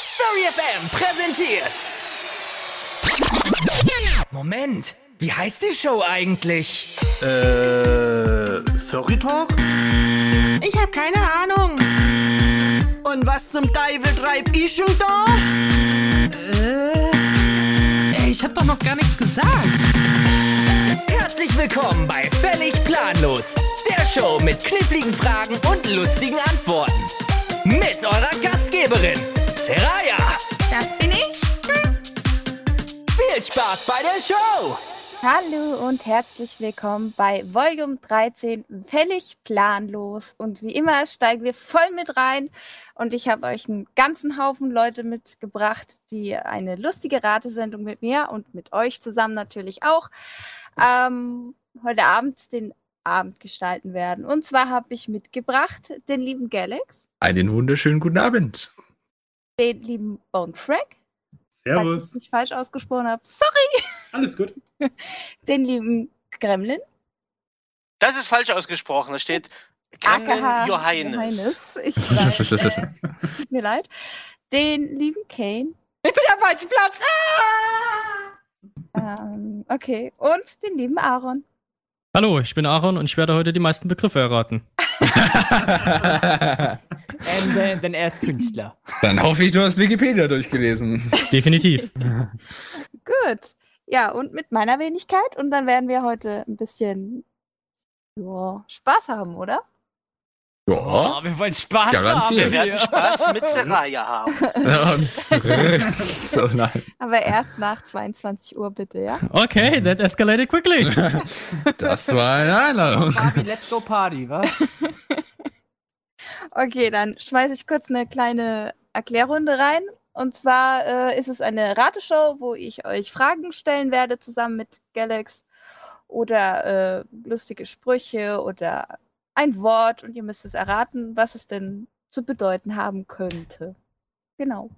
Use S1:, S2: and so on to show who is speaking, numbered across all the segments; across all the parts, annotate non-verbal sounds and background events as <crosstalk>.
S1: Story FM präsentiert.
S2: Moment, wie heißt die Show eigentlich?
S3: Äh, Furry Talk?
S4: Ich hab keine Ahnung.
S5: Und was zum Teufel treib ich schon da?
S6: Äh, ey, ich hab doch noch gar nichts gesagt.
S2: Herzlich willkommen bei Völlig Planlos, der Show mit kniffligen Fragen und lustigen Antworten. Mit eurer Gastgeberin, Seraya.
S7: Das bin ich.
S2: Viel Spaß bei der Show.
S8: Hallo und herzlich willkommen bei Volume 13, völlig planlos. Und wie immer steigen wir voll mit rein. Und ich habe euch einen ganzen Haufen Leute mitgebracht, die eine lustige Ratesendung mit mir und mit euch zusammen natürlich auch ähm, heute Abend den Abend gestalten werden. Und zwar habe ich mitgebracht den lieben Galax.
S3: Einen wunderschönen guten Abend.
S8: Den lieben Bone Frank.
S9: Servus.
S8: Falls ich nicht falsch ausgesprochen habe. Sorry.
S9: Alles gut.
S8: Den lieben Gremlin.
S10: Das ist falsch ausgesprochen. Da steht Gremlin AKH Johannes.
S8: Johannes. Ich weiß, tut mir leid. Den lieben Kane.
S11: Ich bin am falschen Platz. Ah!
S8: Ähm, okay. Und den lieben Aaron.
S12: Hallo, ich bin Aaron und ich werde heute die meisten Begriffe erraten.
S13: Und dann, dann erst Künstler.
S3: Dann hoffe ich, du hast Wikipedia durchgelesen.
S12: Definitiv.
S8: Gut. Ja, und mit meiner Wenigkeit. Und dann werden wir heute ein bisschen jo, Spaß haben, oder?
S3: Ja. <laughs> Oh,
S13: wir wollen Spaß Garantiert. haben.
S10: Wir werden Spaß mit Seraya haben.
S8: so, nein. Aber erst nach 22 Uhr bitte, ja?
S12: Okay, that escalated quickly. <laughs>
S3: das war ein Einladung.
S13: Party, let's go Party, wa?
S8: Okay, dann schmeiße ich kurz eine kleine Erklärrunde rein. Und zwar äh, ist es eine Rateshow, wo ich euch Fragen stellen werde zusammen mit Galax oder äh, lustige Sprüche oder ein Wort und ihr müsst es erraten, was es denn zu bedeuten haben könnte. Genau.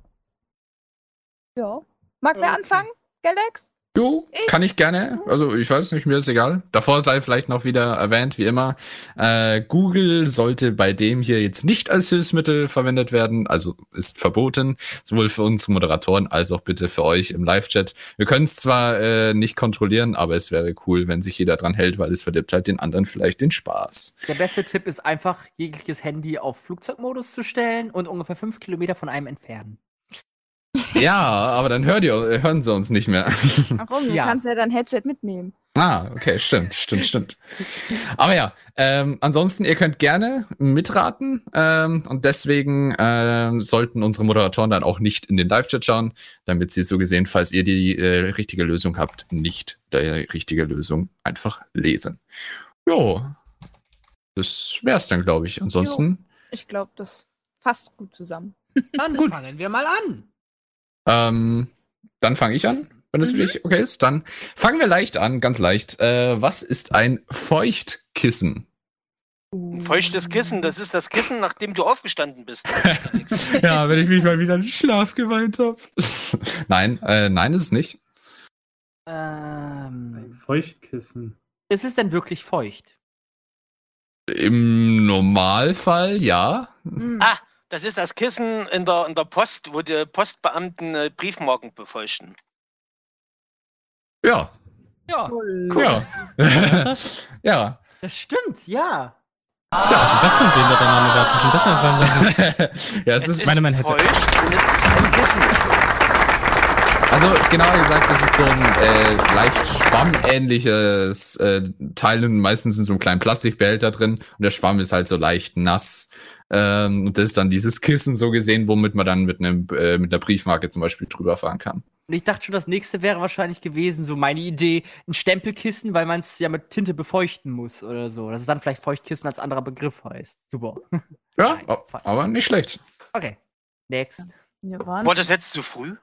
S8: Ja. Mag okay. wer anfangen? Galax?
S3: Jo, ich? kann ich gerne. Also ich weiß nicht, mir ist egal. Davor sei vielleicht noch wieder erwähnt, wie immer, äh, Google sollte bei dem hier jetzt nicht als Hilfsmittel verwendet werden, also ist verboten, sowohl für uns Moderatoren als auch bitte für euch im Live-Chat. Wir können es zwar äh, nicht kontrollieren, aber es wäre cool, wenn sich jeder dran hält, weil es verdirbt halt den anderen vielleicht den Spaß.
S13: Der beste Tipp ist einfach, jegliches Handy auf Flugzeugmodus zu stellen und ungefähr fünf Kilometer von einem entfernen.
S3: <laughs> Ja, aber dann hört ihr, hören sie uns nicht mehr. <laughs>
S8: Warum? Du ja. kannst ja dein Headset mitnehmen.
S3: Ah, okay, stimmt, stimmt, stimmt. Aber ja, ähm, ansonsten, ihr könnt gerne mitraten ähm, und deswegen ähm, sollten unsere Moderatoren dann auch nicht in den Live-Chat schauen, damit sie so gesehen, falls ihr die äh, richtige Lösung habt, nicht die richtige Lösung einfach lesen. Jo, das wär's dann, glaube ich. Ansonsten. Jo.
S8: Ich glaube, das fasst gut zusammen.
S13: Dann gut. fangen wir mal an.
S3: Ähm, dann fange ich an, wenn es mhm. für dich okay ist. Dann fangen wir leicht an, ganz leicht. Äh, was ist ein Feuchtkissen?
S10: Ein feuchtes Kissen, das ist das Kissen, nachdem du aufgestanden bist.
S3: ja, wenn ich mich mal wieder in den Schlaf geweint habe. <laughs> nein, äh, nein, ist es nicht.
S9: Ähm, ein Feuchtkissen.
S13: Ist es denn wirklich feucht?
S3: Im Normalfall ja.
S10: Mhm. Ah, das ist das Kissen in der, in der Post, wo die Postbeamten äh, Briefmarken befeuchten.
S3: Ja.
S13: Ja. Cool.
S3: Ja. <laughs> das? ja.
S13: Das stimmt, ja.
S12: Ah. Ja, also das von wem der Name war, schon besser
S3: gefallen sein. ja, es, es ist,
S10: ist meine, man hätte. und es ist ein Kissen.
S3: Also genau gesagt, das ist so ein äh, leicht schwammähnliches äh, Teil und meistens in so einem kleinen Plastikbehälter drin und der Schwamm ist halt so leicht nass. Ähm, und das ist dann dieses Kissen so gesehen, womit man dann mit, einem, äh, mit einer Briefmarke zum Beispiel drüber fahren kann.
S13: Und ich dachte schon, das nächste wäre wahrscheinlich gewesen, so meine Idee, ein Stempelkissen, weil man es ja mit Tinte befeuchten muss oder so. Dass es dann vielleicht Feuchtkissen als anderer Begriff heißt. Super.
S3: Ja, Nein, aber nicht schlecht.
S13: Okay. Next.
S10: Ja, war das jetzt zu früh?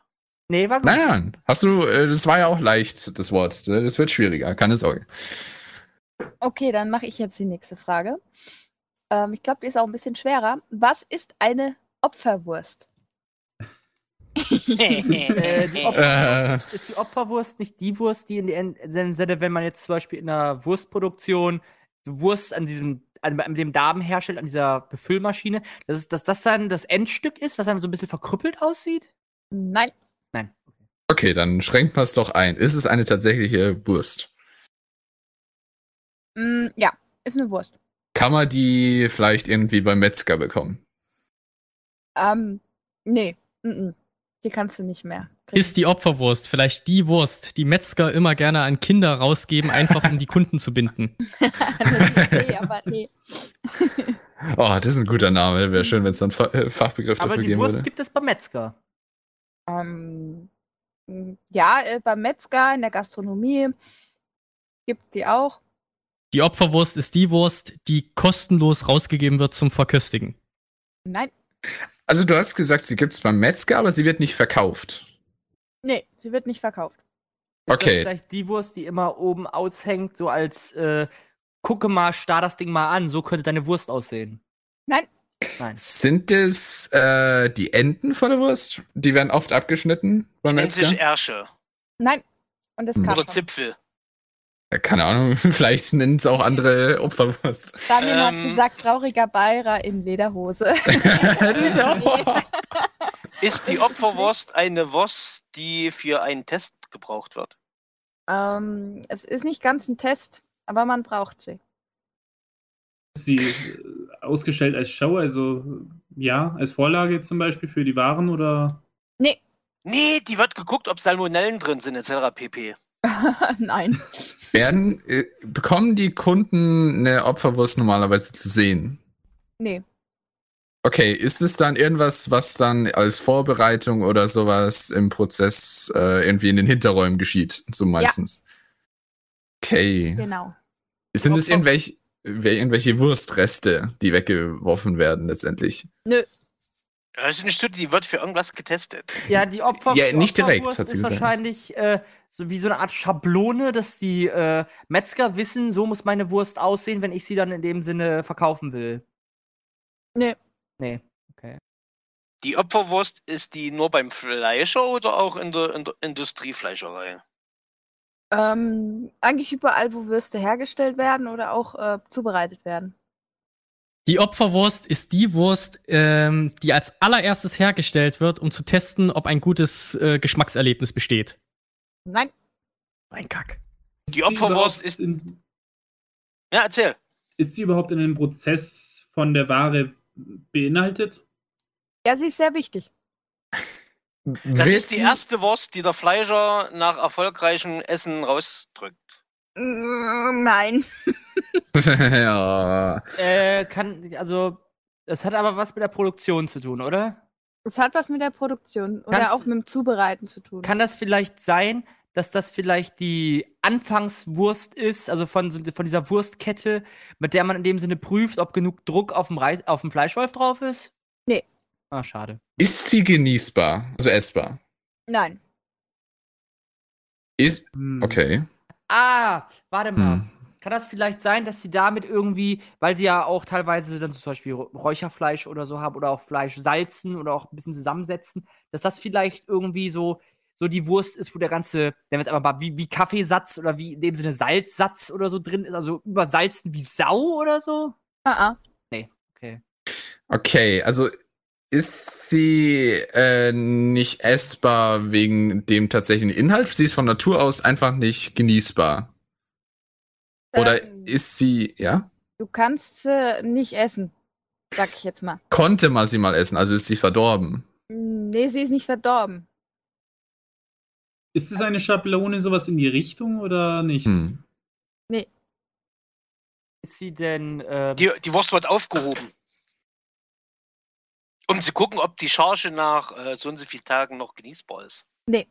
S13: Nee, war gut.
S3: Nein, nein. Hast du, äh, das war ja auch leicht, das Wort. ne? Das wird schwieriger, keine Sorge.
S8: Okay, dann mache ich jetzt die nächste Frage Ähm, ich glaube, die ist auch ein bisschen schwerer. Was ist eine Opferwurst?
S13: äh, die
S3: Äh.
S13: Opferwurst ist die Opferwurst nicht die Wurst, die in dem Sinne, wenn man jetzt zum Beispiel in einer Wurstproduktion Wurst an diesem, an, an dem Darm herstellt, an dieser Befüllmaschine, dass, dass das dann das Endstück ist, das dann so ein bisschen verkrüppelt aussieht?
S8: Nein.
S13: Nein.
S3: Okay, dann schränkt man es doch ein. Ist es eine tatsächliche Wurst?
S8: Mm, ja, ist eine Wurst.
S3: Kann man die vielleicht irgendwie beim Metzger bekommen?
S8: Ähm, nee. mhm. Die kannst du nicht mehr. kriegen.
S12: Ist die Opferwurst vielleicht die Wurst, die Metzger immer gerne an Kinder rausgeben, einfach um die Kunden zu binden?
S8: Nee, aber nee.
S3: Oh, das ist ein guter Name. Wäre schön, wenn es dann Fa äh, Fachbegriff
S13: Mhm. Aber
S3: dafür
S13: die
S3: geben
S13: Wurst
S3: würde.
S13: gibt es beim Metzger.
S8: Ähm, m, ja, äh, beim Metzger, in der Gastronomie gibt's die auch.
S12: Die Opferwurst ist die Wurst, die kostenlos rausgegeben wird zum Verköstigen.
S8: Nein,
S3: Also du hast gesagt, sie gibt es beim Metzger, aber sie wird nicht verkauft.
S8: nee, sie wird nicht verkauft.
S13: Ist Das
S3: Okay.
S13: vielleicht die Wurst, die immer oben aushängt, so als äh, gucke mal, starr das Ding mal an, so könnte deine Wurst aussehen.
S8: Nein.
S13: Nein.
S3: Sind es äh, die Enden von der Wust? Die werden oft abgeschnitten beim
S10: Nennt sich
S3: Metzger?
S10: Ärsche
S8: Nein. Und das
S3: Hm.
S8: kam
S10: oder
S8: schon.
S10: Zipfel.
S3: Ja, keine Ahnung, <laughs> vielleicht nennen es auch andere Opferwurst.
S13: <laughs>
S8: Daniel hat
S10: Ähm.
S8: gesagt, trauriger Bayer in Lederhose.
S3: das ist ja
S13: <laughs>
S3: auch...
S10: Ist die Opferwurst eine Wurst, die für einen Test gebraucht wird?
S8: ähm, es ist nicht ganz ein Test, aber man braucht sie.
S1: Sie äh, ausgestellt als Show, also ja, als Vorlage zum Beispiel für die Waren oder.
S10: Nee, die wird geguckt, ob Salmonellen drin sind, etc. pp.
S8: <laughs> Nein.
S3: Werden, äh, bekommen die Kunden eine Opferwurst normalerweise zu sehen?
S8: Nee.
S3: Okay, ist es dann irgendwas, was dann als Vorbereitung oder sowas im Prozess äh, irgendwie in den Hinterräumen geschieht, so meistens? Okay.
S8: Genau.
S3: Sind es irgendwelche, wel- irgendwelche Wurstreste, die weggeworfen werden letztendlich?
S10: Also eine Studie, die wird für irgendwas getestet.
S13: Ja, die Opfer
S3: Ja,
S13: die
S3: nicht direkt,
S13: Opferwurst
S3: hat sie
S13: ist
S3: gesagt.
S13: wahrscheinlich äh, so wie so eine Art Schablone, dass die äh, Metzger wissen, so muss meine Wurst aussehen, wenn ich sie dann in dem Sinne verkaufen will.
S8: Nee.
S13: Nee, okay.
S10: Die Opferwurst ist die nur beim Fleischer oder auch in der, in der Industriefleischerei?
S8: Ähm, eigentlich überall, wo Würste hergestellt werden oder auch äh, zubereitet werden.
S12: Die Opferwurst ist die Wurst, ähm, die als allererstes hergestellt wird, um zu testen, ob ein gutes äh, Geschmackserlebnis besteht.
S8: Nein,
S12: Mein Kack.
S10: Die Opferwurst
S1: Ist
S10: ist.
S1: die überhaupt in,
S10: Ja, erzähl.
S1: ist sie überhaupt in den Prozess von der Ware beinhaltet?
S8: ja, sie ist sehr wichtig.
S10: Das ist die erste Wurst, die der Fleischer nach erfolgreichem Essen rausdrückt.
S8: Mm, Nein.
S3: <laughs> ja.
S13: Äh, kann, also, das hat aber was mit der Produktion zu tun, oder?
S8: Es hat was mit der Produktion oder
S13: Kannst-
S8: auch mit dem Zubereiten zu tun.
S13: Kann das vielleicht sein, dass das vielleicht die Anfangswurst ist, also von, so- von dieser Wurstkette, mit der man in dem Sinne prüft, ob genug Druck auf dem, Reis, auf dem Fleischwolf drauf ist?
S8: Nee.
S13: Ah, schade.
S3: Ist sie genießbar, also essbar?
S8: Nein.
S3: Ist,
S10: Mhm.
S1: Hm.
S3: okay.
S13: Ah, warte mal.
S3: Hm.
S13: Kann das vielleicht sein, dass sie damit irgendwie, weil sie ja auch teilweise dann zum Beispiel Ro- Räucherfleisch oder so haben oder auch Fleisch salzen oder auch ein bisschen zusammensetzen, dass das vielleicht irgendwie so, so die Wurst ist, wo der ganze, nennen wir es einfach mal, wie, wie Kaffeesatz oder wie in dem Sinne Salzsatz oder so drin ist, also übersalzen wie Sau oder so?
S8: Ah, ah.
S3: Okay, also ist sie äh, nicht essbar wegen dem tatsächlichen Inhalt? Sie ist von Natur aus einfach nicht genießbar. Oder
S8: Ähm,
S3: ist sie, ja?
S8: Du kannst sie nicht essen, sag ich jetzt mal.
S3: Konnte man sie mal essen, also ist sie verdorben.
S8: Mm, Nee, sie ist nicht verdorben.
S1: Ist es eine Schablone, sowas in die Richtung oder nicht?
S3: Hm.
S13: Ist sie denn, äh,
S10: Die, die Wurst wird aufgehoben. Um zu gucken, ob die Charge nach äh, so und so vielen Tagen noch genießbar ist.
S8: Nee.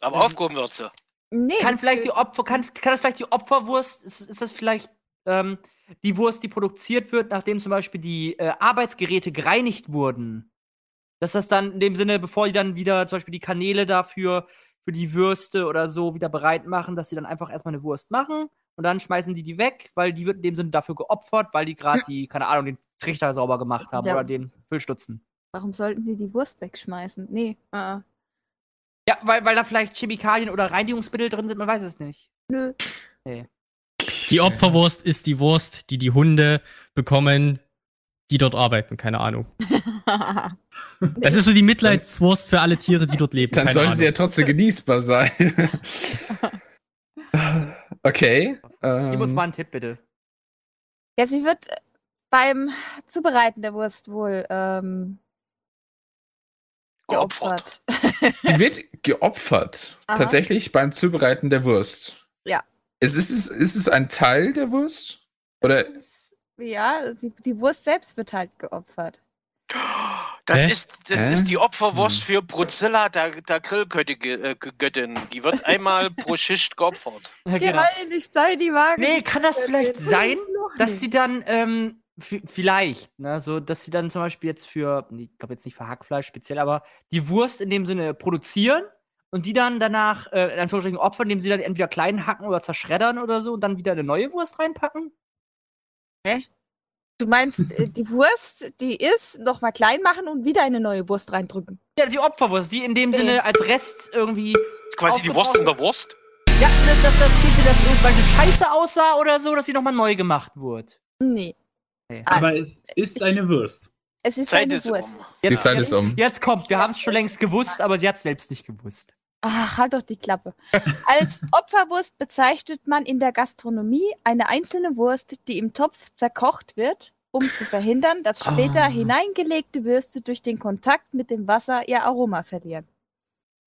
S10: Aber
S13: Ähm,
S10: aufgehoben wird sie.
S8: Nee.
S13: kann
S8: das
S13: vielleicht
S8: ist-
S13: die Opfer, kann, kann das vielleicht die Opferwurst, ist, ist das vielleicht ähm, die Wurst, die produziert wird, nachdem zum Beispiel die äh, Arbeitsgeräte gereinigt wurden? Dass das dann in dem Sinne, bevor die dann wieder zum Beispiel die Kanäle dafür, für die Würste oder so wieder bereit machen, dass sie dann einfach erstmal eine Wurst machen und dann schmeißen die die weg, weil die wird in dem Sinne dafür geopfert, weil die gerade die, keine Ahnung, den Trichter sauber gemacht haben
S8: Ja.
S13: oder den Füllstutzen.
S8: Warum sollten die die Wurst wegschmeißen? Nee. <laughs> ah, ah.
S13: Ja, weil, weil da vielleicht Chemikalien oder Reinigungsmittel drin sind, man weiß es nicht.
S8: Nö.
S12: Die Opferwurst ist die Wurst, die die Hunde bekommen, die dort arbeiten. Keine Ahnung. Das ist so die Mitleidswurst für alle Tiere, die dort leben.
S3: Dann
S12: Keine
S3: sollte
S12: Ahnung.
S3: sie ja trotzdem genießbar sein. <laughs> okay.
S13: Gib uns
S3: ähm,
S13: mal einen Tipp, bitte.
S8: Ja, sie wird äh, beim Zubereiten der Wurst wohl ähm, geopfert.
S3: Die wird geopfert.
S8: Aha.
S3: Tatsächlich beim Zubereiten der Wurst.
S8: Ja.
S3: Ist, ist, es, ist es ein Teil der Wurst? Oder
S13: Äh.
S8: <laughs> Ja, die, die Wurst selbst wird halt geopfert.
S10: Das,
S3: Hä?
S10: ist, das
S3: Hä? Hm.
S10: ist die Opferwurst für Bruzilla, der, der äh, Grillgöttin.
S8: <laughs>
S10: Die wird einmal pro Schicht geopfert.
S13: Genau.
S8: Gerald, ich soll die Waage.
S13: Nee, kann
S8: äh,
S13: das vielleicht
S8: <laughs>
S13: sein, dass sie
S8: die
S13: dann, ähm, v- vielleicht, ne, so, dass sie dann zum Beispiel jetzt für, nee, ich glaube jetzt nicht für Hackfleisch speziell, aber die Wurst in dem Sinne produzieren und die dann danach, äh, in Anführungsstrichen opfern, indem sie dann entweder klein hacken oder zerschreddern oder so und dann wieder eine neue Wurst reinpacken?
S8: Du meinst, äh, die Wurst, die ist, nochmal klein machen und wieder eine neue Wurst reindrücken.
S13: Ja, die Opferwurst, die in dem Sinne als Rest irgendwie.
S10: Quasi die Wurst in
S13: aufgebraucht-
S10: der Wurst?
S13: Ja, dass das, das, dass das irgendwann eine Scheiße aussah oder so, dass sie nochmal neu gemacht wurde.
S8: Nee,
S1: Aber es ist eine Wurst.
S8: es ist
S13: Zeit
S8: eine
S13: ist
S8: Wurst.
S3: Die Zeit ist um.
S13: Jetzt kommt, wir haben es schon längst gewusst, aber sie hat es selbst nicht gewusst.
S8: Ach, halt doch die Klappe. Als Opferwurst bezeichnet man in der Gastronomie eine einzelne Wurst, die im Topf zerkocht wird, um zu verhindern, dass später
S10: Ah.
S8: hineingelegte Würste durch den Kontakt mit dem Wasser ihr Aroma verlieren.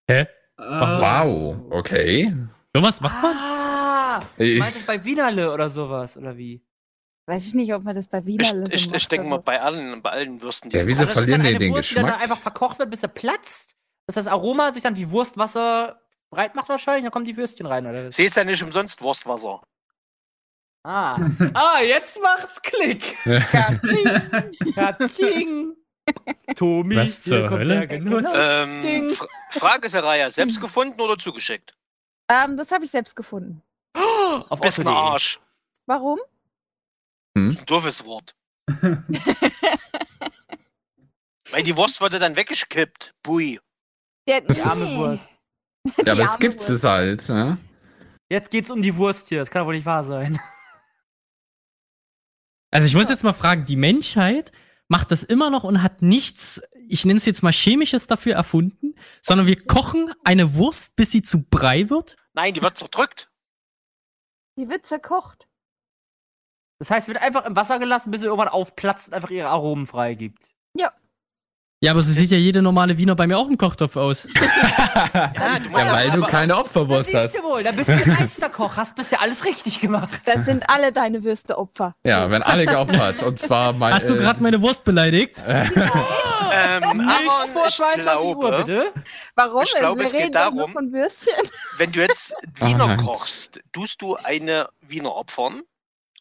S12: Hä?
S1: Ah,
S3: wow, okay.
S12: So was macht man?
S13: Ah!
S3: Ich-
S13: Ich meinte bei Wienerle oder sowas, oder wie?
S8: Weiß ich nicht, ob man das bei Wiener
S10: Ich, ich, ich denke mal, bei allen, bei allen Würsten.
S3: Ja, wieso
S13: das ist
S3: verlieren
S13: dann
S3: die
S13: eine
S3: den
S13: Wurst, Die dann
S3: Geschmack?
S13: einfach verkocht wird, bis er platzt, dass das Aroma sich dann wie Wurstwasser breit macht wahrscheinlich, dann kommen die Würstchen rein, oder? was?
S10: Sie ist ja nicht umsonst Wurstwasser.
S13: Ah. ah, jetzt macht's Klick! Ja,
S10: <laughs>
S13: tsching! Tommy,
S12: Was
S13: hier
S12: zur
S13: kommt der
S12: Hölle?
S13: Genuss.
S10: Ähm,
S13: Ding.
S10: Fra Frage ist, Raya, selbst gefunden oder zugeschickt?
S8: Ähm, das habe ich selbst gefunden.
S13: Auf
S10: oh, Bist ein
S13: Otto.de.
S10: Arsch.
S8: Warum?
S10: Ein doofes
S13: <laughs>
S10: Wort. Weil die Wurst wurde dann weggeskippt. Bui.
S8: Der,
S3: Das ist-
S8: nee.
S13: Wurst.
S3: Ja, aber
S8: Die
S3: es
S8: arme
S3: gibt es halt. Ja?
S13: Jetzt geht's um die Wurst hier, das kann doch wohl nicht wahr sein.
S12: Also ich muss jetzt mal fragen, die Menschheit macht das immer noch und hat nichts, ich nenne es jetzt mal Chemisches dafür erfunden, sondern wir kochen eine Wurst, bis sie zu Brei wird?
S10: Nein, die
S13: <laughs>
S10: wird zerdrückt.
S8: Die wird zerkocht.
S13: Das heißt, sie wird einfach im Wasser gelassen, bis sie irgendwann aufplatzt und einfach ihre Aromen freigibt.
S12: Ja, aber so sieht ja jede normale Wiener bei mir auch im Kochtopf aus.
S10: Ja, du
S3: ja, weil du
S10: aber-
S3: keine Opferwurst
S13: Siehst
S3: hast.
S13: du wohl, da bist du ein Meisterkoch, hast bisher alles richtig gemacht.
S8: Dann sind alle deine Würste Opfer.
S3: Ja, wenn alle geopfert. Und zwar mal.
S12: Hast du gerade meine Wurst beleidigt?
S3: äh,
S10: Ähm, aber
S13: Vor
S10: ich
S13: 22
S10: glaube,
S13: Uhr, bitte.
S8: Warum? Also,
S10: Ich glaube,
S8: wir
S10: es geht
S8: reden doch nur
S10: darum-
S8: von Würstchen. <laughs>
S10: wenn du jetzt
S12: Ah,
S3: Oh
S10: Wiener
S3: nein.
S10: kochst, tust du eine Wiener opfern.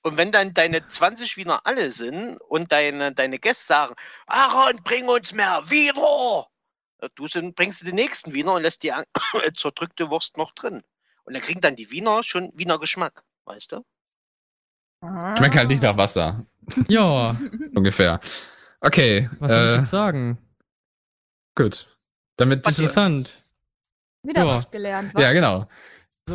S10: Und wenn dann deine 20 Wiener alle sind und deine, deine Gäste sagen, Aaron, bring uns mehr Wiener, du sind, bringst du den nächsten Wiener und lässt die an- <coughs> zerdrückte Wurst noch drin. Und dann kriegen dann die Wiener schon Wiener Geschmack, weißt du?
S3: Schmeckt halt nicht nach Wasser.
S12: Ja,
S3: Ungefähr. Okay.
S12: was soll ich
S3: äh,
S12: jetzt sagen?
S3: gut. Damit.
S12: Interessant.
S8: Wieder
S12: Ja. genau.
S8: was gelernt. wa?
S3: Ja, genau.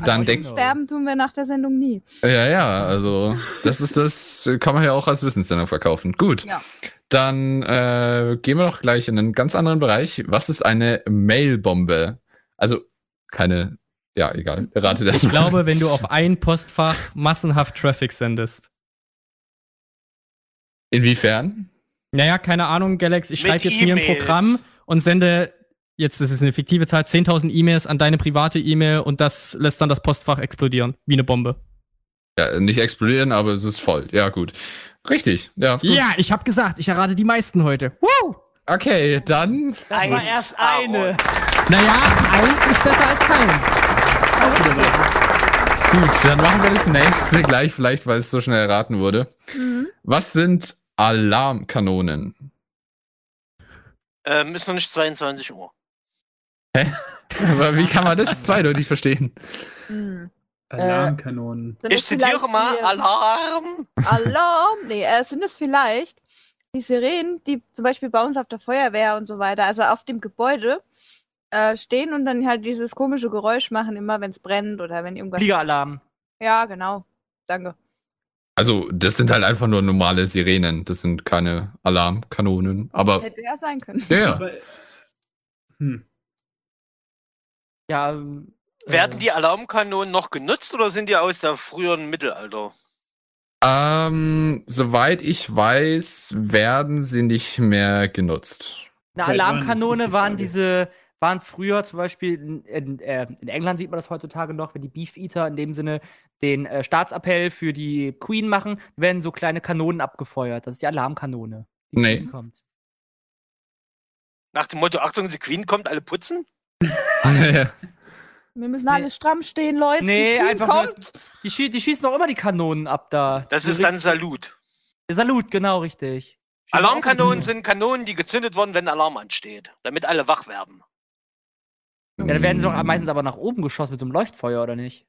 S3: Dann denkst
S8: Sterben tun wir nach der Sendung nie.
S3: Ja, ja, also das ist das, kann man ja auch als Wissenssendung verkaufen. Gut.
S8: Ja.
S3: Dann äh, gehen wir doch gleich in einen ganz anderen Bereich. Was ist eine Mailbombe? Also keine, ja, egal. Rate das
S12: Ich glaube, wenn du auf ein Postfach massenhaft Traffic sendest.
S3: Inwiefern?
S12: Naja, keine Ahnung, Galax, ich
S10: Mit
S12: schreibe jetzt mir ein
S10: E-Mails.
S12: Programm und sende, jetzt das ist eine fiktive Zahl, 10.000 E-Mails an deine private E-Mail und das lässt dann das Postfach explodieren, wie eine Bombe.
S3: Ja, nicht explodieren, aber es ist voll. Ja, gut. Richtig. Ja, gut.
S12: Ja, ich habe gesagt, ich errate die meisten heute. Woo!
S3: Okay, dann.
S13: Das war
S10: Eins,
S13: erst
S10: Aaron.
S13: eine.
S12: Naja, eins ist besser als keins.
S3: Gut, dann machen wir das nächste gleich, vielleicht, weil es so schnell erraten wurde.
S13: Mhm.
S3: Was sind Alarmkanonen?
S10: Ähm, ist noch nicht 22 Uhr.
S3: Aber Wie kann
S13: <laughs>
S3: man das zweideutig verstehen?
S8: Hm.
S1: Alarmkanonen.
S8: Sind
S10: Ich
S8: das
S10: zitiere
S8: vielleicht
S10: mal,
S8: die-
S10: Alarm!
S8: Alarm! Nee, äh, sind es vielleicht die Sirenen, die zum Beispiel bei uns auf der Feuerwehr und so weiter, also auf dem Gebäude, äh, stehen und dann halt dieses komische Geräusch machen, immer wenn es brennt oder wenn irgendwas.
S13: Fliegeralarm.
S8: Ja, genau. Danke.
S3: Also, das sind halt einfach nur normale Sirenen. Das sind keine Alarmkanonen. Aber.
S8: Hätte ja sein können.
S3: Ja, ja.
S1: Aber,
S13: Hm. Ja, ähm,
S10: Werden die Alarmkanonen noch genutzt oder sind die aus der früheren Mittelalter?
S3: Ähm, soweit ich weiß, werden sie nicht mehr genutzt.
S13: eine
S1: Vielleicht waren-
S13: Alarmkanone waren diese, waren früher zum Beispiel, in, in, äh, in England sieht man das heutzutage noch, wenn die Beefeater in dem Sinne den äh, Staatsappell für die Queen machen, werden so kleine Kanonen abgefeuert. Das ist die Alarmkanone. Die
S3: Nee.
S13: Queen kommt.
S10: Nach dem Motto, Achtung, die Queen kommt, alle putzen?
S8: Wir müssen alle stramm stehen, Leute.
S13: Nee,
S8: die Queen
S13: einfach nur-
S8: kommt.
S13: Die, schie die schießen doch immer die Kanonen ab da.
S10: Das
S13: Die
S10: ist dann
S13: richt-
S10: Salut.
S13: Salut, genau richtig. Schießen
S10: Alarmkanonen sind Kanonen, die gezündet wurden, wenn Alarm ansteht, damit alle wach werden.
S13: Ja, dann werden sie doch meistens aber nach oben geschossen mit so einem Leuchtfeuer, oder nicht?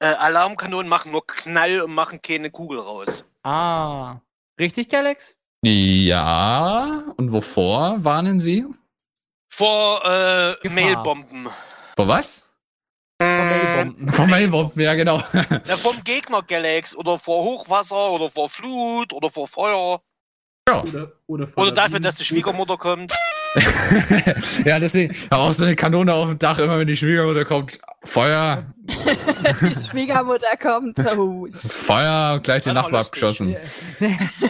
S10: Äh, Alarmkanonen machen nur Knall und machen keine Kugel raus.
S13: Ah. Richtig,
S10: <laughs>
S13: Galax?
S3: Ja, und wovor warnen sie?
S10: Vor äh, Mailbomben.
S3: Vor was?
S13: Mailbomben.
S3: Vor Mailbomben, ja, genau.
S10: Na, vom Gegner Galax oder vor Hochwasser oder vor Flut oder vor Feuer.
S3: ja.
S1: Oder, oder, von
S10: Oder
S1: der
S10: dafür, dass die Schwiegermutter kommt.
S3: <laughs> ja, deswegen, aber auch so eine Kanone auf dem Dach, immer wenn die Schwiegermutter kommt, Feuer,
S8: Die Schwiegermutter
S10: <laughs>
S8: kommt. Oh.
S3: Feuer, und gleich den
S10: War doch
S3: Nachbar
S10: Ah, lustig.
S3: abgeschossen.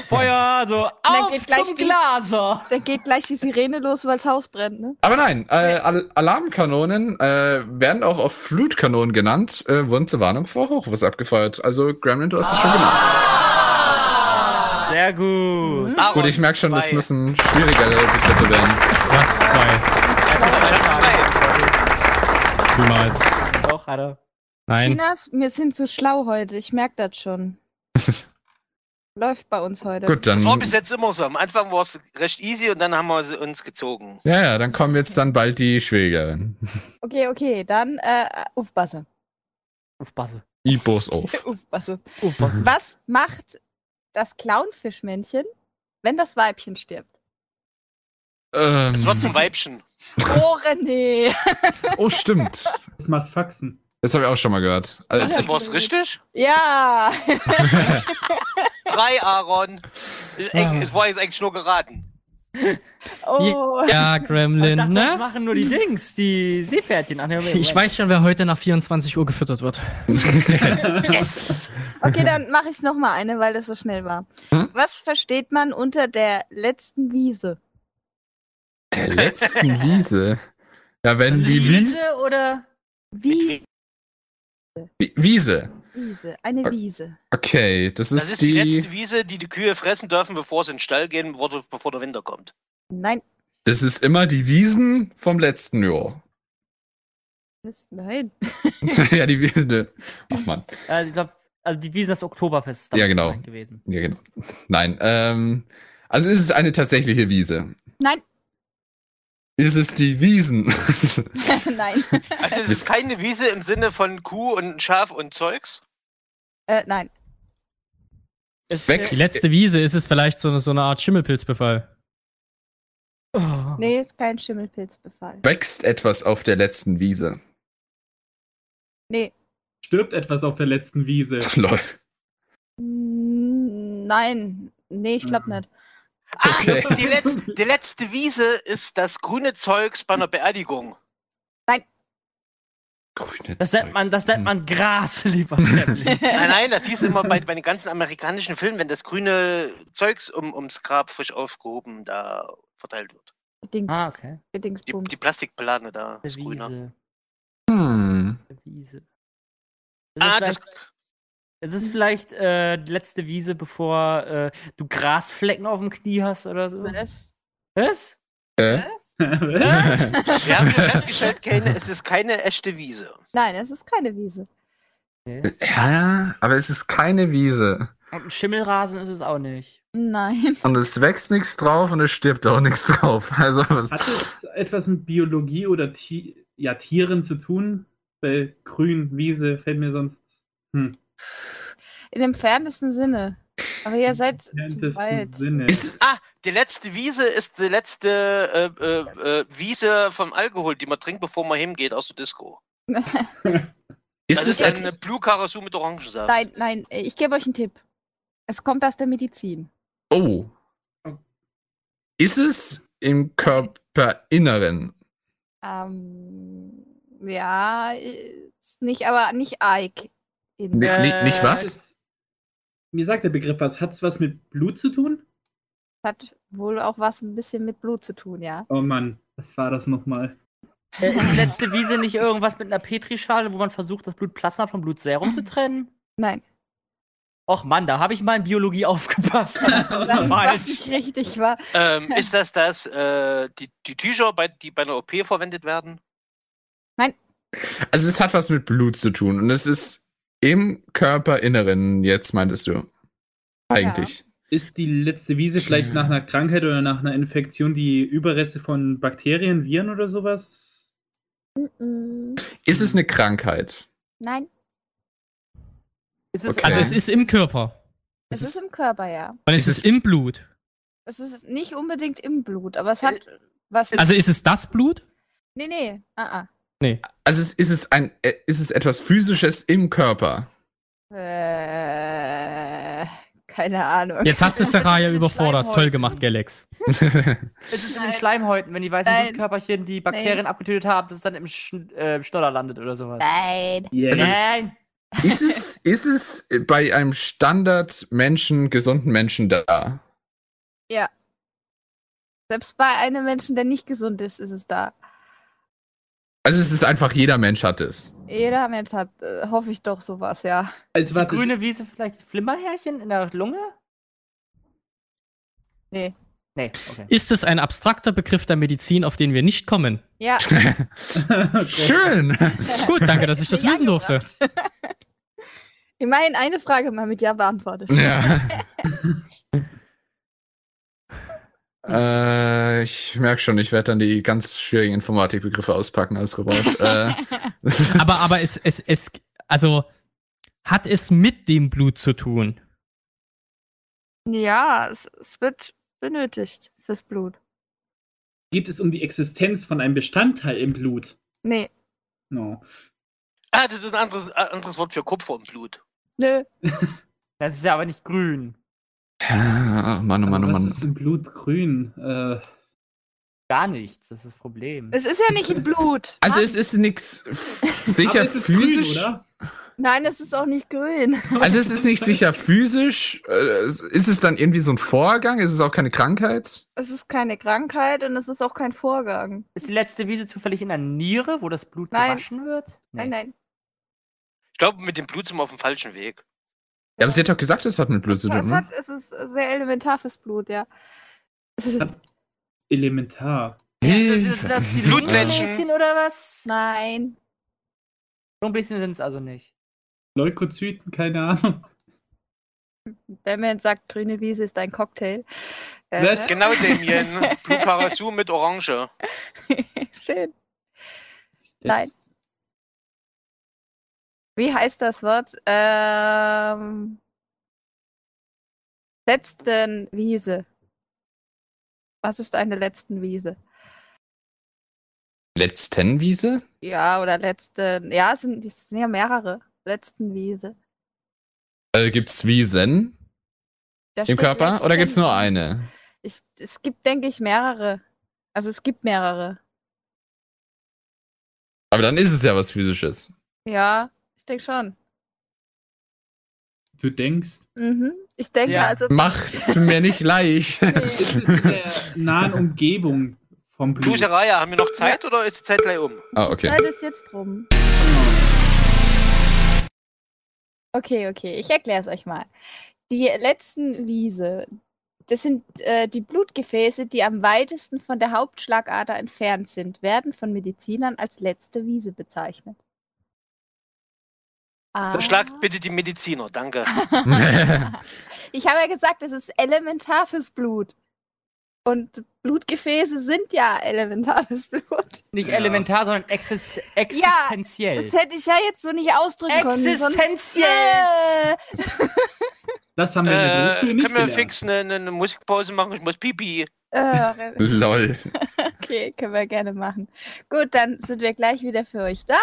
S13: Feuer, so
S8: dann
S13: auf
S8: geht gleich
S13: zum
S8: die-
S13: Glaser.
S8: Dann geht gleich die Sirene los, weil das Haus brennt, ne?
S3: Aber nein, äh, Al Alarmkanonen äh, werden auch auf Flutkanonen genannt, äh, wurden zur Warnung vor Hochwasser abgefeuert. Also Gremlin, du hast
S10: Ah,
S3: es schon genannt.
S13: Sehr gut.
S10: Aaron,
S3: Gut, ich merke schon, das
S10: zwei.
S3: müssen schwierigere Begriffe werden.
S12: Was? Zwei.
S10: Ich hab zwei.
S12: Niemals.
S13: Doch, hat er.
S12: Nein.
S8: Chinas, wir sind zu schlau heute. Ich merke das schon. Läuft bei uns heute.
S3: Gut, dann.
S10: Das war bis jetzt immer so. Am Anfang war es recht easy und dann haben wir sie uns gezogen.
S3: Ja, ja, dann kommen jetzt dann bald die schwierigeren.
S8: Okay, okay, dann äh, aufpassen.
S13: Aufpasse.
S3: Ibos auf.
S8: aufpassen.
S13: Aufpasse.
S8: Was macht das Clownfischmännchen, wenn das Weibchen
S13: <laughs>
S8: stirbt?
S3: Ähm,
S10: Es wird zum
S3: <laughs>
S10: Weibchen.
S8: Oh, René.
S3: oh, stimmt.
S1: Das macht Faxen.
S3: Das habe ich auch schon mal gehört. Also,
S10: Also, war es richtig?
S8: Ja.
S10: Drei, Aaron. Ich,
S12: Ah.
S10: Es war jetzt eigentlich nur geraten.
S8: Oh.
S12: Ja, Gremlin,
S13: Dachte, das
S12: ne?
S13: machen nur die Dings, die Seepferdchen. Ach, nee, Moment,
S12: Ich weiß schon, wer heute nach 24 Uhr gefüttert wird.
S10: Yes!
S8: Okay, dann mache ich noch mal eine, weil das so schnell war.
S3: Hm?
S8: Was versteht man unter der letzten Wiese?
S3: der letzten Wiese. Ja, wenn
S10: Das ist
S3: die
S10: Also die
S3: Wiese.
S13: Wiese oder?
S8: Wie
S3: Wiese.
S8: Wiese, eine
S13: Äh.
S3: Okay.
S8: Wiese.
S3: Okay, das ist,
S10: Das ist die letzte Wiese, die die Kühe fressen dürfen, bevor sie in den Stall gehen, wurde- bevor der Winter kommt.
S8: Nein,
S3: Das ist immer die Wiesen vom letzten Jahr.
S8: das, nein.
S3: ja, die Wiese. Ach man.
S13: Also, ich glaub, also die Wiese des Oktoberfest ist
S3: Ja,
S13: damit
S3: genau.
S13: gemeint gewesen.
S3: Ja, genau. Nein. Ähm, also ist es eine tatsächliche Wiese?
S8: Nein.
S3: Ist es die
S8: <laughs>
S3: Wiesen? <laughs>
S8: nein.
S10: Also es
S3: Mist.
S10: ist keine Wiese im Sinne von Kuh und Schaf und Zeugs.
S8: Äh, nein.
S13: Es,
S3: Wächst.
S12: Die letzte Wiese ist es vielleicht so eine, so eine Art Schimmelpilzbefall.
S13: Oh.
S8: Nee, ist kein Schimmelpilzbefall.
S3: Wächst etwas auf der letzten Wiese?
S8: Nee.
S1: Stirbt etwas auf der
S3: <laughs>
S1: letzten Wiese. <laughs>
S3: Lol.
S8: Mm, Nein. Nee, ich
S13: Hm.
S8: glaube nicht.
S10: Ah,
S3: Okay.
S10: die, Letz die letzte Wiese ist das grüne Zeugs bei einer Beerdigung.
S3: Grüne
S13: Das
S3: Zeug.
S13: nennt man, das
S3: Hm.
S13: nennt man Gras, <laughs> lieber
S3: <laughs>
S13: Seppli.
S10: Nein, nein, das hieß immer bei, bei den ganzen amerikanischen Filmen, wenn das grüne Zeugs um, ums Grab frisch aufgehoben da verteilt wird.
S8: Dings.
S13: Ah, okay.
S10: Die,
S8: Dingsbums.
S10: die Plastikplane da, das grüne.
S3: ne?
S13: Wiese.
S3: Hm.
S13: Wiese. Es ist
S10: Ah, das,
S13: vielleicht, es ist vielleicht äh, die letzte Wiese, bevor äh, du Grasflecken auf dem Knie hast oder so.
S8: Was?
S13: Was?
S3: Äh?
S10: wir haben ja festgestellt, keine, es ist keine echte Wiese.
S8: Nein, es ist keine Wiese.
S3: Ja, aber es ist keine Wiese.
S13: Und ein Schimmelrasen ist es auch nicht.
S8: Nein. <laughs>
S3: Und es wächst nichts drauf und es stirbt auch nichts drauf. Also, was,
S1: Hat es etwas mit Biologie oder Ti ja, Tieren zu tun? Weil grün, Wiese fällt mir sonst. Hm.
S8: In dem fernsten Sinne. Aber ihr seid zu
S1: entferntesten
S8: weit.
S1: Sinne.
S3: ist,
S10: Ah, die letzte Wiese ist die letzte äh, äh, äh, Wiese vom Alkohol, die man trinkt, bevor man hingeht aus der Disco.
S3: ist
S10: Das
S3: es
S10: ist
S3: etwas?
S10: eine Blue Karasu mit Orangensaft.
S8: Nein, nein, ich gebe euch einen Tipp. Es kommt aus der Medizin.
S3: Oh. Ist es im Körperinneren?
S8: Ähm, ja, ist nicht, aber nicht Ike.
S3: N nicht, nicht was?
S1: Mir sagt der Begriff was. Hat's was mit Blut zu tun?
S8: Hat wohl auch was ein bisschen mit Blut zu tun, ja.
S1: Oh Mann, was war das nochmal?
S13: Äh,
S8: <laughs>
S13: ist die letzte Wiese nicht irgendwas mit einer Petrischale, wo man versucht, das Blutplasma vom Blutserum zu trennen?
S8: Nein.
S13: Och Mann, da habe ich mal in Biologie <laughs>
S12: <laughs>
S13: aufgepasst. Alter,
S8: <laughs> Das ist, was nicht richtig war.
S10: Ähm, ist das das, äh, die, die Tücher, bei, die bei einer OP verwendet werden?
S3: Also es hat was mit Blut zu tun und es ist im Körperinneren jetzt, meintest du. Eigentlich.
S1: Ist die letzte Wiese vielleicht nach einer Krankheit oder nach einer Infektion die Überreste von Bakterien, Viren oder sowas?
S3: Ist es eine Krankheit?
S8: Mm, Nein,
S13: Ist es
S3: Okay.
S12: Also es ist im Körper.
S8: es ist im Körper, ja.
S12: Und es ist im Blut.
S8: Es ist nicht unbedingt im Blut, aber es hat was mit.
S12: Also ist es das Blut?
S8: Nee, nee. Ah,
S12: Nee.
S3: Also es- ist es ein äh, ist es etwas physisches im Körper? <laughs>
S8: ah. Äh, keine Ahnung.
S12: Jetzt hast du Saraya überfordert. Toll gemacht, Galax.
S13: Es ist in den Schleimhäuten, wenn die weißen
S8: Nein.
S13: Blutkörperchen die Bakterien
S8: Nein.
S13: abgetötet haben, dass es dann im Sch äh, im Stoller landet oder sowas.
S8: <laughs> Nein.
S13: <laughs> Nein!
S3: Ist es ist es bei einem Standard Menschen gesunden Menschen da?
S8: Ja. Selbst bei einem Menschen, der nicht gesund ist, ist es da.
S3: Also es ist einfach jeder Mensch hat
S8: <laughs>
S3: es. <laughs>
S8: Jeder Mensch hat, äh, hoffe ich doch, sowas, ja.
S1: Also
S13: die grüne Wiese vielleicht die Flimmerhärchen in der Lunge?
S8: Nee.
S13: Nee, okay.
S12: Ist es ein abstrakter Begriff der Medizin, auf den wir nicht <laughs> kommen?
S8: Ja.
S3: Schön.
S12: Gut, danke, dass ich das
S8: Ja,
S12: lösen durfte.
S8: Immerhin eine Frage mal mit Ja beantwortet.
S3: Ja. <laughs> äh, ich merke schon, ich werde dann die ganz schwierigen Informatikbegriffe auspacken als Revanche.
S1: <laughs>
S3: äh, <laughs>
S12: aber aber es, es, es, also hat es mit dem Blut zu tun?
S8: Ja, es, es wird benötigt fürs Blut.
S1: Geht es um die Existenz von einem Bestandteil im Blut?
S8: Nee.
S1: No.
S10: Ah, das ist ein anderes, ein anderes Wort für Kupfer im Blut.
S8: Nö.
S13: Das ist ja aber nicht grün.
S3: Ah, Mann, oh Mann, oh
S1: was
S3: Mann.
S1: ist im Blut grün? Äh,
S13: Gar nichts, das ist das Problem.
S8: Es ist ja nicht im Blut.
S3: Also es ist
S1: <laughs>
S3: nichts sicher
S1: Ah. es ist
S3: physisch.
S1: grün, oder?
S8: Nein, es ist auch nicht grün.
S3: Also es ist
S1: <laughs>
S3: nicht sicher physisch. Äh, es- Ist es dann irgendwie so ein Vorgang? Ist es auch keine Krankheit?
S8: Es ist keine Krankheit und es ist auch kein Vorgang.
S13: Ist die letzte Wiese zufällig in der Niere, wo das Blut
S8: Nein.
S13: gewaschen wird?
S8: Nein, nein.
S10: Ich glaube, mit dem Blut sind wir auf dem falschen Weg.
S3: Ja, aber sie hat doch gesagt, es hat mit Blut zu
S8: Es,
S3: tun. Ne?
S8: hat, es ist sehr elementar fürs Blut, ja. Es ist,
S1: Elementar.
S13: Ist das die
S10: Blutmenschen.
S13: Lungenbläschen oder was?
S8: nein.
S13: Lungenbläschen sind es also nicht.
S1: Leukozyten, keine Ahnung.
S8: Batman sagt, grüne Wiese ist ein Cocktail. Äh,
S1: Was?
S10: Genau,
S8: <laughs>
S10: Damien. Blue Karasu mit Orange.
S8: Schön. Nein. Wie heißt das Wort? Ähm, letzten Wiese. Was ist eine letzten Wiese?
S3: Letzten Wiese?
S8: Ja, oder letzten. Ja, es sind, es sind ja mehrere. Letzten Wiese.
S3: Äh, gibt's Wiesen
S8: Da
S3: im
S8: steht
S3: Körper oder
S8: letzten
S3: gibt's nur
S8: Wiese.
S3: eine?
S8: Ich, es gibt, denke ich, mehrere. Also es gibt mehrere.
S3: Aber dann ist es ja was physisches.
S8: Ja, ich denke schon.
S1: Du denkst,
S8: Mhm. Ich denke
S13: Ja.
S8: also.
S3: Mach's mir nicht leicht.
S1: ist es in der nahen Umgebung vom
S10: Du,
S1: Blut?
S10: Saraya, haben wir noch Zeit oder ist die Zeit gleich um?
S3: Ah,
S8: Die <laughs>
S3: okay.
S8: Zeit ist jetzt rum. Okay, okay, ich erkläre es euch mal. Die letzten Wiese, das sind äh, die Blutgefäße, die am weitesten von der Hauptschlagader entfernt sind, werden von Medizinern als letzte Wiese bezeichnet. Ah.
S10: Dann schlagt bitte die Mediziner, danke.
S8: Ich habe ja gesagt, es ist elementar fürs Blut. Und Blutgefäße sind ja elementar fürs Blut.
S13: Nicht
S1: Ja.
S13: elementar, sondern exist existenziell.
S8: Das hätte ich ja jetzt so nicht ausdrücken können. sonst-
S13: existenziell!
S8: Äh,
S1: Das haben wir in der
S10: Äh,
S1: Grundschule nicht
S10: können wir
S1: gelernt.
S10: fix eine, eine, eine Musikpause machen? Ich muss pipi.
S8: äh,
S3: Lol.
S8: <laughs> Okay, können wir gerne machen. Gut, dann sind wir gleich wieder für euch da.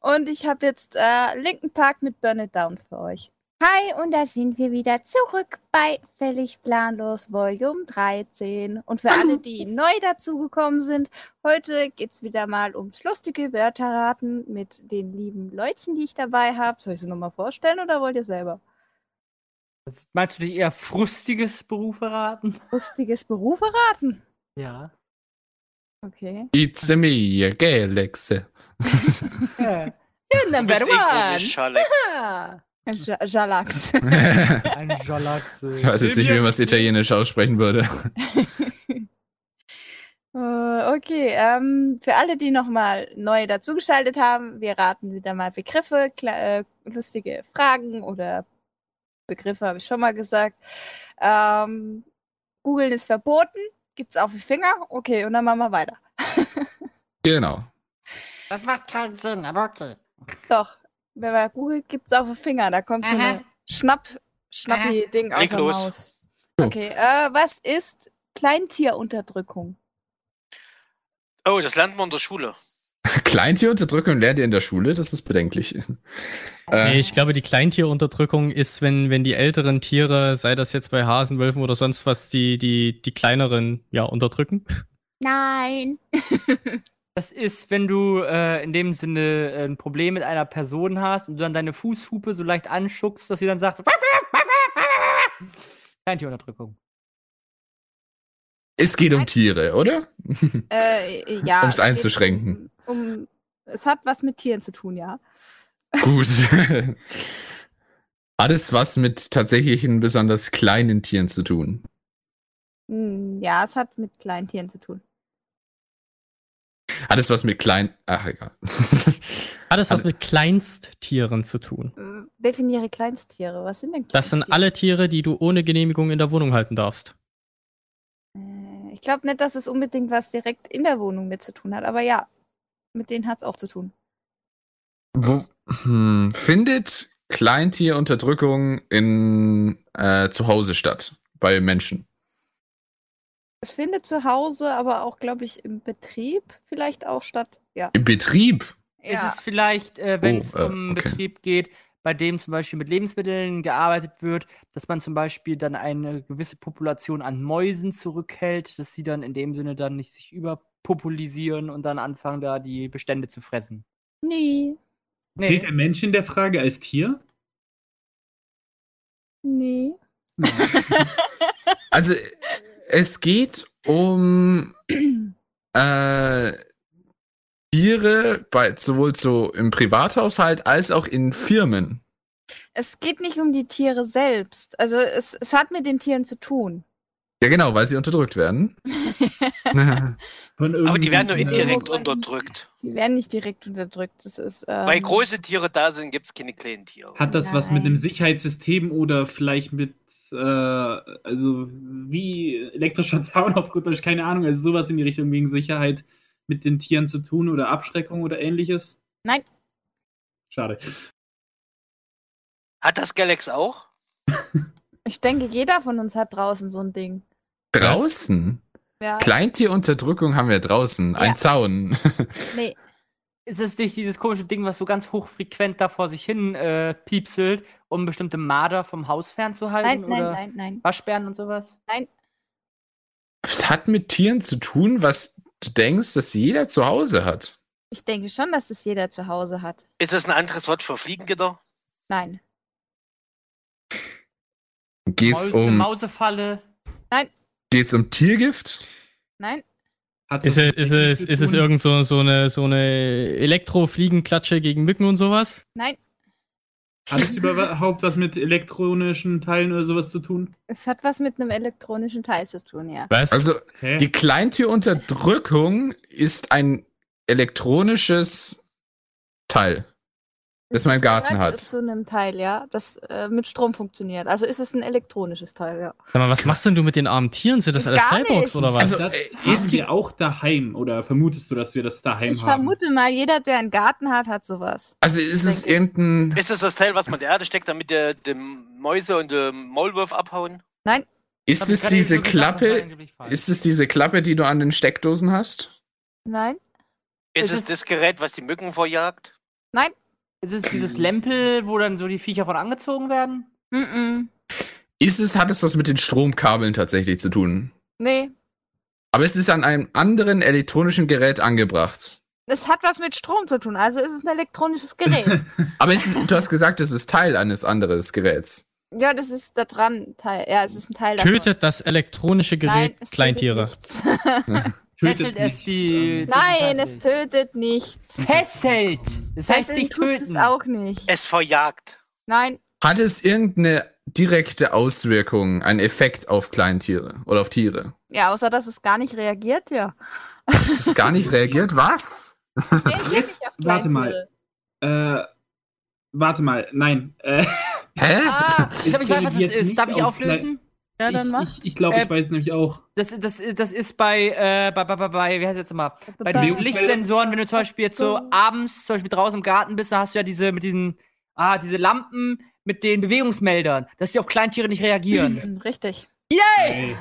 S8: Und ich habe jetzt äh, Linken Park mit Burn It Down für euch. Hi, und da sind wir wieder zurück bei Völlig Planlos Volume 13. Und für alle, die <laughs> neu dazugekommen sind, heute geht's wieder mal ums lustige Wörterraten mit den lieben Leutchen, die ich dabei habe. Soll ich sie nochmal vorstellen oder wollt ihr selber?
S13: Was meinst du dich eher frustiges Beruferaten?
S8: Lustiges Beruferaten?
S13: Ja.
S8: Okay.
S3: It's a me, Galaxy.
S13: ja.
S10: Ja, number
S8: bist echt
S10: one.
S8: komisch,
S10: eh Alex.
S8: Aha. Ein Ja- Jalax.
S13: Ein Jalaxe.
S3: Ich weiß jetzt nicht, wie man es italienisch aussprechen würde.
S8: Äh, Okay, ähm, für alle, die nochmal neu dazugeschaltet haben, wir raten wieder mal Begriffe, kla- äh, lustige Fragen oder Begriffe, habe ich schon mal gesagt. Ähm, Googeln ist verboten, gibt's auf die Finger. Okay, und dann machen wir weiter.
S3: Genau.
S11: Das macht keinen Sinn, aber okay.
S8: Doch, wenn man googelt, gibt's auf die Finger. Da kommt so
S11: Aha.
S8: eine Schnapp, schnappi Ding aus
S10: Leg
S8: der
S10: los.
S8: Maus. Okay, äh, was ist Kleintierunterdrückung?
S10: Oh, das lernt man in der Schule.
S3: Kleintierunterdrückung lernt ihr in der Schule, das ist bedenklich. Äh,
S12: Nee, ich glaube, die Kleintierunterdrückung ist, wenn, wenn die älteren Tiere, sei das jetzt bei Hasen, Wölfen oder sonst was, die, die, die kleineren ja unterdrücken.
S8: Nein.
S13: Das ist, wenn du äh, in dem Sinne äh, ein Problem mit einer Person hast und du dann deine Fußhupe so leicht anschuckst, dass sie dann <laughs> sagt. Kleintier-Unterdrückung.
S3: Es geht um Tiere, oder?
S8: Äh, äh, ja.
S3: um es
S8: geht
S3: einzuschränken.
S8: Um, es hat was mit Tieren zu tun, ja.
S3: Gut. Alles was mit tatsächlichen besonders kleinen Tieren zu tun.
S8: Hm, Ja, es hat mit kleinen Tieren zu tun.
S3: Alles was mit klein. Ach egal.
S12: Hat es was mit Kleinsttieren zu tun?
S8: Hm, Definiere Kleinsttiere. Was sind denn Kleinsttiere?
S12: Das sind alle Tiere, die du ohne Genehmigung in der Wohnung halten darfst.
S8: Äh, Ich glaube nicht, dass es unbedingt was direkt in der Wohnung mit zu tun hat, aber ja, mit denen hat es auch zu tun.
S3: Wo- Hm, findet Kleintierunterdrückung in äh, zu Hause statt bei Menschen?
S8: Es findet zu Hause, aber auch, glaube ich, im Betrieb vielleicht auch statt. Ja.
S3: Im Betrieb?
S13: Ist
S8: ja.
S13: es vielleicht, äh, wenn
S3: Oh,
S13: es
S3: äh,
S13: um
S3: okay.
S13: Betrieb geht, bei dem zum Beispiel mit Lebensmitteln gearbeitet wird, dass man zum Beispiel dann eine gewisse Population an Mäusen zurückhält, dass sie dann in dem Sinne dann nicht sich überpopulisieren und dann anfangen, da die Bestände zu fressen.
S8: Nee,
S1: Zählt der Mensch in der Frage als Tier?
S8: nee.
S3: Also es geht um äh, Tiere bei sowohl so im Privathaushalt als auch in Firmen.
S8: Es geht nicht um die Tiere selbst. Also es, es hat mit den Tieren zu tun.
S3: Ja genau, weil sie unterdrückt werden.
S10: <laughs> Aber die werden nur indirekt
S8: Irgendwo-
S10: unterdrückt.
S8: Die werden nicht direkt unterdrückt. Das ist. Ähm,
S10: Weil große Tiere da sind, gibt es keine kleinen Tiere.
S1: Hat das was mit dem Sicherheitssystem oder vielleicht mit, äh, also wie elektrischer Zaun auf gut Deutsch, keine Ahnung, also sowas in die Richtung wegen Sicherheit mit den Tieren zu tun oder Abschreckung oder ähnliches?
S8: Nein.
S1: Schade.
S10: Hat das Galax auch?
S8: Ich denke, jeder von uns hat draußen so ein Ding.
S3: Draußen?
S8: Ja.
S3: Kleintierunterdrückung haben wir draußen. Ein Zaun. <laughs>
S8: Nee.
S13: Ist es nicht dieses komische Ding, was so ganz hochfrequent da vor sich hin äh, piepselt, um bestimmte Marder vom Haus
S8: Nein,
S13: fernzuhalten?
S8: nein,
S13: oder
S8: nein, nein.
S13: Waschbären und sowas?
S8: Nein.
S3: Es hat mit Tieren zu tun, was du denkst, dass jeder zu Hause hat.
S8: Ich denke schon, dass das jeder zu Hause hat.
S10: Ist das ein anderes Wort für Fliegengitter?
S8: Nein.
S3: Geht's
S13: Maus-
S3: um,
S13: Mausefalle.
S3: geht's um Tiergift?
S8: Nein.
S1: Hat
S12: Ist
S1: das
S12: es, ist es,
S1: zu
S12: ist es
S1: Also tun?
S12: irgend so, so eine, so eine Elektrofliegenklatsche gegen Mücken und sowas?
S8: Nein.
S1: Hat es überhaupt was mit elektronischen Teilen oder sowas zu tun?
S8: Es hat was mit einem elektronischen Teil zu tun, ja.
S12: Was?
S3: Also,
S1: Hä?
S3: die Kleintierunterdrückung ist ein elektronisches Teil, das man im Garten
S8: gehört
S3: hat.
S8: Zu einem Teil, ja, das äh, mit Strom funktioniert. Also ist es ein elektronisches Teil, ja.
S12: Sag mal, was machst denn du mit den armen Tieren? Sind das alles
S8: Gar
S12: Cyborgs
S8: nichts.
S12: oder was?
S3: Also,
S1: das
S3: äh,
S1: haben
S3: ist die,
S1: wir auch daheim oder vermutest du, dass wir das daheim
S8: Ich
S1: haben?
S8: vermute mal, jeder, der einen Garten hat, hat sowas.
S3: also ist es irgendein.
S10: Ist das das Teil, was man der Erde steckt, damit der, die Mäuse und der Maulwurf abhauen?
S3: Ist es diese Klappe? Ist es diese Klappe, die du an den Steckdosen hast?
S8: Nein?
S13: Es
S10: Ist es
S13: ist-
S10: das Gerät, was die Mücken verjagt?
S8: Nein?
S13: Ist es dieses Lempel, wo dann so die Viecher von angezogen werden?
S8: Mm -mm.
S3: Ist es, hat es was mit den Stromkabeln tatsächlich zu tun?
S8: Nee.
S3: Aber es ist an einem anderen elektronischen Gerät angebracht.
S8: Es hat was mit Strom zu tun, also ist es ein elektronisches
S12: <laughs>
S8: Gerät.
S3: Aber es ist, du hast gesagt, es ist Teil eines anderen Geräts.
S8: Ja, das ist da dran Teil. Ja, es ist ein Teil
S12: Tötet das elektronische Gerät
S8: Nein, es tötet
S13: <laughs>
S12: Kleintiere.
S8: nichts. <laughs>
S13: Fesselt es
S1: Ähm,
S13: die.
S8: Nein, es tötet nichts.
S13: Fesselt! Das heißt nicht
S8: tut's es
S13: töten.
S8: auch nicht.
S10: Es verjagt.
S8: Nein,
S3: Hat es irgendeine direkte Auswirkung, einen Effekt auf Kleintiere oder auf Tiere?
S8: ja, außer dass es gar nicht reagiert, ja.
S3: Es ist gar nicht reagiert. Was?
S8: Es reagiert nicht auf
S1: Warte mal.
S8: Kleintiere.
S1: Äh, warte mal, nein. Äh,
S3: Hä?
S13: Ah, ich glaube, ich weiß, was es
S1: reagiert
S13: ist.
S1: nicht
S13: Darf ich
S1: auf Klei-
S13: auflösen?
S8: Ja, dann mach.
S1: Ich, ich glaube, ich
S13: Äh,
S1: weiß
S3: <laughs>
S1: nämlich auch.
S13: Das, das, das ist bei, äh, bei, bei, bei, bei, wie heißt jetzt immer? Bei diesen
S1: Bei-
S13: Lichtsensoren, wenn du zum Beispiel jetzt so abends, zum Beispiel draußen im Garten bist, da hast du ja diese mit diesen, ah, diese Lampen mit den Bewegungsmeldern, dass die auf Kleintiere nicht
S8: <laughs>
S13: reagieren.
S8: Hm, Richtig.
S1: Ey.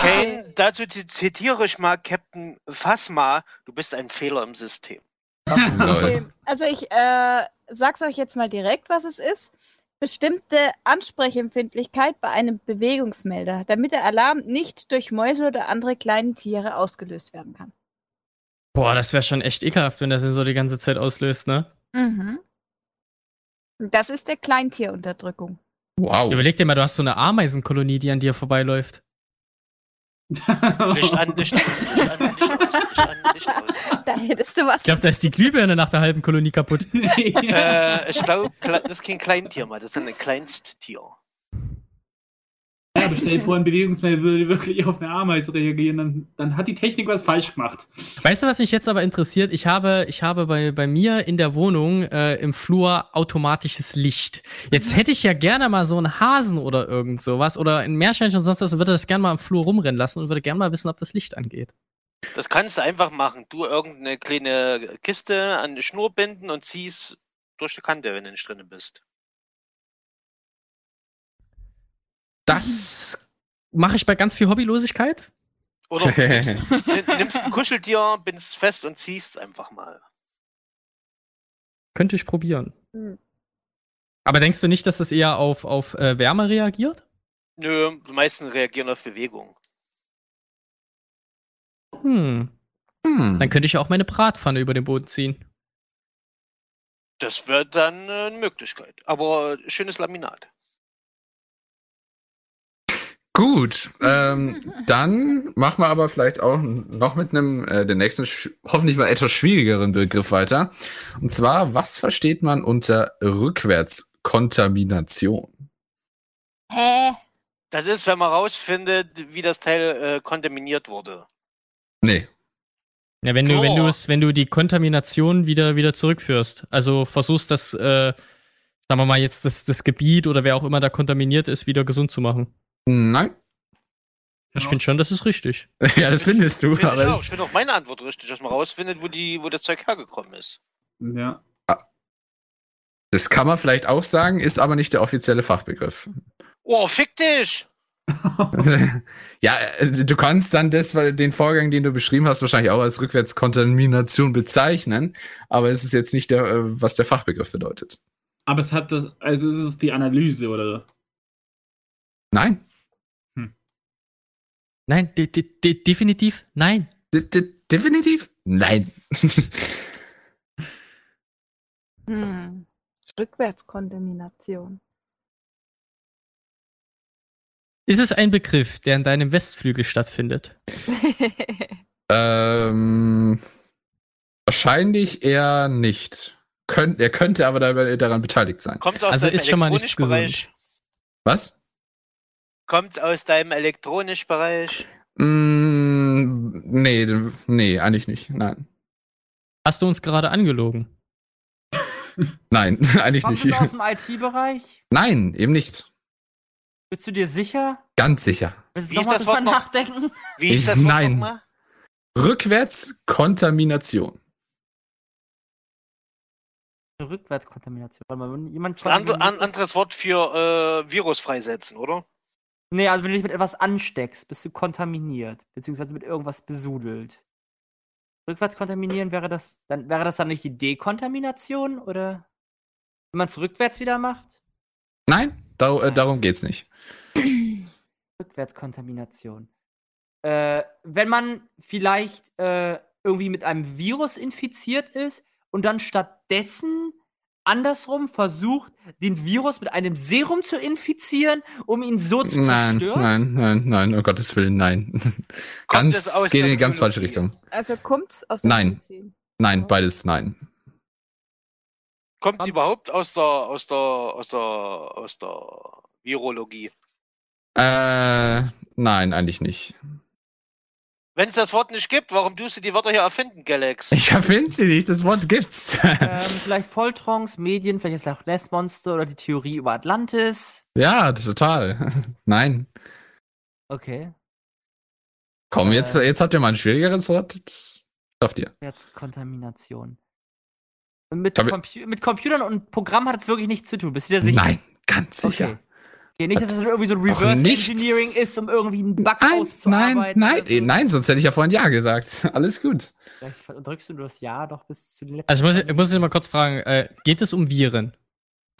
S10: Kane, dazu zi- zitiere ich mal Captain Phasma, du bist ein Fehler im System.
S3: <laughs>
S10: <laughs>
S3: Lol.
S8: Okay. Also ich äh, sag's euch jetzt mal direkt, was es ist. Bestimmte Ansprechempfindlichkeit bei einem Bewegungsmelder, damit der Alarm nicht durch Mäuse oder andere kleine Tiere ausgelöst werden kann.
S12: Boah, das wäre schon echt ekelhaft, wenn das ihn so die ganze Zeit auslöst, ne?
S8: Mhm. Das ist der Kleintierunterdrückung.
S3: Wow.
S12: Überleg dir mal, du hast so eine Ameisenkolonie, die an dir vorbeiläuft.
S10: Licht
S1: <laughs>
S10: an, Licht aus, Licht an, Licht aus, Licht an, Licht aus.
S8: <laughs> Da hättest du was.
S12: Ich glaube, da ist die Glühbirne nach der halben Kolonie kaputt.
S10: Äh, ich glaube, das ist kein Kleintier mal, das ist ein Kleinsttier.
S1: Ja, aber stell dir vor, ein Bewegungsmelder würde wirklich auf eine Ameise reagieren, dann, dann hat die Technik was falsch gemacht.
S12: Weißt du, was mich jetzt aber interessiert? Ich habe, ich habe bei, bei mir in der Wohnung äh, im Flur automatisches Licht. Jetzt hätte ich ja gerne mal so einen Hasen oder irgend sowas oder ein Meerschweinchen und sonst was und würde das gerne mal im Flur rumrennen lassen und würde gerne mal wissen, ob das Licht angeht.
S10: Das kannst du einfach machen. Du irgendeine kleine Kiste an eine Schnur binden und ziehst durch die Kante, wenn du nicht drin bist.
S12: Das mache ich bei ganz viel Hobbylosigkeit.
S10: <laughs> Oder du nimmst, nimm- nimmst ein Kuscheltier, bindest fest und ziehst einfach mal.
S12: Könnte ich probieren.
S8: Hm.
S12: Aber denkst du nicht, dass das eher auf, auf äh, Wärme reagiert?
S10: Nö, die meisten reagieren auf Bewegung.
S12: Hm.
S3: Hm.
S12: Dann könnte ich ja auch meine Bratpfanne über den Boden ziehen.
S10: Das wäre dann äh, eine Möglichkeit. Aber schönes Laminat.
S3: Gut, ähm, dann machen wir aber vielleicht auch noch mit einem, äh, den nächsten, sch- hoffentlich mal etwas schwierigeren Begriff weiter. Und zwar, was versteht man unter Rückwärtskontamination?
S8: Hä?
S10: Das ist, wenn man rausfindet, wie das Teil äh, kontaminiert wurde.
S3: Nee,
S12: Ja, wenn du, wenn
S10: Chlor.
S12: du es, wenn du die Kontamination wieder, wieder zurückführst. Also versuchst das, äh, sagen wir mal jetzt das, das Gebiet oder wer auch immer da kontaminiert ist, wieder gesund zu machen.
S3: nein.
S12: Ich finde schon, das ist richtig.
S3: Ja, das findest du,
S10: Finde ich
S3: aber
S10: auch.
S3: es,
S10: Ich finde auch meine Antwort richtig, dass man rausfindet, wo, die, wo das Zeug hergekommen ist.
S3: <laughs>
S1: Ja.
S3: das kann man vielleicht auch sagen, ist aber nicht der offizielle Fachbegriff.
S10: Oh, fick dich!
S3: ja, äh, du kannst dann das, weil den Vorgang, den du beschrieben hast, wahrscheinlich auch als Rückwärtskontamination bezeichnen, aber es ist jetzt nicht der, äh, was der Fachbegriff bedeutet.
S1: Aber es hat das, also es ist die Analyse oder
S3: Nein.
S12: Nein, de de de definitiv nein.
S3: De de definitiv? Nein. <laughs>
S8: Hm. Rückwärtskontamination.
S12: Ist es ein Begriff, der in deinem Westflügel stattfindet?
S3: ähm, wahrscheinlich eher nicht. Könnt, er könnte aber dabei, daran beteiligt sein.
S10: Kommt aus
S12: Also
S10: deinem
S12: ist schon mal nichts
S10: elektronischen Bereich.
S12: gesund.
S3: Was?
S10: Kommt aus deinem elektronischen Bereich.
S3: Mm, nee, d- nee, eigentlich nicht. Nein.
S12: Hast du uns gerade angelogen?
S3: Nein, <laughs> eigentlich
S13: Kommt das aus
S3: nicht.
S13: dem IT-Bereich?
S3: Nein, eben nicht.
S13: Bist du dir sicher?
S3: Ganz sicher.
S13: Willst du
S10: Wie ist
S13: nochmal
S10: das
S13: drüber
S10: Wort noch?
S13: nachdenken?
S10: Wie ist das Wort
S3: Nein.
S10: nochmal?
S3: Rückwärtskontamination.
S13: Eine Rückwärtskontamination. Warte mal, wenn jemand.
S10: Ist ein andre, an,
S13: kontaminiert ist-
S10: anderes Wort für äh, Virus freisetzen, oder?
S13: Nee, also wenn du dich mit etwas ansteckst, bist du kontaminiert. Beziehungsweise mit irgendwas besudelt. rückwärts kontaminieren, wäre das dann, wäre das dann nicht die Dekontamination oder wenn man es rückwärts wieder macht?
S3: Nein, dar äh, darum geht's nicht.
S13: Rückwärtskontamination. Äh, wenn man vielleicht äh, irgendwie mit einem Virus infiziert ist und dann stattdessen andersrum versucht, den Virus mit einem Serum zu infizieren, um ihn so zu
S3: Nein,
S13: zerstören?
S3: nein, nein, nein, um Gottes Willen, nein. <laughs> ganz,
S10: das aus
S3: geht in
S10: der
S3: die ganz falsche
S10: Biologie?
S3: Richtung.
S8: <laughs> Also kommt's aus
S3: Nein.
S8: Medizin.
S3: Nein, beides nein.
S10: Kommt sie überhaupt aus der, aus der, aus der, aus der Virologie?
S3: Äh, nein, eigentlich nicht.
S10: Wenn es das Wort nicht gibt, warum tust du die Wörter hier erfinden, Galax?
S3: Ich erfinde sie nicht, das Wort gibt's.
S13: Ähm, vielleicht Voltrons, Medien, vielleicht das Loch Ness Monster oder die Theorie über Atlantis.
S3: <laughs> ja, total. <laughs> Nein.
S13: Okay,
S3: Komm, jetzt,
S13: Äh.
S3: jetzt habt ihr mal ein schwierigeres Wort. Das schafft ihr.
S13: Rückwärtskontamination. Und Mit,
S3: Hab ich-
S13: Compu mit Computern und Programm hat es wirklich nichts zu tun. Bist du dir sicher?
S3: Nein, ganz sicher. Äh,
S13: Okay. okay nicht, dass es irgendwie so ein
S3: Auch
S13: Reverse
S3: nichts.
S13: Engineering ist, um irgendwie einen Bug
S3: Nein,
S13: auszuarbeiten. also-
S3: nein, nein,
S13: oder so.
S3: eh, nein, sonst hätte ich ja vorhin Ja gesagt. Alles gut.
S13: Vielleicht verdrückst du das Ja doch bis zu den letzten.
S12: Also ich muss, ich muss jetzt mal kurz fragen, äh, geht es um Viren?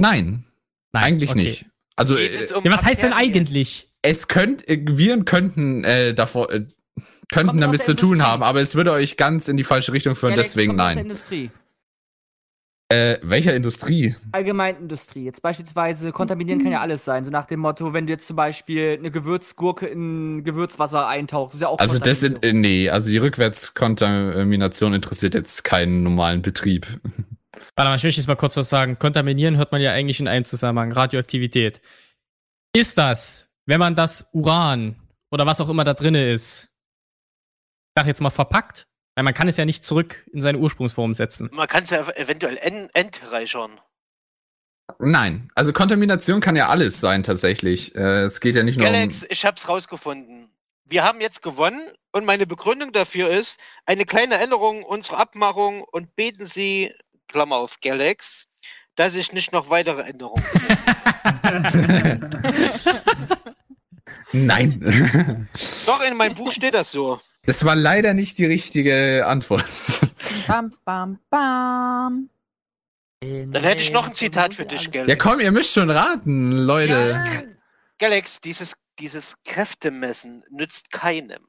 S3: Nein,
S12: Nein,
S3: eigentlich
S12: okay.
S3: nicht. Also,
S10: Geht es
S3: äh,
S10: um
S12: Ja, was heißt denn
S10: Bakterien?
S12: eigentlich?
S3: es könnt, äh, Viren könnten äh, davor, äh, könnten
S13: Kommt aus
S3: damit
S13: der
S3: zu tun
S13: Industrie.
S3: haben, aber es würde euch ganz in die falsche Richtung führen,
S13: Alex
S3: deswegen
S13: kommt aus der
S3: nein.
S13: Industrie.
S3: Äh, welcher Industrie?
S13: Allgemeinindustrie. Jetzt beispielsweise kontaminieren kann ja alles sein. So nach dem Motto, wenn du jetzt zum Beispiel eine Gewürzgurke in Gewürzwasser eintauchst, ist ja auch
S3: Also das sind,
S13: Kontaminierung.
S3: äh, nee, also die Rückwärtskontamination interessiert jetzt keinen normalen Betrieb.
S12: Warte mal, ich möchte jetzt mal kurz was sagen. Kontaminieren hört man ja eigentlich in einem Zusammenhang. Radioaktivität. Ist das, wenn man das Uran oder was auch immer da drinne ist, ich sag jetzt mal verpackt? Weil man kann es ja nicht zurück in seine Ursprungsform setzen.
S10: Man kann es ja eventuell en entreichern.
S3: Nein, also Kontamination kann ja alles sein tatsächlich. Äh, es geht ja
S12: Genau.
S3: nicht nur um...
S10: Galax, ich hab's rausgefunden. Wir haben jetzt gewonnen und meine Begründung dafür ist, eine kleine Änderung unserer Abmachung und beten Sie, Klammer auf Galax, dass ich nicht noch weitere Änderungen.
S12: <laughs>
S3: Nein, <laughs>
S10: Doch, in meinem Buch steht das so.
S3: das war leider nicht die richtige Antwort.
S8: Bam, bam, bam.
S10: Dann hätte ich noch ein Zitat für dich, Galax.
S3: ja komm, ihr müsst schon raten, Leute.
S10: Galax, dieses, dieses Kräftemessen nützt keinem.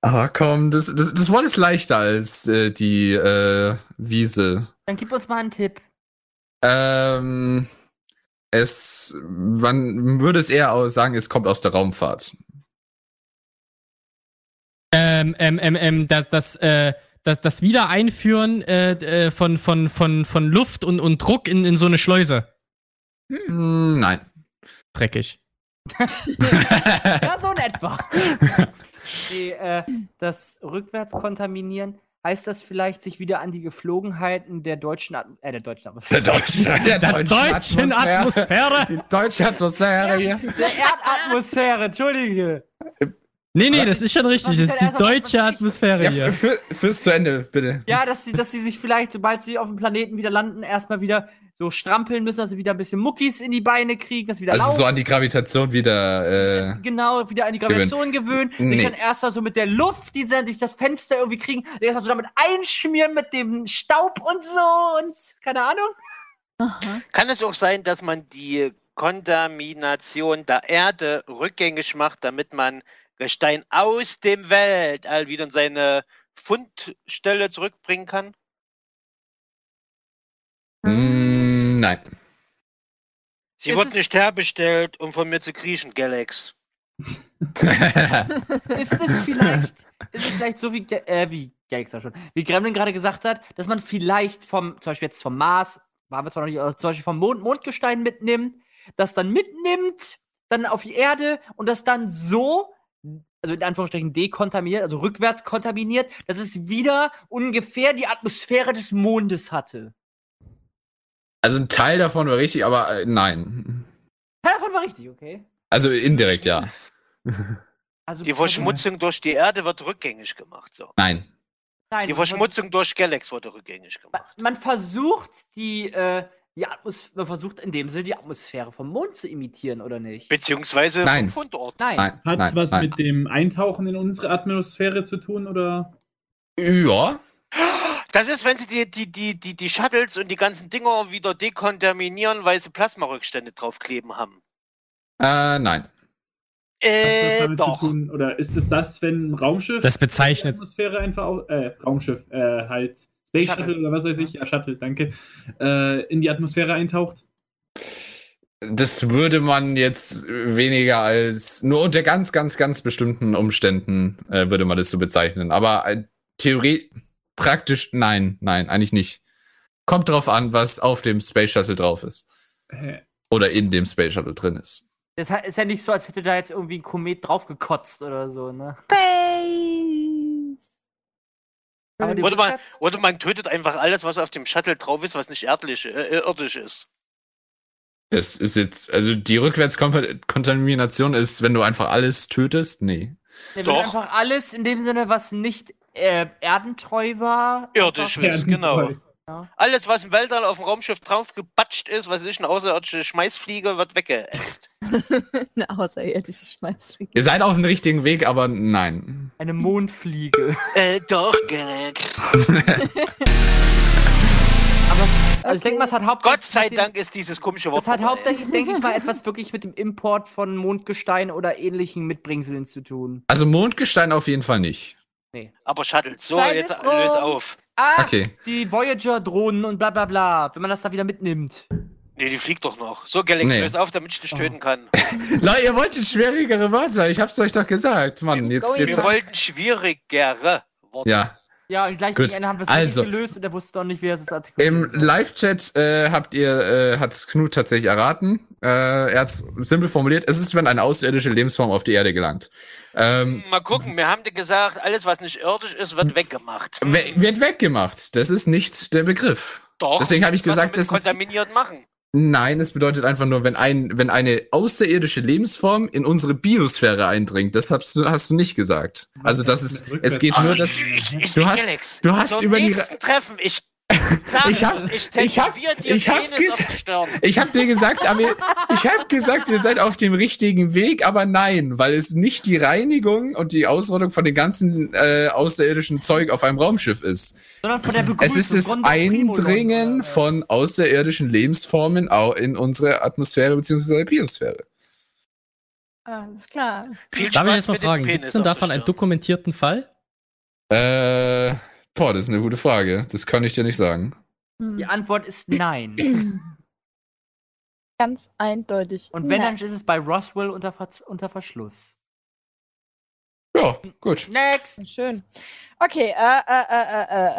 S3: Aber Ah, komm, das, das, das Wort ist leichter als äh, die äh, Wiese.
S13: Dann gib uns mal einen Tipp. <laughs>
S3: Ähm, es, man würde es eher aus sagen, es kommt aus der Raumfahrt.
S12: Ähm, ähm, ähm, ähm, das, das, äh, das, das Wiedereinführen äh, äh, von, von, von, von Luft und, und Druck in, in so eine Schleuse.
S3: Hm, nein.
S12: Dreckig.
S13: Ja, so in <laughs> etwa. nee, äh, das Rückwärtskontaminieren, heißt das vielleicht, sich wieder an die Geflogenheiten der deutschen At äh, der deutschen <laughs> Atmosphäre,
S3: deutschen, <laughs> der
S12: deutschen Atmosphäre.
S3: Die deutsche Atmosphäre hier.
S13: der Erdatmosphäre, entschuldige.
S12: Nee, nee, das ist schon richtig. Das
S13: ist ja
S12: ist die
S13: erst mal-
S12: deutsche Atmosphäre
S3: Ja,
S12: hier.
S3: für, fürs zu Ende, bitte.
S13: Ja, dass sie, dass sie sich vielleicht, sobald sie auf dem Planeten wieder landen, erstmal wieder so strampeln müssen, dass sie wieder ein bisschen Muckis in die Beine kriegen, dass sie wieder
S3: also so
S13: laufen.
S3: an die Gravitation wieder. Äh,
S13: Genau, wieder an die Gravitation gewöhnen, sich
S3: Nee.
S13: dann erstmal so mit der Luft, die sie durch das Fenster irgendwie kriegen, erstmal so damit einschmieren mit dem Staub und so und keine Ahnung.
S10: Kann es auch sein, dass man die Kontamination der Erde rückgängig macht, damit man Gestein aus dem Weltall wieder in seine Fundstelle zurückbringen kann?
S1: Hm.
S3: mm,
S1: <laughs>
S3: nein.
S10: Sie
S13: Es
S10: wird
S13: ist-
S10: nicht herbestellt, um von mir zu kriechen, Galax.
S13: ist es vielleicht, ist es vielleicht so wie, Ge- äh, wie Gangster schon, wie Gremlin gerade gesagt hat, dass man vielleicht vom, zum Beispiel jetzt vom Mars, waren wir zwar noch nicht, aber zum Beispiel vom Mond, Mondgestein mitnimmt, das dann mitnimmt, dann auf die Erde und das dann so, also in Anführungsstrichen dekontaminiert, also rückwärts kontaminiert, dass es wieder ungefähr die Atmosphäre des Mondes hatte.
S3: also ein Teil davon war richtig, aber äh, nein.
S13: Ja, davon war richtig, okay?
S3: Also indirekt ja.
S13: Also,
S10: Die Verschmutzung durch die Erde wird rückgängig gemacht. So.
S3: Nein.
S13: Nein,
S10: Die
S13: man-
S10: Verschmutzung durch Galax wurde rückgängig
S13: Man-
S10: gemacht.
S13: Man versucht die, äh, die Atmos man versucht in dem Sinne die Atmosphäre vom Mond zu imitieren, oder nicht?
S10: Beziehungsweise
S3: Nein.
S10: vom Fundort.
S13: Nein.
S3: Nein.
S1: Hat
S3: nein,
S1: was
S3: nein.
S1: mit dem Eintauchen in unsere Atmosphäre zu tun oder?
S3: Ja,
S10: Das ist, wenn sie die, die, die, die, die Shuttles und die ganzen Dinger wieder dekontaminieren, weil sie Plasmarückstände draufkleben haben.
S3: Äh, nein.
S10: Äh,
S1: damit
S10: doch.
S1: zu tun? Oder ist es das, wenn ein Raumschiff
S12: Das
S1: die
S12: bezeichnet.
S1: Atmosphäre einfach au- äh, Raumschiff, äh, halt Space Shuttle.
S13: Shuttle.
S1: oder was weiß ich, ja, Shuttle, danke, äh, in die Atmosphäre eintaucht?
S3: Das würde man jetzt weniger als nur unter ganz, ganz, ganz bestimmten Umständen äh, würde man das so bezeichnen. Aber äh, Theorie praktisch nein, nein, eigentlich nicht. Kommt drauf an, was auf dem Space Shuttle drauf ist
S1: Äh,
S3: oder in dem Space Shuttle drin ist.
S13: Das he- ist ja nicht so, als hätte da jetzt irgendwie ein Komet draufgekotzt oder so, ne?
S8: Space!
S13: Aber die
S10: Oder man,
S13: Rückwärts-
S10: oder man tötet einfach alles, was auf dem Shuttle drauf ist, was nicht erdlich, äh, irdisch ist.
S3: Das ist jetzt also die Rückwärtskontamination ist, wenn du einfach alles tötest, nee.
S13: Der will
S10: Doch.
S13: einfach alles in dem Sinne, was nicht äh, erdentreu war.
S1: <laughs>
S10: Irdisch
S13: einfach-
S10: ist, genau. <laughs>
S1: Erdentreu.
S13: Ja.
S10: Alles, was im Weltall auf dem Raumschiff draufgebatscht ist, was ich, eine außerirdische Schmeißfliege, wird weggeätzt.
S8: Eine außerirdische Schmeißfliege.
S3: Ihr seid auf dem richtigen Weg, aber nein.
S13: Eine Mondfliege.
S10: <laughs> äh, doch, Gerrit.
S13: Aber es- also ich denke mal, es hat
S10: Gott
S13: hauptsächlich.
S10: sei
S13: mit dem-
S10: Dank ist dieses komische Wort.
S13: Das hat
S10: vorbei.
S13: hauptsächlich, denke ich mal, etwas wirklich mit dem Import von Mondgestein oder ähnlichen Mitbringseln zu tun.
S3: Also Mondgestein auf jeden Fall nicht.
S10: Aber Shuttles, so,
S8: Zeit
S10: jetzt äh,
S8: ist
S10: löse
S8: rum.
S10: auf.
S13: Ah,
S3: Okay.
S13: die Voyager-Drohnen und bla bla bla, wenn man das da wieder mitnimmt.
S10: Nee, die fliegt doch noch. So, Galax,
S3: Nee.
S10: löse auf, damit ich
S13: Oh.
S10: dich töten kann.
S3: Leute, ihr wolltet schwierigere Wörter. Ich hab's euch doch gesagt. Mann, jetzt,
S8: going
S3: jetzt
S10: Wir wollten schwierigere Worte.
S3: ja.
S13: Ja, und gleich
S3: Gut,
S13: gegen Ende haben wir es
S3: also-
S13: richtig gelöst und er wusste doch nicht, wie er es artikuliert
S3: Im Live-Chat äh, habt ihr, äh, hat's Knut tatsächlich erraten. Äh, er hat's simpel formuliert. Es ist, wenn eine außerirdische Lebensform auf die Erde gelangt. Ähm,
S10: Mal gucken, wir haben dir gesagt, alles, was nicht irdisch ist, wird weggemacht.
S3: we- wird weggemacht. Das ist nicht der Begriff.
S10: Doch.
S3: deswegen hab ich
S10: was wir
S3: gesagt,
S10: mit
S3: das ist-
S10: kontaminiert machen.
S3: Nein, es bedeutet einfach nur, wenn ein, wenn eine außerirdische Lebensform in unsere Biosphäre eindringt. Das hast du, hast du nicht gesagt. Also das ist, es geht nur, dass
S10: Ich- ich-
S3: du
S10: Alex,
S3: hast, du hast
S10: zum
S3: über die,
S10: nächsten Treffen.
S3: <laughs>
S10: Ich sag
S3: Ich hab-
S10: es, ich
S3: ich hab-
S10: tätowier dir
S3: ich hab
S10: Penis um auf
S3: ges-
S10: die Stirn.
S3: Ich habe dir gesagt, aber ihr- ich habe gesagt, ihr seid auf dem richtigen Weg, aber nein, weil es nicht die Reinigung und die Ausrottung von dem ganzen äh, außerirdischen Zeug auf einem Raumschiff ist.
S13: Sondern von der Begrüßung.
S3: Es ist das
S13: Rondo Primo Leute,
S3: Eindringen
S13: oder?
S3: von außerirdischen Lebensformen au- in unsere Atmosphäre bzw. Biosphäre.
S8: Alles klar.
S10: Viel
S12: Darf ich
S10: Spaß
S12: jetzt mal
S10: mit dem
S12: fragen,
S10: Penis um
S12: gibt es denn
S10: auf der
S12: davon einen
S10: Stirn.
S12: dokumentierten Fall?
S3: Äh, boah, das ist eine gute Frage. Das kann ich dir nicht sagen.
S8: Hm.
S13: Die Antwort ist nein.
S8: Ganz eindeutig.
S13: Und wenn, dann
S8: Nein.
S13: ist es bei Roswell unter, Ver unter Verschluss.
S3: Ja, gut.
S13: Next!
S8: Schön. Okay, äh, äh, äh,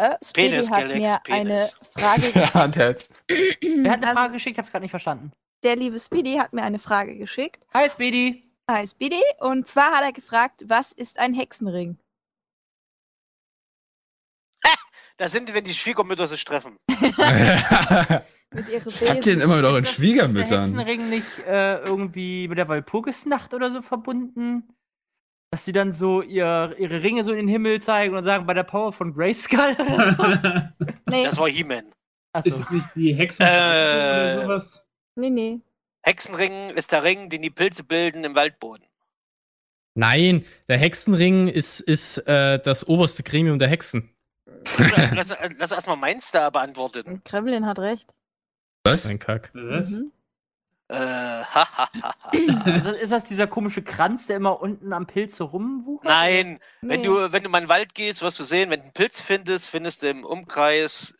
S8: äh, äh, äh. Speedy
S10: Penis,
S8: hat
S10: Galax,
S8: mir
S10: Penis. <laughs>
S8: eine Frage geschickt.
S3: Handherz. <laughs>
S13: Wer hat eine
S8: Also-
S13: Frage geschickt? Ich hab's gerade nicht verstanden.
S8: Der liebe Speedy hat mir eine Frage geschickt.
S13: Hi, Speedy!
S8: Hi Speedy. Und zwar hat er gefragt, was ist ein Hexenring?
S10: Das sind, wenn die Schwiegermütter sich treffen.
S3: Was
S8: Mit ihren
S3: habt ihr denn immer mit euren
S13: Ist das- Ist der
S3: Schwiegermüttern?
S13: Hexenring nicht äh, irgendwie mit der Walpurgisnacht oder so verbunden? Dass sie dann so ihr, ihre Ringe so in den Himmel zeigen und sagen, bei der Power von Grayskull
S1: <laughs>
S13: oder so?
S8: Nee,
S10: Das war He-Man.
S1: Ist
S13: Achso.
S1: es nicht die Hexen
S10: Äh.
S1: oder sowas?
S8: nee, nee.
S10: Hexenring ist der Ring, den die Pilze bilden im Waldboden.
S12: Nein, der Hexenring ist, ist äh, das oberste Gremium der Hexen.
S3: <laughs>
S10: Lass, lass, lass erstmal meins da beantworten.
S8: Kremlin hat recht.
S3: Was?
S12: Ein Kack.
S1: Was?
S8: Mhm.
S10: Äh, ha, ha, ha,
S8: <laughs>
S10: ha.
S13: Ist das- Also ist das dieser komische Kranz, der immer unten am Pilz so rumwuchert?
S10: Nein, wenn
S8: Nee.
S10: du, wenn du mal in den Wald gehst, wirst du sehen, wenn du einen Pilz findest, findest du im Umkreis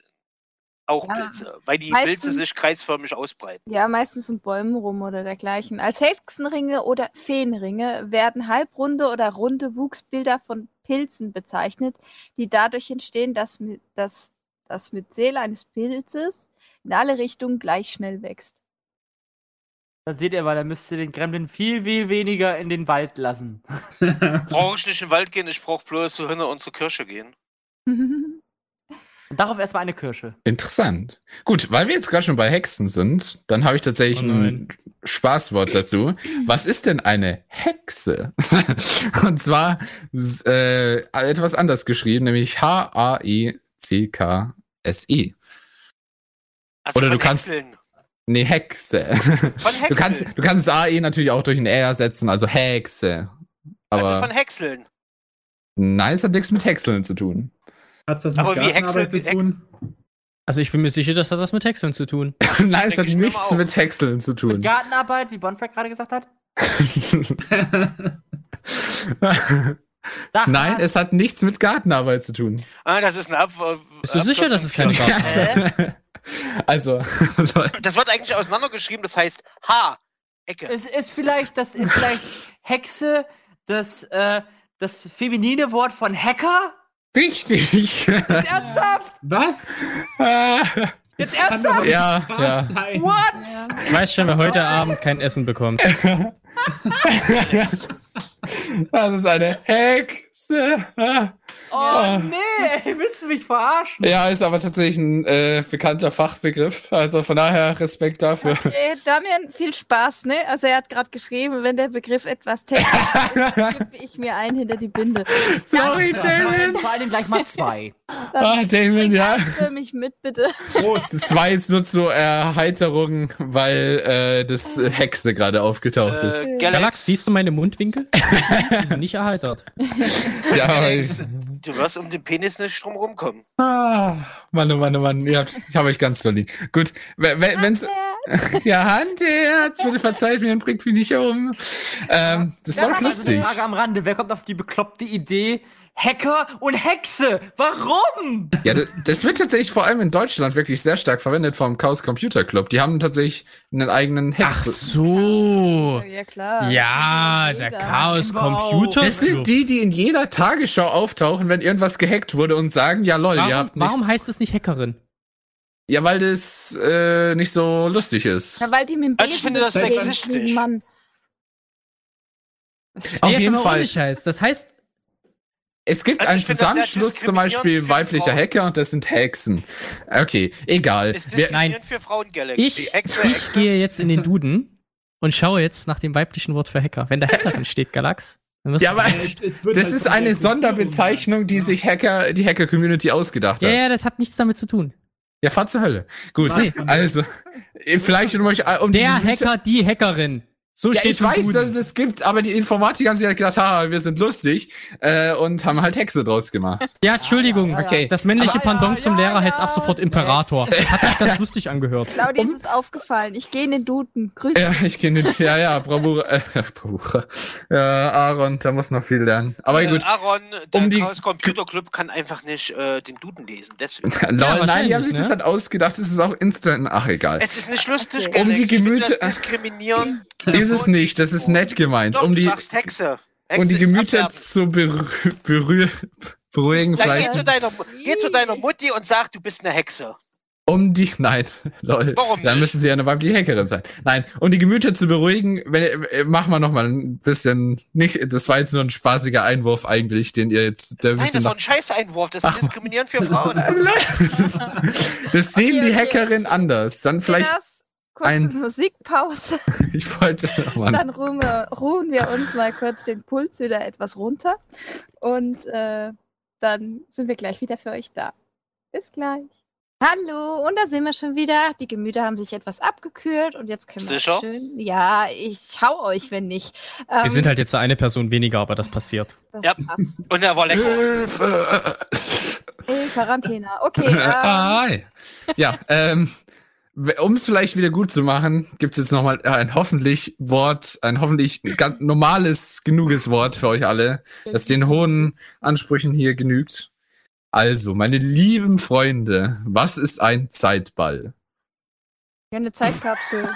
S10: auch
S8: Ja.
S10: Pilze, weil die Pilze
S8: Meistens-
S10: sich kreisförmig ausbreiten.
S8: Ja, meistens um Bäumen rum oder dergleichen. Als Hexenringe oder Feenringe werden halbrunde oder runde Wuchsbilder von Pilzen bezeichnet, die dadurch entstehen, dass, mi- dass das mit Seele eines Pilzes in alle Richtungen gleich schnell wächst.
S13: Da seht ihr mal, da müsst ihr den Gremlin viel, viel weniger in den Wald lassen. Mhm.
S10: Brauche ich nicht in den Wald gehen, ich brauche bloß zu Hühner und zur Kirche gehen.
S13: Und darauf erstmal eine Kirsche.
S3: Interessant. Gut, weil wir jetzt gerade schon bei Hexen sind, dann habe ich tatsächlich
S12: Oh
S3: ein
S12: nein.
S3: Spaßwort dazu. Was ist denn eine Hexe? <laughs> Und zwar s- äh, etwas anders geschrieben, nämlich E H-A-E-C-K-S-E.
S10: Also
S3: Oder
S10: von
S3: du kannst-
S10: Häckseln.
S3: Nee, Hexe.
S10: Von Hexel.
S3: Du kannst, du kannst das AE natürlich auch durch ein R ersetzen, also Hexe. Aber
S10: also von Häckseln.
S3: nein, es hat nichts mit Hexeln zu tun.
S1: <laughs>
S3: <laughs>
S1: Hat's das
S10: Aber
S1: mit
S10: wie
S1: Gartenarbeit
S10: Häcksel-
S1: zu tun?
S12: Also ich bin mir sicher, das hat was mit Häckseln zu tun.
S3: Nein, es
S10: Denke
S3: hat
S10: ich mir
S3: nichts
S10: auch.
S3: mit Häckseln zu tun. <laughs>
S10: <laughs>
S13: Gartenarbeit, wie Bonfrag gerade gesagt hat. Ach,
S3: Nein,
S13: was?
S3: es hat nichts mit Gartenarbeit zu tun.
S10: Ah, das ist eine Abw
S12: Bist du sicher, dass es keine Garten ist?
S3: <laughs> Also, <laughs> Leute,
S10: Das wird eigentlich auseinandergeschrieben, das heißt H. Ecke.
S13: Es ist vielleicht, das ist vielleicht Hexe, das, äh, das feminine Wort von Hacker? Jetzt
S3: richtig. <laughs>
S13: ernsthaft?
S1: Was?
S3: ja,
S13: Jetzt
S1: Kann doch
S13: ernsthaft?
S3: Ja,
S1: nicht wahr
S3: ja.
S1: sein.
S13: What?
S12: Ich weiß schon, wer
S10: Also-
S12: heute Abend kein Essen bekommt.
S3: das ist eine Hexe.
S13: Oh nee, willst du mich verarschen?
S3: Ja, ist aber tatsächlich ein äh, bekannter Fachbegriff. Also von daher Respekt dafür.
S8: Äh, Damian, viel Spaß, ne? Also er hat gerade geschrieben, wenn der Begriff etwas technisch ist, kippe ich mir ein hinter die Binde.
S3: <laughs> <laughs> Sorry, Damon.
S13: Vor allem gleich mal zwei.
S3: Ah, Damon, ja.
S8: Für mich mit, bitte.
S1: Prost.
S3: Das war jetzt nur zur Erheiterung, weil äh, das Hexe gerade aufgetaucht ist.
S10: Äh,
S12: Galax,
S10: Galax,
S12: siehst du meine <laughs> Mundwinkel? Die sind nicht erheitert.
S3: ja, aber ich,
S10: Galax, du wirst um den Penis nicht drum rumkommen.
S3: ah, Mann, oh Mann, oh Mann, ihr habt, ich habe euch ganz verliebt. Gut, we- we- wenn's, ja, Handherz, bitte verzeiht mir und bringt mich nicht um. Ähm, das war auch
S13: Also eine
S3: <laughs> lustig.
S13: Frage am Rande, wer kommt auf die bekloppte Idee? Hacker und Hexe, warum?
S3: Ja, das, das wird tatsächlich vor allem in Deutschland wirklich sehr stark verwendet vom Chaos Computer Club. Die haben tatsächlich einen eigenen
S12: Ach
S3: Hexe.
S12: so.
S8: Ja, klar.
S12: Uh. Ja,
S8: Das
S12: der
S8: kennt jeder.
S12: Chaos Computer.
S3: Das sind die, die in jeder Tagesschau auftauchen, wenn irgendwas gehackt wurde und sagen, ja lol, ihr
S12: Warum,
S3: habt
S12: warum
S3: nichts.
S12: heißt es nicht Hackerin?
S3: Ja, weil das äh, nicht so lustig ist.
S8: Na, weil die mit dem
S10: Also ich
S8: Besen
S10: finde das
S8: durch die Gegend
S10: sexistisch.
S8: fliegen, Mann.
S3: Auf
S12: jetzt
S3: jeden
S12: aber
S3: Fall.
S12: ohne Scheiß. Das heißt,
S3: Es gibt
S10: Also
S3: einen
S10: ich finde das sehr
S3: Zusammenschluss, zum
S10: diskriminierend
S3: Beispiel
S10: für
S3: weiblicher
S10: Frauen.
S3: Hacker und das sind Hexen. Okay, egal.
S10: Ist
S3: Wir,
S10: diskriminierend für Frauen, Galax.
S12: ich, ich gehe jetzt in den Duden und schaue jetzt nach dem weiblichen Wort für Hacker. Wenn da Hackerin steht, Galax, dann wirst
S3: ja,
S12: du-
S3: aber
S1: Es- es wird
S3: das ist
S1: halt von der
S3: eine
S1: Kultur
S3: Sonderbezeichnung, die
S1: umgegangen.
S3: sich Hacker, die Hacker-Community ausgedacht
S12: ja,
S3: hat.
S12: ja, das hat nichts damit zu tun.
S3: Ja, fahr zur Hölle. Gut,
S1: Nee.
S3: also, äh, vielleicht um euch, um
S12: Der
S3: die-
S12: Hacker, die Hackerin. So
S3: Ja,
S12: steht
S3: ich
S12: im
S3: weiß,
S12: Duden.
S3: dass es das gibt, aber die Informatiker haben sich halt gedacht, haha, wir sind lustig äh, und haben halt Hexe draus
S12: <laughs>
S3: gemacht.
S12: Ah, Ja, Entschuldigung.
S3: Okay.
S12: Das männliche
S13: Aber-
S12: Pendant zum
S13: Ja, ja,
S12: Lehrer heißt ab sofort Imperator. Hat sich ganz lustig angehört.
S8: Claudia ist es aufgefallen. Ich gehe in den Duden. Grüß
S3: Ja, ich kenne den. Ja, ja, Bravura. Äh, Bravura. Ja, Aaron, da muss noch viel lernen. Aber
S10: Äh,
S3: gut.
S10: Aaron, der
S3: Um die-
S10: Chaos Computer Club kann einfach nicht äh, den Duden lesen.
S3: <laughs>
S10: Deswegen.
S3: <laughs> Lol, nein, die haben
S12: wahrscheinlich,
S3: sich das
S12: ne?
S3: halt ausgedacht. Es ist auch instant. Ach, egal.
S10: Es ist nicht lustig,
S8: Okay.
S10: Galax.
S3: Um die
S10: Ich finde
S3: Gemüter-
S10: Das Oh. diskriminierend.
S3: ist es nicht. Das ist nett gemeint.
S10: Doch,
S3: um
S10: du
S3: die,
S10: sagst Hexe. Hexe
S3: um die
S10: ist
S3: Gemüter
S10: abwertend.
S3: zu berü berühr beruhigen,
S10: Dann geh zu,
S3: vielleicht.
S10: deiner, geh zu deiner Mutti und sag, du bist eine Hexe.
S3: Um die. Nein, <laughs> lol.
S10: Warum
S3: Dann
S10: nicht?
S3: müssen sie ja eine weibliche Hackerin sein. Nein, um die Gemüter zu beruhigen, wenn, äh, machen wir nochmal ein bisschen. Nicht, das war jetzt nur ein spaßiger Einwurf eigentlich, den ihr jetzt. Der ein
S10: Nein,
S3: bisschen
S10: das
S3: nach-
S10: war ein Scheißeinwurf. Das ist diskriminierend für Frauen.
S3: <laughs> Das sehen
S8: Okay,
S3: die
S8: okay.
S3: Hackerin anders. Dann vielleicht,
S8: Kinders, Kurze
S3: ein-
S8: Musikpause,
S3: <laughs>
S8: <laughs>
S3: ich wollte, oh Mann. <laughs>
S8: dann ruhen wir, ruhen wir uns mal kurz den Puls wieder etwas runter und äh, dann sind wir gleich wieder für euch da. Bis gleich. Hallo, und da sind wir schon wieder. Die Gemüter haben sich etwas abgekühlt und jetzt können wir
S10: Sicher?
S8: schön. Ja, ich hau euch, wenn nicht.
S12: Wir
S8: Ähm,
S12: sind halt jetzt eine Person weniger, aber das passiert.
S8: Das
S10: Ja.
S8: passt.
S10: <laughs> Und er war lecker.
S3: Hilfe! <laughs>
S8: Ey, Quarantäne. Okay. Ähm,
S3: Ah, ja, ähm, um es vielleicht wieder gut zu machen, gibt es jetzt nochmal ein hoffentlich Wort, ein hoffentlich ganz normales, genuges Wort für euch alle, das den hohen Ansprüchen hier genügt. Also, meine lieben Freunde, was ist ein Zeitball?
S8: ja, eine Zeitkapsel.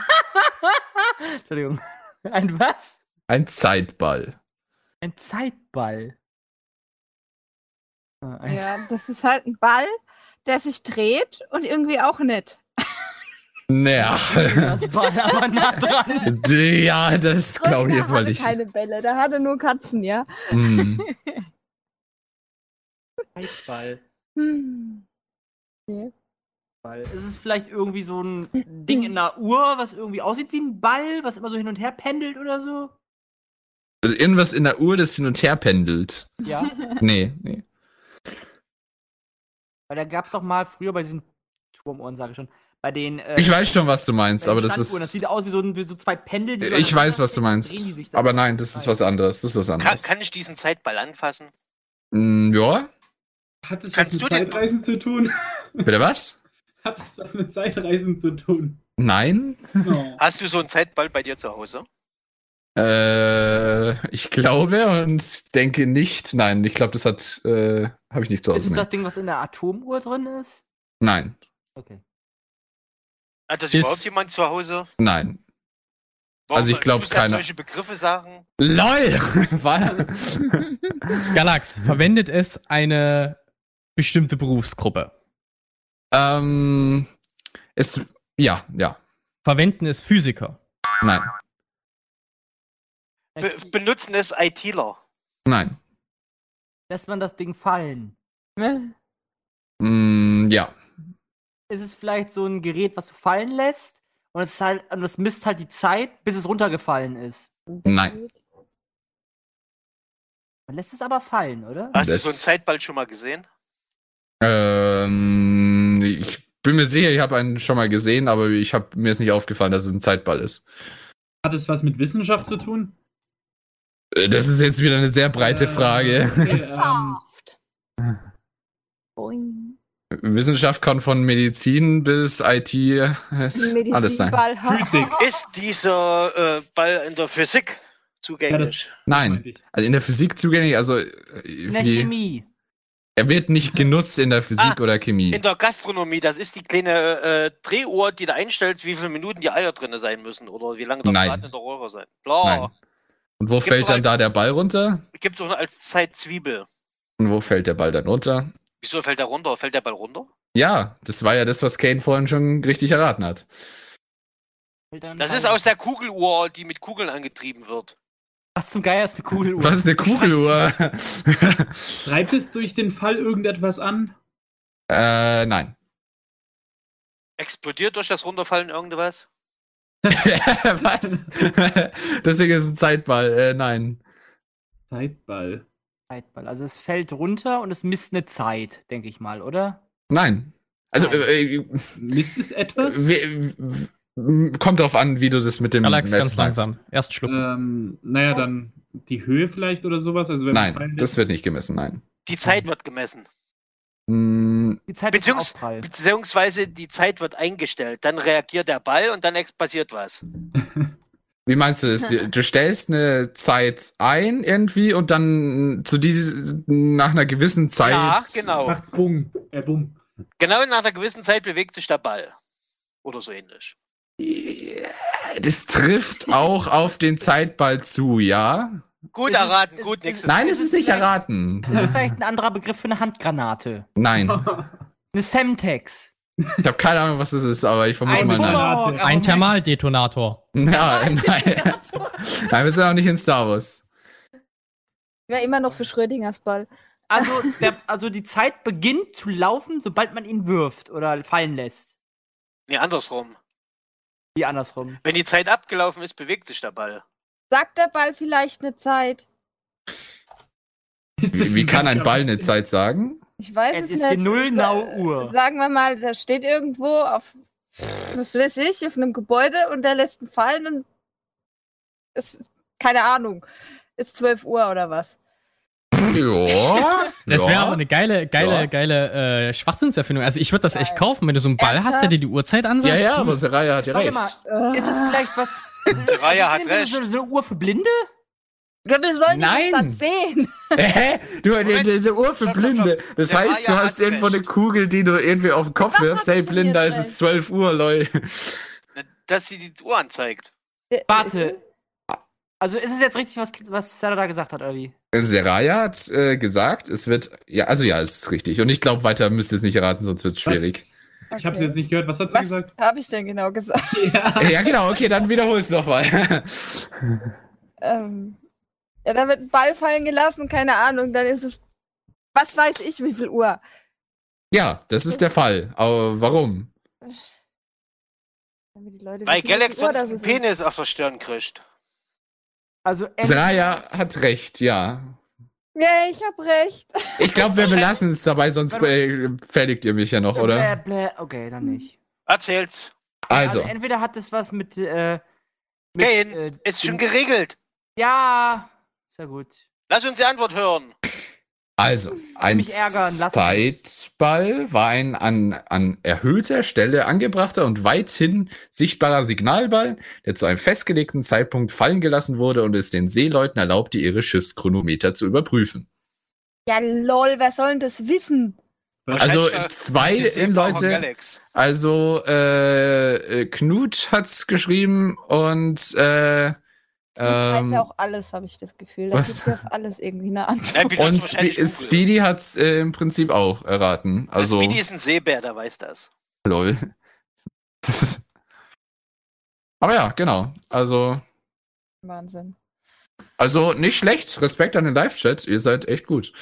S13: Entschuldigung. <laughs> Ein was?
S3: Ein Zeitball.
S13: Ein Zeitball. Ah, <laughs> ein-
S8: ja, das ist halt ein Ball, der sich dreht und irgendwie auch nicht.
S3: Naja,
S13: Das war <laughs> aber nah dran.
S3: <laughs> ja, das glaube ich jetzt mal
S8: hatte
S3: nicht.
S8: keine Bälle, da hatte nur Katzen, ja.
S3: Hm.
S13: Zeitball.
S8: Hm.
S13: Ball. Es ist vielleicht irgendwie so <clears throat> ein Ding in einer Uhr, was irgendwie aussieht wie ein Ball, was immer so hin und her pendelt oder so.
S3: Also irgendwas in der Uhr, das hin und her pendelt.
S13: <laughs> Ja.
S3: Nee, nee.
S13: Weil da gab es doch mal früher bei diesen Turmuhren, sage ich schon, bei den. Äh,
S3: Ich weiß schon, was du meinst,
S13: bei den
S3: aber das
S13: Standuhren. Das
S3: ist. Äh,
S13: sieht aus wie so, ein- wie so zwei Pendel. Die
S3: Ich weiß, was du meinst.
S13: drehen die sich um. dann.
S3: Aber nein, das ist was anderes. Das ist was
S10: Kann,
S3: anderes.
S10: kann ich diesen Zeitball anfassen?
S3: Mm, ja.
S1: Hat das Kannst was mit Zeitreisen zu tun? <laughs>
S3: Bitte was?
S1: Hat das was mit Zeitreisen zu tun? Oh.
S3: Nein.
S10: No. Hast du so einen Zeitball bei dir zu Hause?
S3: Äh, ich glaube und denke nicht. Nein, ich glaube, das hat äh, habe ich nicht zu Hause.
S13: Ist es
S3: nee.
S13: das Ding, was in der Atomuhr drin ist?
S3: Nein,
S13: Okay.
S10: Hat das
S3: Ist-
S10: überhaupt jemand zu Hause?
S3: nein. Also ich glaube
S10: muss er
S3: keiner.
S10: solche Begriffe sagen?
S3: LOL! <laughs> Was?
S12: Galax, verwendet es eine bestimmte Berufsgruppe?
S3: ähm, es, ja, ja,
S12: Verwenden es Physiker?
S3: nein,
S10: Be benutzen es ITler.
S3: nein,
S13: Lässt man das Ding fallen?
S3: mm, ja,
S13: Ist es vielleicht so ein Gerät, was du fallen lässt? Und es, ist halt, und es misst halt die Zeit, bis es runtergefallen ist.
S3: nein.
S13: Man lässt es aber fallen, oder?
S10: Hast du
S3: Das-
S10: so einen Zeitball schon mal gesehen?
S3: Ähm, ich bin mir sicher, ich habe einen schon mal gesehen, aber ich habe mir ist nicht aufgefallen, dass es ein Zeitball ist.
S1: Hat es was mit Wissenschaft zu tun?
S3: Äh, Das ist jetzt wieder eine sehr breite
S1: Äh,
S3: Frage. <laughs>
S1: okay, ähm,
S8: Wissenschaft. Boing.
S3: Wissenschaft kann von Medizin bis IT äh, alles sein.
S8: Medizinball. ha-
S1: Physik.
S10: Ist dieser äh, Ball in der Physik zugänglich?
S3: Nein,
S1: meinte ich.
S3: also in der Physik zugänglich, also äh,
S13: In der
S3: wie-
S13: Chemie.
S3: er wird nicht genutzt in der Physik
S10: Ah,
S3: oder Chemie.
S10: in der Gastronomie, das ist die kleine äh, Drehuhr, die du einstellst, wie viele Minuten die Eier drin sein müssen oder wie lange der
S3: Nein.
S10: Braten in der Röhre sein.
S13: oh.
S10: Klar.
S3: Nein. Und wo
S10: Gibt
S3: fällt
S10: doch
S3: dann
S10: als-
S3: da der Ball runter?
S10: Gibt es auch noch als Zeitzwiebel.
S3: Und wo fällt der Ball dann runter?
S10: Wieso fällt der runter? Fällt der Ball runter?
S3: Ja, das war ja das, was Kane vorhin schon richtig erraten hat.
S13: Hält dann
S10: Das
S13: fallen.
S10: ist aus der Kugeluhr, die mit Kugeln angetrieben wird.
S13: Was zum Geier ist eine Kugeluhr?
S3: Was ist
S13: <laughs>
S3: eine Kugeluhr?
S1: Treibt es durch den Fall irgendetwas an?
S3: äh, nein. <laughs>
S10: Explodiert durch das Runterfallen irgendwas?
S3: was? <laughs> Deswegen ist es ein Zeitball. Äh, nein.
S1: Zeitball.
S13: Zeitball. Also es fällt runter und es misst eine Zeit, denke ich mal, oder?
S3: Nein. Also,
S13: Nein.
S3: äh, äh,
S1: Misst es etwas?
S3: w- w- w- kommt drauf an, wie du das mit dem
S12: Galax, ganz
S3: Messen machst.
S12: langsam. Erst schlucken.
S1: Ähm, naja,
S8: Was?
S1: dann die Höhe vielleicht oder sowas. Also wenn man fallen
S3: Nein,
S1: lässt-
S3: das wird nicht gemessen, nein.
S10: Die Zeit wird gemessen.
S3: Mm,
S13: Die Zeit
S10: Beziehungs-
S13: ist Aufprall.
S10: Beziehungsweise die Zeit wird eingestellt. Dann reagiert der Ball und dann ex- passiert was.
S3: Wie meinst du das? Du stellst eine Zeit ein irgendwie und dann zu diese, nach einer gewissen Zeit.
S10: Ja, genau.
S1: Macht's bumm. Äh, bumm.
S10: Genau nach einer gewissen Zeit bewegt sich der Ball. Oder so ähnlich.
S3: Ja, Das trifft auch auf den Zeitball zu, ja?
S10: Gut
S13: Es ist-
S10: erraten,
S13: es-
S10: gut,
S13: es-
S10: nächstes.
S3: Nein, es ist nicht erraten.
S13: Das ist vielleicht ein anderer Begriff für eine Handgranate.
S3: Nein.
S13: Eine Semtex.
S3: Ich habe keine Ahnung, was das ist, aber ich vermute
S1: Ein
S3: mal nein.
S1: Tomahawk,
S13: Tomahawk,
S12: Ein
S13: aber Max-
S12: Thermaldetonator.
S3: <laughs> Ja, nein. nein, wir sind auch nicht in Star Wars.
S8: Ich wäre immer noch für Schrödingers Ball.
S13: Also, der, also die Zeit beginnt zu laufen, sobald man ihn wirft oder fallen lässt.
S10: Nee, andersrum.
S13: Wie andersrum.
S10: Wenn die Zeit abgelaufen ist, bewegt sich der Ball.
S8: Sagt der Ball vielleicht eine Zeit?
S1: <laughs> Ist das
S3: Wie, wie kann ein
S1: Wissenschaft?
S3: Ball eine Zeit sagen?
S8: Ich weiß
S13: Es
S8: es,
S13: ist
S8: nicht.
S13: die Null
S8: Es-
S13: Nau
S8: äh,
S13: Uhr.
S8: Sagen wir mal, da steht irgendwo auf, was weiß ich, auf einem Gebäude und der lässt ihn fallen und ist, keine Ahnung, ist 12 Uhr oder was.
S3: Ja.
S12: Das
S3: ja.
S12: wäre aber eine geile, geile,
S3: Ja.
S12: geile äh, Schwachsinnserfindung. Also ich würde das echt kaufen, wenn du so einen Ball hast, der
S8: Ernsthaft?
S12: dir die Uhrzeit ansagt.
S3: Ja, ja, aber Seraya hat ja
S13: Warte
S3: recht.
S13: mal,
S8: Äh,
S13: ist es vielleicht
S10: <laughs>
S13: was. ist es
S10: Raya hat
S13: in dem Sinne So,
S10: recht.
S13: so eine Uhr für Blinde?
S8: ja, wir sollen
S3: Nein.
S8: das dann sehen.
S3: Hä? Du, eine,
S10: Moment.
S3: eine, eine Uhr für
S10: Stopp, stopp,
S3: Blinde.
S10: stopp.
S3: Das
S10: Der
S3: heißt, du
S10: Maya
S3: hast
S10: hat
S3: irgendwo eine
S10: recht.
S3: Kugel, die du irgendwie auf den Kopf
S8: Was
S3: wirfst.
S8: hab
S3: Hey,
S8: ich denn
S3: Blinder,
S8: jetzt
S3: es ist
S8: recht?
S3: 12 Uuhr, lol.
S10: Dass sie die Uhr anzeigt.
S13: Warte. Also ist es jetzt richtig, was, was Sarah da gesagt hat, oder wie?
S3: Seraya hat äh, gesagt, es wird. Ja, also ja, es ist richtig. Und ich glaube, weiter müsst ihr es nicht erraten, sonst wird es schwierig.
S1: Was? Ich habe
S8: Okay.
S1: jetzt nicht gehört. Was hat sie
S8: Was
S1: gesagt?
S8: habe ich denn genau gesagt?
S3: Ja, genau, okay, dann wiederhol es nochmal.
S8: Ähm, ja, da wird ein Ball fallen gelassen, keine Ahnung, dann ist es, was weiß ich, wie viel Uhr.
S3: <laughs> ja, das ist der Fall. Aber warum?
S8: Damit die Leute
S10: Weil
S8: wissen, wie viel
S10: Galax
S8: Uhr
S10: sonst
S8: das
S10: einen
S8: ist.
S10: Penis auf der Stirn kriegt.
S13: Also ent-
S3: Seraya hat recht, ja.
S8: Ja, ich habe recht.
S3: Ich glaube, wir belassen es dabei, sonst äh, fertigt ihr mich ja noch,
S13: Blä,
S10: Äh,
S3: oder?
S13: blä, okay, dann nicht.
S10: Erzähl's.
S3: Also,
S13: entweder hat es was mit. Äh, mit
S10: Kane,
S13: äh,
S10: Ist
S13: dem-
S10: schon geregelt.
S13: Ja, sehr gut.
S10: Lass uns die Antwort hören.
S3: Also, ein
S13: mich ärgern, lass mich.
S3: Zeitball war ein an, an erhöhter Stelle angebrachter und weithin sichtbarer Signalball, der zu einem festgelegten Zeitpunkt fallen gelassen wurde und es den Seeleuten erlaubte, ihre Schiffschronometer zu überprüfen.
S8: Ja, lol, wer soll denn das wissen?
S3: Also
S10: Wahrscheinlich, äh,
S3: zwei
S10: die Seefrau von
S3: Leute,
S10: Galax.
S3: also äh, äh, Knut hat's geschrieben und äh,
S8: weiß
S3: ähm,
S8: ja auch alles, habe ich das Gefühl. Da
S3: was?
S8: gibt ja auf alles irgendwie eine Antwort.
S10: Nein, wie das
S3: und
S10: wahrscheinlich
S3: Spe
S10: Google.
S3: Speedy hat's äh, im Prinzip auch erraten. Also
S10: Speedy ist ein Seebär, der weiß das.
S3: lol. <laughs> Aber ja, genau. Also
S8: Wahnsinn.
S3: also nicht schlecht. Respekt an den Live-Chat. Ihr seid echt gut.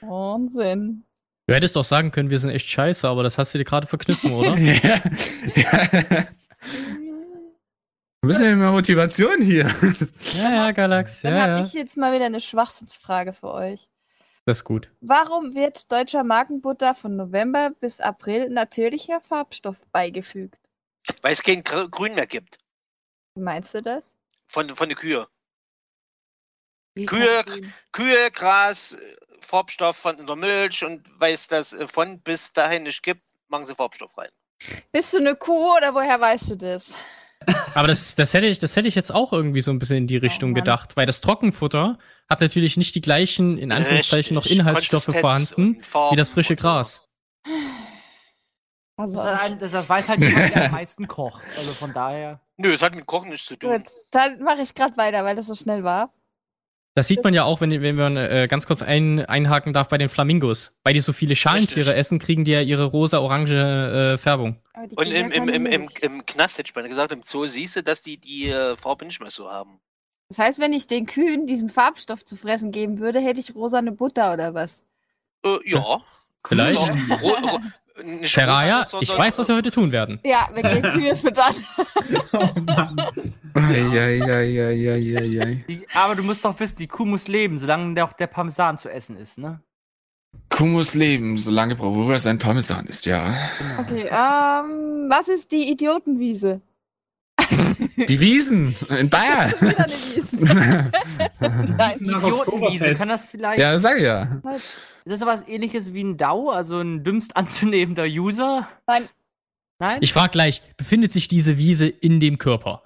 S8: Wahnsinn.
S12: Du hättest doch sagen können, wir sind echt scheiße, aber das hast du dir gerade verkniffen, oder?
S8: <laughs>
S3: <laughs> Ein bisschen mehr Motivation hier.
S12: ja, ja, Galax.
S8: Dann
S12: Ja,
S8: habe
S12: ja.
S8: ich jetzt mal wieder eine Schwachsinnsfrage für euch.
S12: Das ist gut.
S8: Warum wird deutscher Markenbutter von November bis April natürlicher Farbstoff beigefügt?
S10: Weil es kein Gr- Grün mehr gibt.
S8: Wie meinst du das?
S10: Von, von den Kühe.
S8: Wie
S10: Kühe-
S8: kann ich-
S10: Kühe, Gras, äh, Farbstoff von in der Milch und weil es das äh, von bis dahin nicht gibt, machen sie Farbstoff rein.
S8: Bist du eine Kuh oder woher weißt du das?
S12: Aber das, das, hätte ich, das hätte ich jetzt auch irgendwie so ein bisschen in die Richtung
S8: Oh Mann.
S12: gedacht, weil das Trockenfutter hat natürlich nicht die gleichen, in Anführungszeichen, noch
S10: Richtig,
S12: Inhaltsstoffe
S10: Konsistenz
S12: vorhanden,
S10: und Farben
S12: wie das frische
S10: und so.
S12: Gras.
S8: Also,
S13: Das, ein- das, das weiß halt jemand, der am meisten kocht. Also von daher.
S10: Nö, das hat mit Kochen nichts zu tun.
S8: gut, dann mache ich gerade weiter, weil das so schnell war.
S12: Das sieht man ja auch, wenn, wenn man äh, ganz kurz ein, einhaken darf bei den Flamingos. Weil die so viele Schalentiere
S10: Richtig.
S12: essen, kriegen die ja ihre rosa-orange äh, Färbung.
S8: Aber die
S10: Und
S8: Kinder
S10: im, im,
S8: können
S10: im, im,
S8: nicht.
S10: im Knast hätte ich mal gesagt, im Zoo siehst du, dass die die äh, Farbe nicht mehr so haben.
S8: Das heißt, wenn ich den Kühen diesen Farbstoff zu fressen geben würde, hätte ich rosane Butter oder was?
S10: Äh, ja.
S12: Vielleicht.
S10: Ro- ro- ro- nicht
S12: Terraria,
S10: rosa,
S12: ich
S10: sondern-
S12: weiß, was wir heute tun werden.
S8: Ja, mit <laughs> den Kühe füttern.
S1: Oh,
S3: Eieieiei.
S13: Die, aber du musst doch wissen, die Kuh muss leben, solange der auch der Parmesan zu essen ist, ne?
S3: Kumus leben, solange Bravura sein Parmesan ist, ja.
S8: Okay, ähm, was ist die Idiotenwiese?
S3: Die Wiesen in
S8: <laughs>
S3: <laughs> Bayern.
S8: Wieder eine Wiese. <laughs> Nein.
S1: Nach
S13: Idiotenwiese,
S1: Oktoberfest.
S13: kann das vielleicht.
S3: ja, sag ich ja. <laughs>
S13: Ist das was ähnliches wie ein DAO, also ein dümmst <laughs> anzunehmender User?
S8: Nein.
S13: Nein?
S12: Ich frag gleich, befindet sich diese Wiese in dem Körper?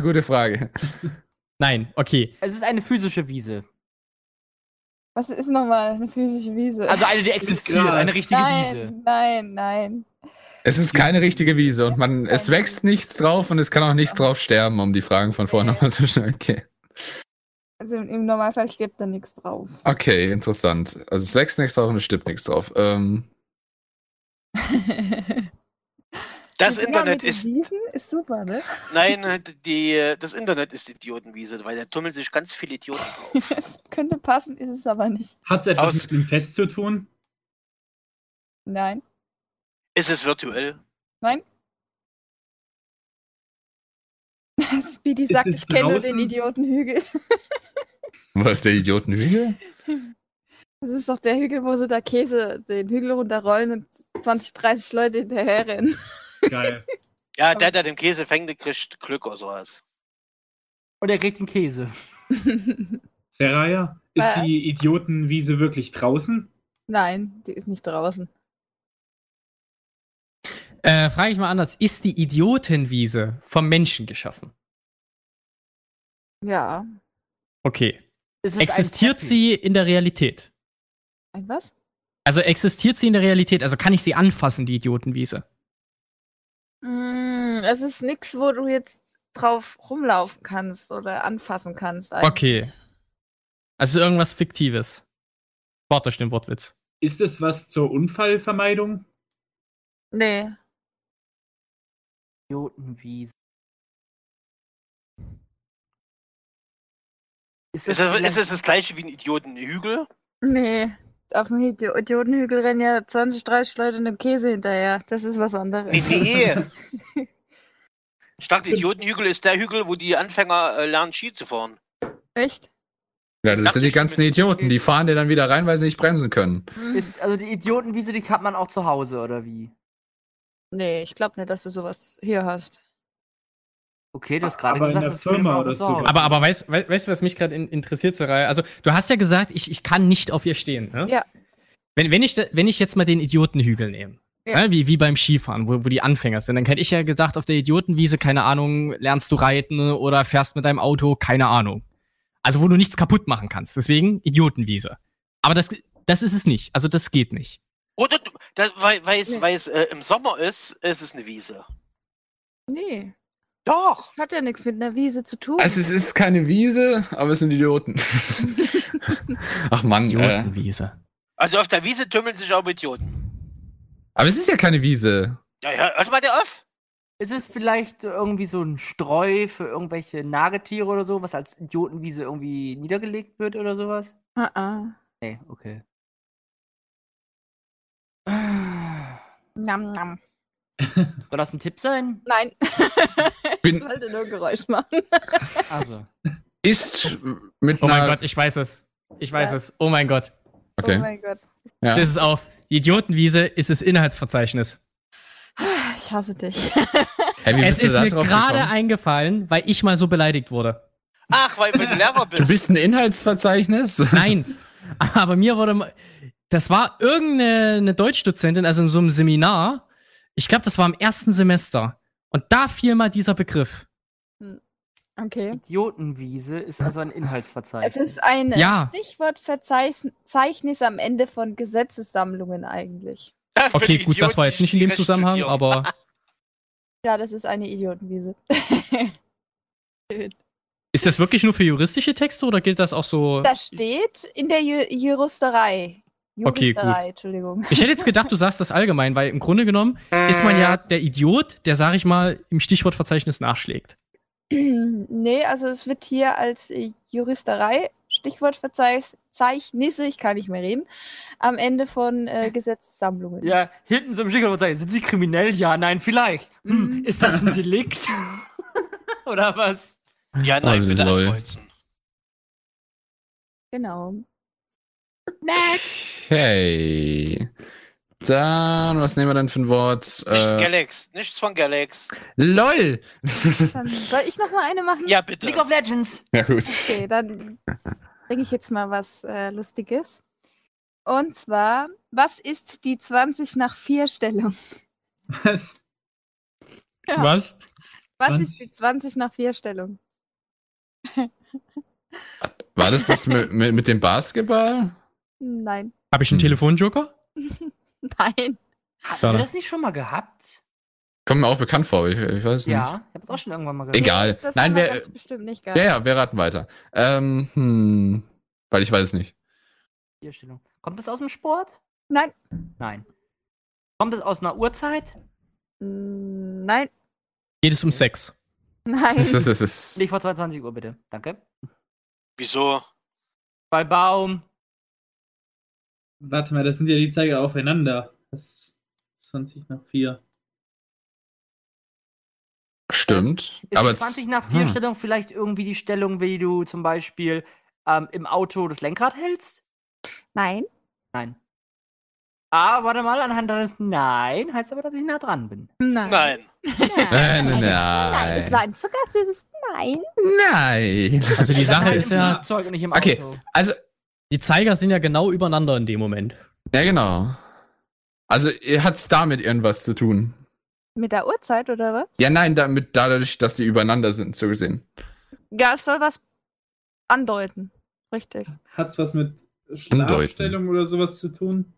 S3: Gute Frage.
S12: Nein, okay.
S13: es ist eine physische Wiese.
S8: Was ist nochmal eine physische Wiese?
S13: Also
S1: <laughs>
S13: eine, die existiert,
S1: Gras.
S13: eine richtige Wiese.
S8: nein, nein, nein.
S3: Es ist keine richtige Wiese und man, es wächst nichts drauf und es kann auch nichts drauf sterben, um die Fragen von vorhin nochmal zu stellen. Okay.
S8: Also im im Normalfall stirbt da nichts drauf. <laughs>
S3: okay, interessant. Also es wächst nichts drauf und es stirbt nichts drauf. Ähm,
S10: Das
S8: Die Dinger mit
S10: Internet
S8: den
S10: ist.
S8: Wiesen ist super, ne? <laughs>
S10: Nein, die, das Internet ist Idiotenwiese, weil da tummeln sich ganz viele Idioten drauf.
S8: Es könnte passen, ist es aber nicht.
S1: Hat es etwas
S10: Aus-
S1: mit dem Fest zu tun?
S8: Nein.
S10: ist es virtuell?
S8: Speedy
S1: Ist
S8: sagt,
S1: es
S8: ich kenne nur
S1: draußen?
S8: den Idiotenhügel. <laughs>
S3: was der Idiotenhügel?
S8: Das ist doch der Hügel, wo sie da Käse den Hügel runterrollen und 20, 30 Leute hinterherrennen. <laughs>
S1: Geil.
S10: Ja, der, der den Käse fängt, der kriegt Glück oder sowas.
S13: Und er kriegt den Käse.
S1: Seraya, ist
S8: Äh.
S1: die Idiotenwiese wirklich draußen?
S8: Nein, die ist nicht draußen.
S12: Äh, frage ich mal anders, ist die Idiotenwiese vom Menschen geschaffen?
S8: Ja.
S12: Okay.
S13: Es ist ein
S12: Existiert
S13: Teppich.
S12: sie in der Realität?
S8: Ein was?
S12: Also existiert sie in der Realität? Also kann ich sie anfassen, die Idiotenwiese?
S8: Mm, es ist nichts, wo du jetzt drauf rumlaufen kannst oder anfassen kannst.
S13: Äh,
S12: Okay. Also irgendwas Fiktives. Wort euch den Wortwitz.
S1: Ist es was zur Unfallvermeidung? <laughs>
S8: Nee.
S13: Idiotenwiese. Ist
S10: Ist es, ist es das gleiche wie
S8: <laughs>
S10: ein Idiotenhügel?
S8: Nee. Auf dem Idi- Idiotenhügel rennen ja 20, 30 Leute einem Käse hinterher. Das ist was anderes.
S10: Nee, nee.
S8: <laughs>
S10: Ich dachte, Idiotenhügel ist der Hügel, wo die Anfänger äh, lernen, Ski zu fahren.
S8: Echt?
S3: Ja, das sind die ganzen Idioten, die fahren dir dann wieder rein, weil sie nicht bremsen können.
S13: Ist, also die Idiotenwiese, die hat man auch zu Hause, oder wie?
S8: Nee, ich glaube nicht, dass du sowas hier hast.
S13: Okay, du hast gerade
S1: Aber in
S13: gesagt,
S1: der
S13: das filmen
S1: Firma
S13: wir auch
S1: oder
S13: zu
S1: so.
S13: Hause.
S12: Aber, aber weißt, weißt, weißt du, was mich gerade in, interessiert, Sarai? Also, du hast ja gesagt, ich, ich kann nicht auf ihr stehen. Ne?
S8: Ja.
S12: Wenn, wenn, ich, da- wenn ich jetzt mal den Idiotenhügel nehme,
S8: Ja.
S12: ne? wie, wie beim Skifahren, wo, wo die Anfänger sind, dann hätte ich ja gedacht, auf der Idiotenwiese, keine Ahnung, lernst du reiten oder fährst mit deinem Auto, keine Ahnung. Also, wo du nichts kaputt machen kannst. Deswegen Idiotenwiese. Aber das, das ist es nicht. Also, das geht nicht.
S10: Oder du- da, weil, weil es, weil es äh, im Sommer ist, ist es eine Wiese.
S8: Nee.
S10: Doch.
S8: Das hat ja nichts mit einer Wiese zu tun.
S3: Also es ist keine Wiese, aber es sind Idioten. <laughs> Ach Mann, äh,
S12: Idiotenwiese.
S10: Also auf der Wiese tümmeln sich auch Idioten.
S3: aber es ist ja keine Wiese.
S10: Ja, ja, hört mal der auf.
S13: Es ist vielleicht irgendwie so ein Streu für irgendwelche Nagetiere oder so, was als Idiotenwiese irgendwie niedergelegt wird oder sowas?
S8: Ah, ah.
S13: Nee, okay.
S8: Nam, nam.
S13: Soll das ein Tipp <laughs> sein?
S8: Nein. <laughs>
S3: Bin-
S8: ich wollte nur Geräusch machen.
S13: Also.
S3: Ist mit
S12: Oh mein
S3: einer
S12: Gott, ich weiß es. Ich weiß
S8: Ja.
S12: es. Oh mein Gott.
S8: Oh
S3: Okay.
S8: mein Gott.
S3: Ja.
S12: Das ist auf. Die Idiotenwiese ist das Inhaltsverzeichnis.
S8: Ich hasse dich. <laughs>
S3: Hey, wie
S12: es
S3: bist du
S12: ist
S3: da
S12: mir
S3: drauf
S12: gerade
S3: gekommen?
S12: eingefallen, weil ich mal so beleidigt wurde.
S10: Ach, weil, weil du Lehrer bist.
S3: Du bist ein Inhaltsverzeichnis? <laughs>
S12: Nein, aber mir wurde mal- das war irgendeine eine Deutschdozentin, also in so einem Seminar. Ich glaube, das war im ersten Semester. Und da fiel mal dieser Begriff.
S8: Okay.
S13: Idiotenwiese ist also ein
S8: Es
S13: Inhaltsverzeichnis.
S8: ist ein
S12: Ja.
S8: Stichwortverzeichnis am Ende von Gesetzessammlungen eigentlich.
S10: Ja, für
S12: Okay,
S10: die
S12: gut, das war
S10: Idioten,
S12: jetzt nicht in dem
S10: die
S12: Zusammenhang,
S10: studieren.
S12: aber
S8: Ja, das ist eine Idiotenwiese.
S12: ist das wirklich nur für juristische Texte oder gilt das auch so?
S8: Das steht in der Ju Juristerei.
S12: Okay, gut.
S8: Juristerei, Entschuldigung. <clears throat>
S12: Ich hätte jetzt gedacht, du sagst das allgemein, weil im Grunde genommen ist man ja der Idiot, der, sag ich mal, im Stichwortverzeichnis nachschlägt.
S8: nee, also es wird hier als äh, Juristerei, Stichwortverzeichnisse, ich kann nicht mehr reden, am Ende von äh, Gesetzessammlungen.
S13: ja, hinten so im Stichwortverzeichnis. Sind sie kriminell? Ja, nein, vielleicht. Hm, ist das ein <laughs> Delikt? oder was?
S10: Ja, nein,
S3: Oh,
S10: bitte
S3: lol.
S10: ankreuzen.
S8: Genau.
S3: Okay. Dann, was nehmen wir denn für ein Wort?
S10: Nicht
S3: Äh,
S10: Galax, nichts von Galax.
S3: LOL!
S8: Dann soll ich noch mal eine machen?
S10: Ja, bitte.
S13: League of Legends.
S3: ja, gut.
S8: Okay, dann bringe ich jetzt mal was äh, Lustiges. Und zwar, was ist die 20 nach 4 Stellung?
S1: Was?
S8: Ja.
S12: Was?
S8: Was
S1: 20?
S8: ist die 20 nach 4 Stellung?
S3: War das das mit, mit, mit dem Basketball?
S8: Nein,
S12: Habe ich einen
S3: Hm.
S12: Telefonjoker?
S8: nein.
S13: Hatten
S12: Schade.
S13: wir das nicht schon mal gehabt?
S3: Kommt mir auch bekannt vor, ich, ich weiß es nicht.
S13: Ja, ich habe es auch schon irgendwann mal gehört.
S3: Hm. Egal.
S8: Das
S3: Nein,
S8: haben wir
S3: wir,
S8: ganz bestimmt nicht
S3: ja,
S8: gehabt.
S3: ja, wir raten weiter. Ähm, hm, weil ich weiß
S8: <laughs>
S3: es nicht.
S13: Hier, Stellung. Kommt das aus dem Sport?
S8: Nein.
S13: Nein. Kommt das aus einer Uhrzeit?
S8: Mm, Nein, <laughs>
S12: Geht es um Sex?
S3: Das
S8: nein.
S3: ist, das ist,
S13: Nicht vor 22 Uhr, bitte. Danke.
S10: Wieso?
S13: Bei Baum.
S1: Warte mal, das sind ja die Zeiger aufeinander. Das ist 20 nach 4.
S3: stimmt.
S13: Ist
S3: aber
S13: aber
S3: es-
S13: 20 nach 4
S3: hm.
S13: Stellung vielleicht irgendwie die Stellung, wie du zum Beispiel ähm, im Auto das Lenkrad hältst?
S8: Nein,
S13: Nein. Ah, warte mal, anhand deines Nein heißt aber, dass ich nah dran bin.
S8: nein.
S10: Nein.
S3: Äh, nein,
S8: Nein, es war ein zuckersüßes Nein.
S3: Nein.
S12: Also die Sache ist
S13: halt Im
S12: ja,
S13: Flugzeug und nicht im Auto.
S3: Okay, also,
S12: die Zeiger sind ja genau übereinander in dem Moment.
S3: ja, genau. Also, hat es damit irgendwas zu tun?
S8: Mit der Uhrzeit oder was?
S3: Ja, nein, damit, dadurch, dass die übereinander sind, so gesehen.
S8: Ja, es soll was andeuten. Richtig.
S1: Hat's was mit Schlafstellung oder sowas zu tun?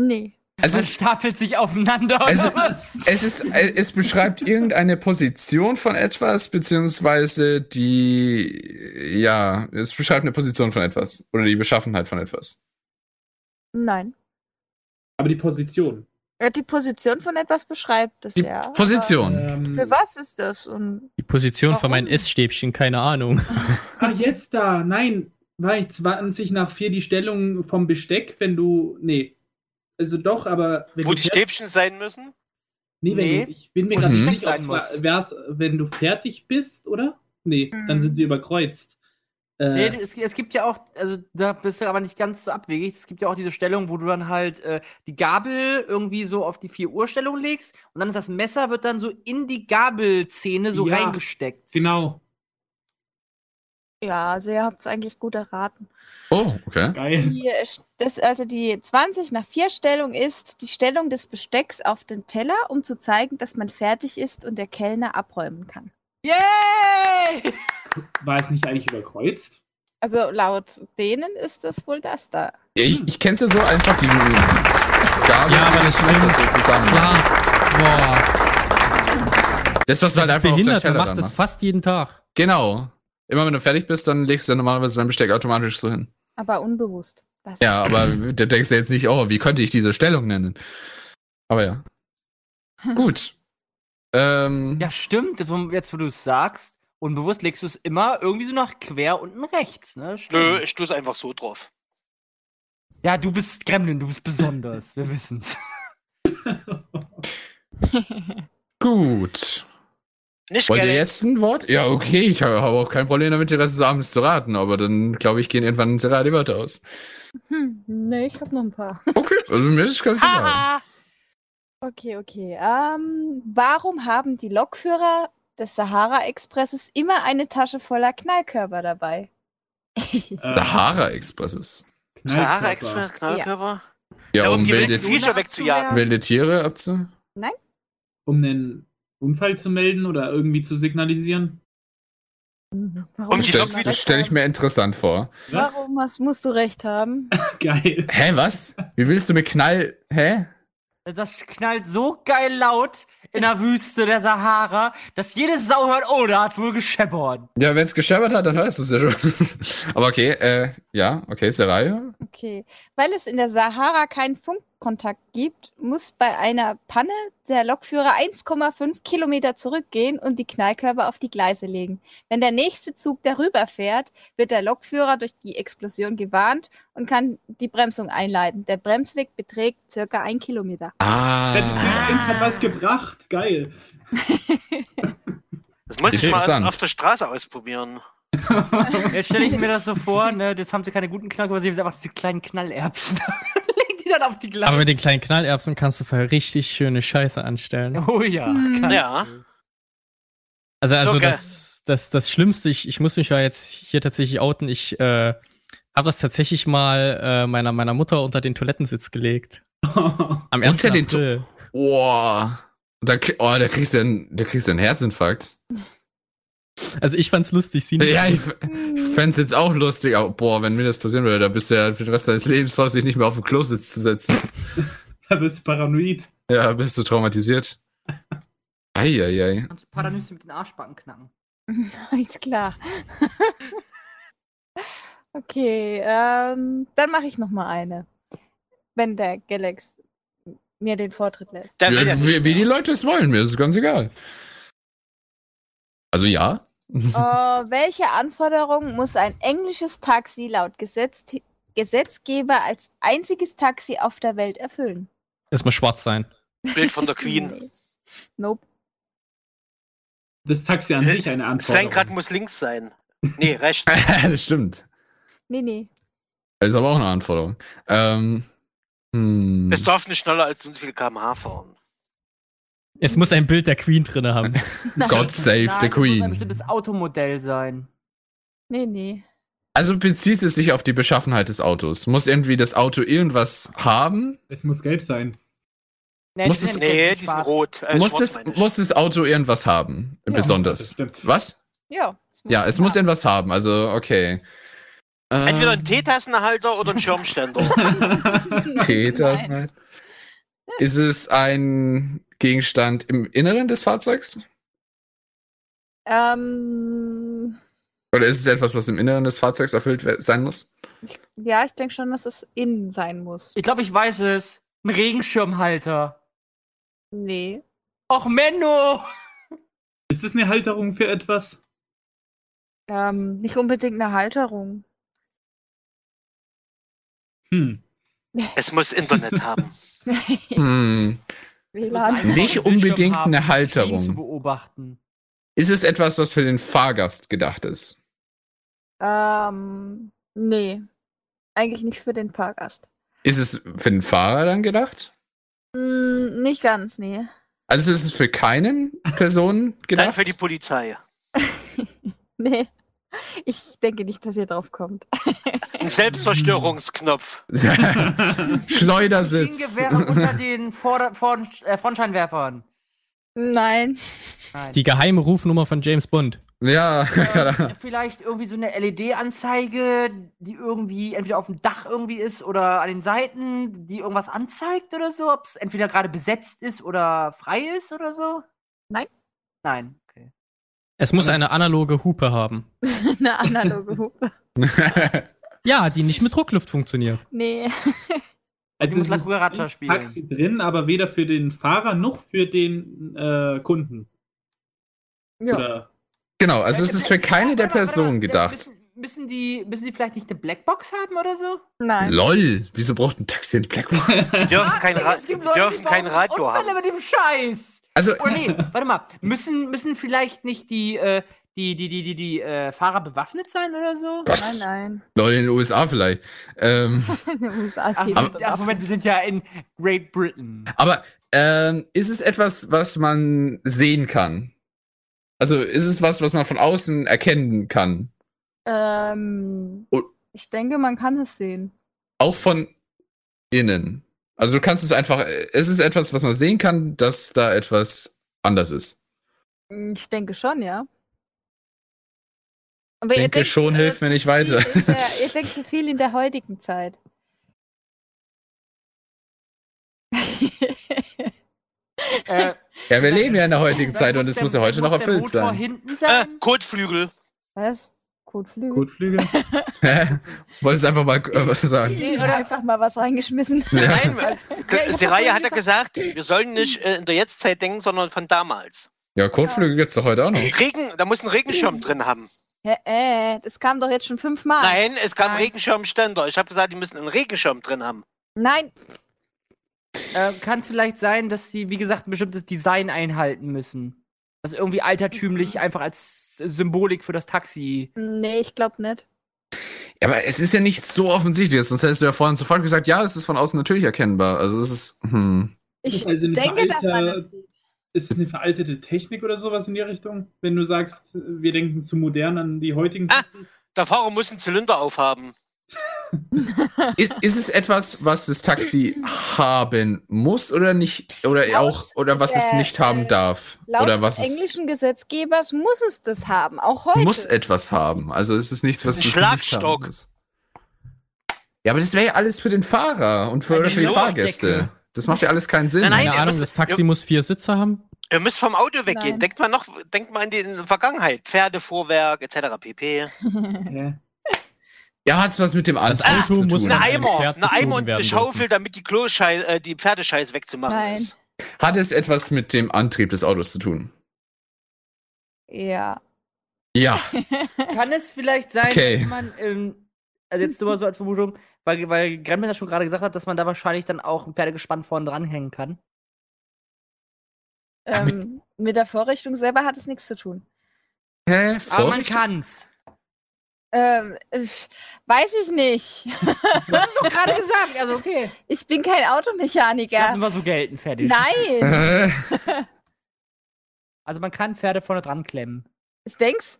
S8: Nee.
S3: Es
S13: Man
S3: ist,
S13: stapelt sich aufeinander oder
S3: Also-
S13: was?
S3: es ist, äh, es beschreibt irgendeine Position von etwas, beziehungsweise die, ja, es beschreibt eine Position von etwas oder die Beschaffenheit von etwas.
S8: Nein.
S1: Aber die Position.
S8: Ja, die Position von etwas beschreibt es
S3: Die
S8: ja. aber
S3: Position.
S1: Ähm,
S8: Für was ist das? Und
S12: Die Position von
S8: Warum?
S12: meinen Essstäbchen, keine <laughs> Ahnung.
S1: Ah, jetzt da. Nein, war ich 20 nach 4 die Stellung vom Besteck, wenn du. Nee. Also doch, aber wenn
S10: Wo
S1: du
S10: die
S1: fertig-
S10: Stäbchen sein müssen?
S1: Nee, wenn
S13: Nee.
S1: Du, ich bin mir gerade
S3: Mhm.
S1: nicht sicher,
S13: Sein muss.
S1: ob es wär's, wenn du fertig bist, oder? Nee, dann
S8: Mhm.
S1: sind sie überkreuzt. Äh,
S13: Nee, es, es gibt ja auch, also da bist du aber nicht ganz so abwegig. Es gibt ja auch diese Stellung, wo du dann halt äh, die Gabel irgendwie so auf die 4 Uhr Stellung legst und dann ist das Messer wird dann so in die Gabelzähne so
S1: Ja,
S13: reingesteckt.
S1: Genau.
S8: Ja, also ihr habt es eigentlich gut erraten.
S3: Oh, okay.
S1: Geil.
S8: Die, äh, das, also die 20 nach 4 Stellung ist die Stellung des Bestecks auf dem Teller, um zu zeigen, dass man fertig ist und der Kellner abräumen kann.
S13: Yay!
S1: War es nicht eigentlich
S13: <laughs>
S1: überkreuzt?
S8: Also laut denen ist das wohl das da.
S3: Ja, ich ich kenn's ja so einfach, die Gabel.
S12: Ja, aber das
S3: schmeißt
S12: stimmt.
S3: so zusammen.
S12: Ja. Boah.
S3: Das, was du halt einfach
S12: Das ist
S3: auf den
S12: behindert, man
S3: Teller
S12: macht
S3: dann
S12: das
S3: machst.
S12: fast jeden Tag.
S3: Genau. Immer wenn du fertig bist, dann legst du ja normalerweise dein Besteck automatisch so hin.
S8: Aber unbewusst. Das
S3: Ja,
S12: <laughs>
S3: aber da denkst du jetzt nicht, oh, wie könnte ich diese Stellung nennen? Aber <laughs> ja. Gut. ähm,
S13: Ja, stimmt. Jetzt, wo- jetzt wo du es sagst, unbewusst legst du es immer irgendwie so nach quer unten rechts, ne?
S10: Nö,
S13: Stimmt.
S3: Hm.
S10: ich tue es einfach so drauf.
S13: Ja, du bist Gremlin, du bist besonders. Wir wissen's.
S3: Gut.
S10: Nicht
S3: Wollt ihr
S10: gerne.
S3: jetzt ein Wort? Ja, okay, ich habe auch kein Problem damit, den Rest des Abends zu raten, aber dann, glaube ich, gehen irgendwann sehr die Wörter aus.
S8: Hm, nee, ich habe noch ein paar. <laughs>
S3: Okay, also mir ist es ganz egal.
S8: Okay, okay. Ähm, warum haben die Lokführer des Sahara-Expresses immer eine Tasche voller Knallkörper dabei?
S1: Äh,
S3: Sahara Expresses.
S10: Sahara Express, Knallkörper?
S3: Ja,
S10: Ja, um
S3: um
S10: die
S3: wilde,
S10: wilden Viecher wegzujagen.
S3: wilde Tiere abzu.
S8: Nein?
S1: Um einen Unfall zu melden oder irgendwie zu signalisieren?
S8: Warum,
S10: Um
S3: Das
S10: die
S3: stelle
S10: Lok
S8: Lokführer-
S10: wieder.
S3: das stell ich mir interessant vor.
S1: Was?
S8: warum hast, musst du recht haben?
S1: Geil.
S3: Hä, was? Wie willst du mit Knall. Hä?
S13: <laughs> Das knallt so geil laut in der Wüste der Sahara, dass jede Sau hört, oh, da hat's wohl gescheppert.
S3: Ja, wenn es gescheppert hat, dann hörst du es ja schon. <laughs> aber okay, äh, ja, okay, Seraya.
S8: Okay. Weil es in der Sahara keinen Funkkontakt gibt, muss bei einer Panne der Lokführer 1,5 Kilometer zurückgehen und die Knallkörper auf die Gleise legen. Wenn der nächste Zug darüber fährt, wird der Lokführer durch die Explosion gewarnt und kann die Bremsung einleiten. Der Bremsweg beträgt circa ein Kilometer.
S3: Ah.
S1: Uns hat was gebracht. Geil. <laughs>
S10: Das muss ich mal
S3: Interessant.
S10: auf der Straße ausprobieren.
S13: Jetzt stelle ich mir das so vor, ne, jetzt haben sie keine guten Knallkörper, sie haben einfach diese kleinen Knallerbsen. <laughs> Leg die dann auf die
S12: Aber
S13: Gleise.
S12: mit den kleinen Knallerbsen kannst du vorher richtig schöne Scheiße anstellen.
S13: Oh ja, kannst
S10: Ja.
S13: du.
S12: Also, also
S10: Okay.
S12: das, das, das Schlimmste, ich, ich muss mich ja jetzt hier tatsächlich outen, ich äh, habe das tatsächlich mal äh, meiner, meiner Mutter unter den Toilettensitz gelegt. Am
S3: Unter
S12: 1.
S3: den
S12: April.
S3: Boah. Und Da, krie- oh, da kriegst du einen, da kriegst du einen Herzinfarkt.
S12: Also ich fand's lustig, sie nicht.
S3: Ja, ich, ich
S8: <laughs>
S3: fänd's jetzt auch lustig, aber boah, wenn mir das passieren würde, da bist du ja für den Rest deines Lebens drauf, sich nicht mehr auf den Klo sitz zu setzen.
S1: Da bist du paranoid.
S3: Ja, bist du traumatisiert. Eieiei.
S13: Kannst du Paranüsse mit den Arschbacken knacken.
S8: Ist klar. <laughs> okay, ähm, dann mache ich noch mal eine, wenn der Galax mir den Vortritt lässt.
S10: Der will ja
S3: Ja,
S10: nicht
S3: wie, wie
S10: mehr.
S3: die Leute es wollen, mir ist es ganz egal. Also ja.
S8: Äh, welche Anforderung muss ein englisches Taxi laut Gesetz Gesetzgeber als einziges Taxi auf der Welt erfüllen?
S12: Es muss schwarz sein.
S10: Bild von
S3: <laughs>
S10: der Queen.
S8: Nee. Nope.
S1: Das Taxi an sich eine
S10: Das Lenkrad
S1: Antwort.
S10: muss links sein. Nee,
S3: <laughs>
S10: rechts.
S3: <laughs> das stimmt.
S8: Nee, nee.
S3: Das ist aber auch eine Anforderung. Ähm, hm.
S10: Es darf nicht schneller als so und so viel km/h fahren.
S12: Es muss ein Bild der Queen drinne haben.
S3: God
S13: Nein, Das
S3: save the
S13: muss ein
S3: Queen.
S13: bestimmtes Automodell sein.
S8: Nee, nee.
S3: Also bezieht es sich auf die Beschaffenheit des Autos. Muss irgendwie das Auto irgendwas haben?
S1: Es muss gelb sein.
S13: Nee,
S3: Muss
S13: die
S3: es-
S13: sind
S10: Nee,
S13: nicht
S10: die sind
S13: schwarz.
S10: rot. Äh,
S3: muss,
S10: schwarz
S3: das,
S10: meine ich.
S3: muss das Auto irgendwas haben?
S8: Ja.
S1: Das
S3: Besonders.
S1: stimmt. <laughs>
S3: Was?
S8: Ja.
S3: Ja, es muss
S8: ja.
S3: irgendwas haben. Also, okay.
S10: Entweder ein
S3: Ähm,
S10: Teetassenhalter oder
S3: <laughs>
S10: ein Schirmständer.
S3: Täters. Nein. Ist es ein Gegenstand im Inneren des Fahrzeugs?
S8: Ähm,
S3: Oder ist es etwas, was im Inneren des Fahrzeugs erfüllt we- sein muss?
S8: ja, ich denke schon, dass es innen sein muss.
S13: Ich glaube, ich weiß es. Ein Regenschirmhalter.
S8: Nee.
S13: Och, Menno!
S1: Ist das eine Halterung für etwas?
S8: Ähm, nicht unbedingt eine Halterung. <laughs>
S1: Hm.
S10: es muss Internet haben.
S3: Hm.
S8: WLAN.
S3: Nicht
S13: Auf dem Bildschirm
S3: unbedingt
S13: haben,
S3: eine
S13: um die
S3: Halterung.
S13: Queen Zu beobachten.
S3: Ist es etwas, was für den Fahrgast gedacht ist?
S8: Ähm, nee. Eigentlich nicht für den Fahrgast.
S3: Ist es für den Fahrer dann gedacht?
S8: Mm, nicht ganz, nee.
S3: Also ist es für keinen
S10: <laughs>
S3: Personen gedacht?
S10: Dann für die Polizei.
S8: <laughs> nee. Ich denke nicht, dass ihr drauf kommt.
S10: Ein Selbstzerstörungsknopf.
S3: <laughs> Schleudersitz. <laughs>
S13: Gewehre unter den Vorder Vorn äh, Frontscheinwerfern.
S8: Nein. <laughs>
S12: Nein. Die geheime Rufnummer von James Bond.
S3: <laughs> Ja,
S13: Äh, vielleicht irgendwie so eine LED-Anzeige, die irgendwie entweder auf dem Dach irgendwie ist oder an den Seiten, die irgendwas anzeigt oder so, ob es entweder gerade besetzt ist oder frei ist oder so?
S8: Nein.
S13: Nein, okay.
S12: Es muss eine analoge Hupe haben.
S8: Eine <laughs> analoge Hupe.
S12: Ja, die nicht mit Druckluft funktioniert.
S8: Nee.
S13: Also
S1: Also
S13: muss
S1: es ist
S13: Lakurata
S1: im
S13: spielen.
S1: Taxi drin, aber weder für den Fahrer noch für den äh, Kunden. Oder
S3: <laughs> Genau, also es ist für keine der
S13: Warte mal, warte mal,
S3: Personen
S13: ja,
S3: gedacht.
S13: Müssen, müssen, die, müssen die vielleicht nicht eine Blackbox haben oder so?
S8: Nein.
S3: LOL, wieso braucht ein Taxi ein
S13: <laughs>
S3: Blackbox?
S10: Die dürfen kein, Ra
S13: Ah, Es
S10: die
S13: gibt Leute,
S10: dürfen
S13: die
S10: kein
S13: bauen
S10: Radio
S13: Unfälle
S10: haben.
S13: mit dem Scheiß.
S3: Also-
S13: Oh nee, warte mal. Müssen, müssen vielleicht nicht die, äh, die, die, die, die, die äh, Fahrer bewaffnet sein oder so?
S8: <laughs>
S3: Was?
S8: Nein,
S3: Leute in den USA vielleicht. Ähm,
S8: nein. In den USA ist
S13: Ach,
S8: jeder
S13: Moment, ach, Moment, wir sind ja in Great Britain.
S3: aber ähm, ist es etwas, was man sehen kann? Also ist es was, was man von außen erkennen kann?
S8: Ähm,
S3: Und-
S8: ich denke, man kann es sehen.
S3: Auch von innen. Also du kannst es einfach, es ist etwas, was man sehen kann, dass da etwas anders ist.
S8: Hm, Ich denke schon, ja. Aber äh,
S3: Denke schon, hilft
S8: zu
S3: mir nicht weiter.
S8: viel in
S3: <laughs>
S8: Der, ihr denkt zu viel in der heutigen <laughs> Zeit.
S13: <laughs> Äh,
S3: Ja, wir leben ja in der heutigen
S13: dann
S3: Zeit und es
S13: der-
S3: muss ja heute noch
S13: muss der
S3: erfüllt
S13: Motor
S3: sein.
S13: Hinten
S10: Äh,
S13: sein?
S3: <laughs>
S10: Kotflügel.
S8: Was? Kotflügel?
S1: Kotflügel?
S3: Wolltest einfach mal äh, was sagen?
S8: Nee, oder einfach mal was reingeschmissen.
S3: <laughs>
S10: Nein,
S13: ich hab
S10: Seraya
S13: doch
S10: hat ja gesagt, wir sollen nicht äh, in der Jetztzeit denken, sondern von damals.
S3: Ja, Kotflüge gibt's doch heute auch noch.
S10: Regen, da muss ein Regenschirm drin haben.
S8: Hä, äh, das kam doch jetzt schon fünfmal.
S10: Nein, es kam Regenschirmständer. Ich habe gesagt, die müssen einen Regenschirm drin haben.
S8: Nein,
S13: Äh, Kann es vielleicht sein, dass sie, wie gesagt, ein bestimmtes Design einhalten müssen? Also irgendwie altertümlich, einfach als Symbolik für das Taxi.
S8: nee, ich glaube nicht.
S3: Ja, aber es ist ja nicht so offensichtlich, sonst hättest du ja vorhin sofort gesagt, ja, das ist von außen natürlich erkennbar. Also es ist, hm.
S8: Ich
S1: Also eine
S8: denke, dass man das
S1: veraltete- ist es eine veraltete Technik oder sowas in die Richtung? Wenn du sagst, wir denken zu modern an die heutigen.
S10: Ah. Der Fahrer muss einen Zylinder aufhaben.
S3: Ist, ist es etwas, was das Taxi haben muss oder nicht, oder
S8: Laut
S3: auch, oder was es
S8: der,
S3: nicht haben
S8: äh,
S3: darf?
S8: Laut
S3: Oder was
S8: des
S3: es
S8: englischen Gesetzgebers muss es das haben, auch heute.
S3: muss etwas haben. Also es ist nichts, was
S10: Ein
S3: es nicht haben
S10: Schlagstock.
S3: muss. Ja, aber das wäre ja alles für den Fahrer und für,
S10: Eine
S3: für die
S10: Sofa-
S3: Fahrgäste.
S12: Decke.
S3: Das macht ja alles keinen Sinn.
S10: Nein, nein.
S12: Keine
S10: ihr
S12: Ahnung,
S10: müsst-
S12: das Taxi
S10: ihr-
S12: muss vier Sitze haben.
S10: Ihr müsst vom Auto weggehen.
S8: Nein.
S10: Denkt mal noch, denkt mal an die, in die Vergangenheit. Pferdefuhrwerk, etc. pp.
S1: Hä?
S3: Ja, hat's was mit dem Auto
S12: Auto
S3: zu
S12: muss
S3: tun.
S10: Ein
S12: Ein
S10: Eimer,
S12: Pferd
S10: ein Eimer
S12: gezogen
S10: und eine
S12: werden
S10: Schaufel,
S12: dürfen.
S10: damit die, Kloschei äh, die Pferdescheiße wegzumachen
S8: Nein.
S10: ist.
S3: Hat es etwas mit dem Antrieb des Autos zu tun?
S8: ja.
S3: Ja.
S13: Kann es vielleicht sein,
S3: Okay.
S13: dass man, ähm, also jetzt nur mal so als Vermutung, weil, weil Gremlin das schon gerade gesagt hat, dass man da wahrscheinlich dann auch ein Pferdegespann vorne dranhängen kann.
S8: Ähm, mit der Vorrichtung selber hat es nichts zu tun.
S3: Hä?
S13: Aber man
S3: Vorrichtung?
S13: kann's.
S8: Ähm, ich- weiß ich nicht. <laughs>
S13: Du hast es doch gerade gesagt, also okay.
S8: Ich bin kein Automechaniker.
S13: Lassen wir so gelten, fertig.
S3: <laughs>
S8: Nein.
S3: Äh,
S13: Also man kann Pferde vorne dran klemmen.
S8: Das denkst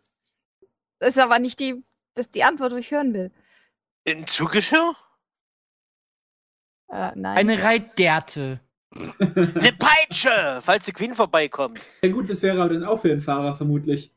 S8: Das ist aber nicht die, das ist die Antwort, die ich hören will.
S10: Ein Zugeschirr?
S8: Äh, nein.
S13: Eine Reitgerte.
S10: Eine Peitsche, falls die Queen vorbeikommt.
S1: Ja gut, das wäre aber dann auch für den Fahrer vermutlich.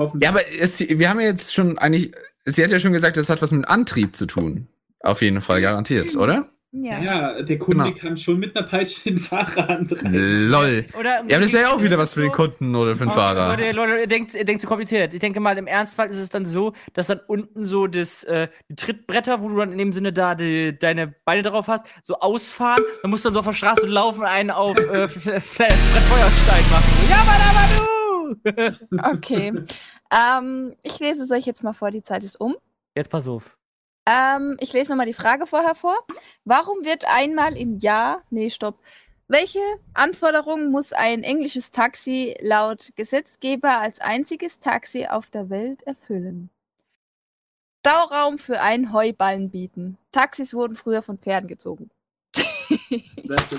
S1: Hoffentlich.
S3: ja, aber es, wir haben ja jetzt schon eigentlich. Sie hat ja schon gesagt, das hat was mit Antrieb zu tun. Auf jeden Fall, garantiert, oder?
S8: ja.
S1: <laughs> Ja, der Kunde
S3: Genau.
S1: kann schon mit einer Peitsche den Fahrer antreiben.
S3: Lol.
S13: Oder
S3: Ja, aber das wäre ja auch wieder was für den
S13: Kunden.
S3: Kunden oder für den
S13: Oh, Leute,
S3: Fahrer.
S13: ihr- Leute, ihr denkt, ihr denkt zu kompliziert. Ich denke mal, im Ernstfall ist es dann so, dass dann unten so das äh, die Trittbretter, wo du dann in dem Sinne da die, deine Beine drauf hast, so ausfahren. Dann musst du dann so auf der Straße laufen, einen auf äh, F- F- Fred Feuerstein machen. Ja, aber aber du! <laughs>
S8: Okay. ähm, ich lese es euch jetzt mal vor, die Zeit ist um.
S13: Jetzt pass auf.
S8: Ähm, ich lese nochmal die Frage vorher vor. Warum wird einmal im Jahr, nee, stopp. Welche Anforderungen muss ein englisches Taxi laut Gesetzgeber als einziges Taxi auf der Welt erfüllen? Stauraum für einen Heuballen bieten. Taxis wurden früher von Pferden gezogen.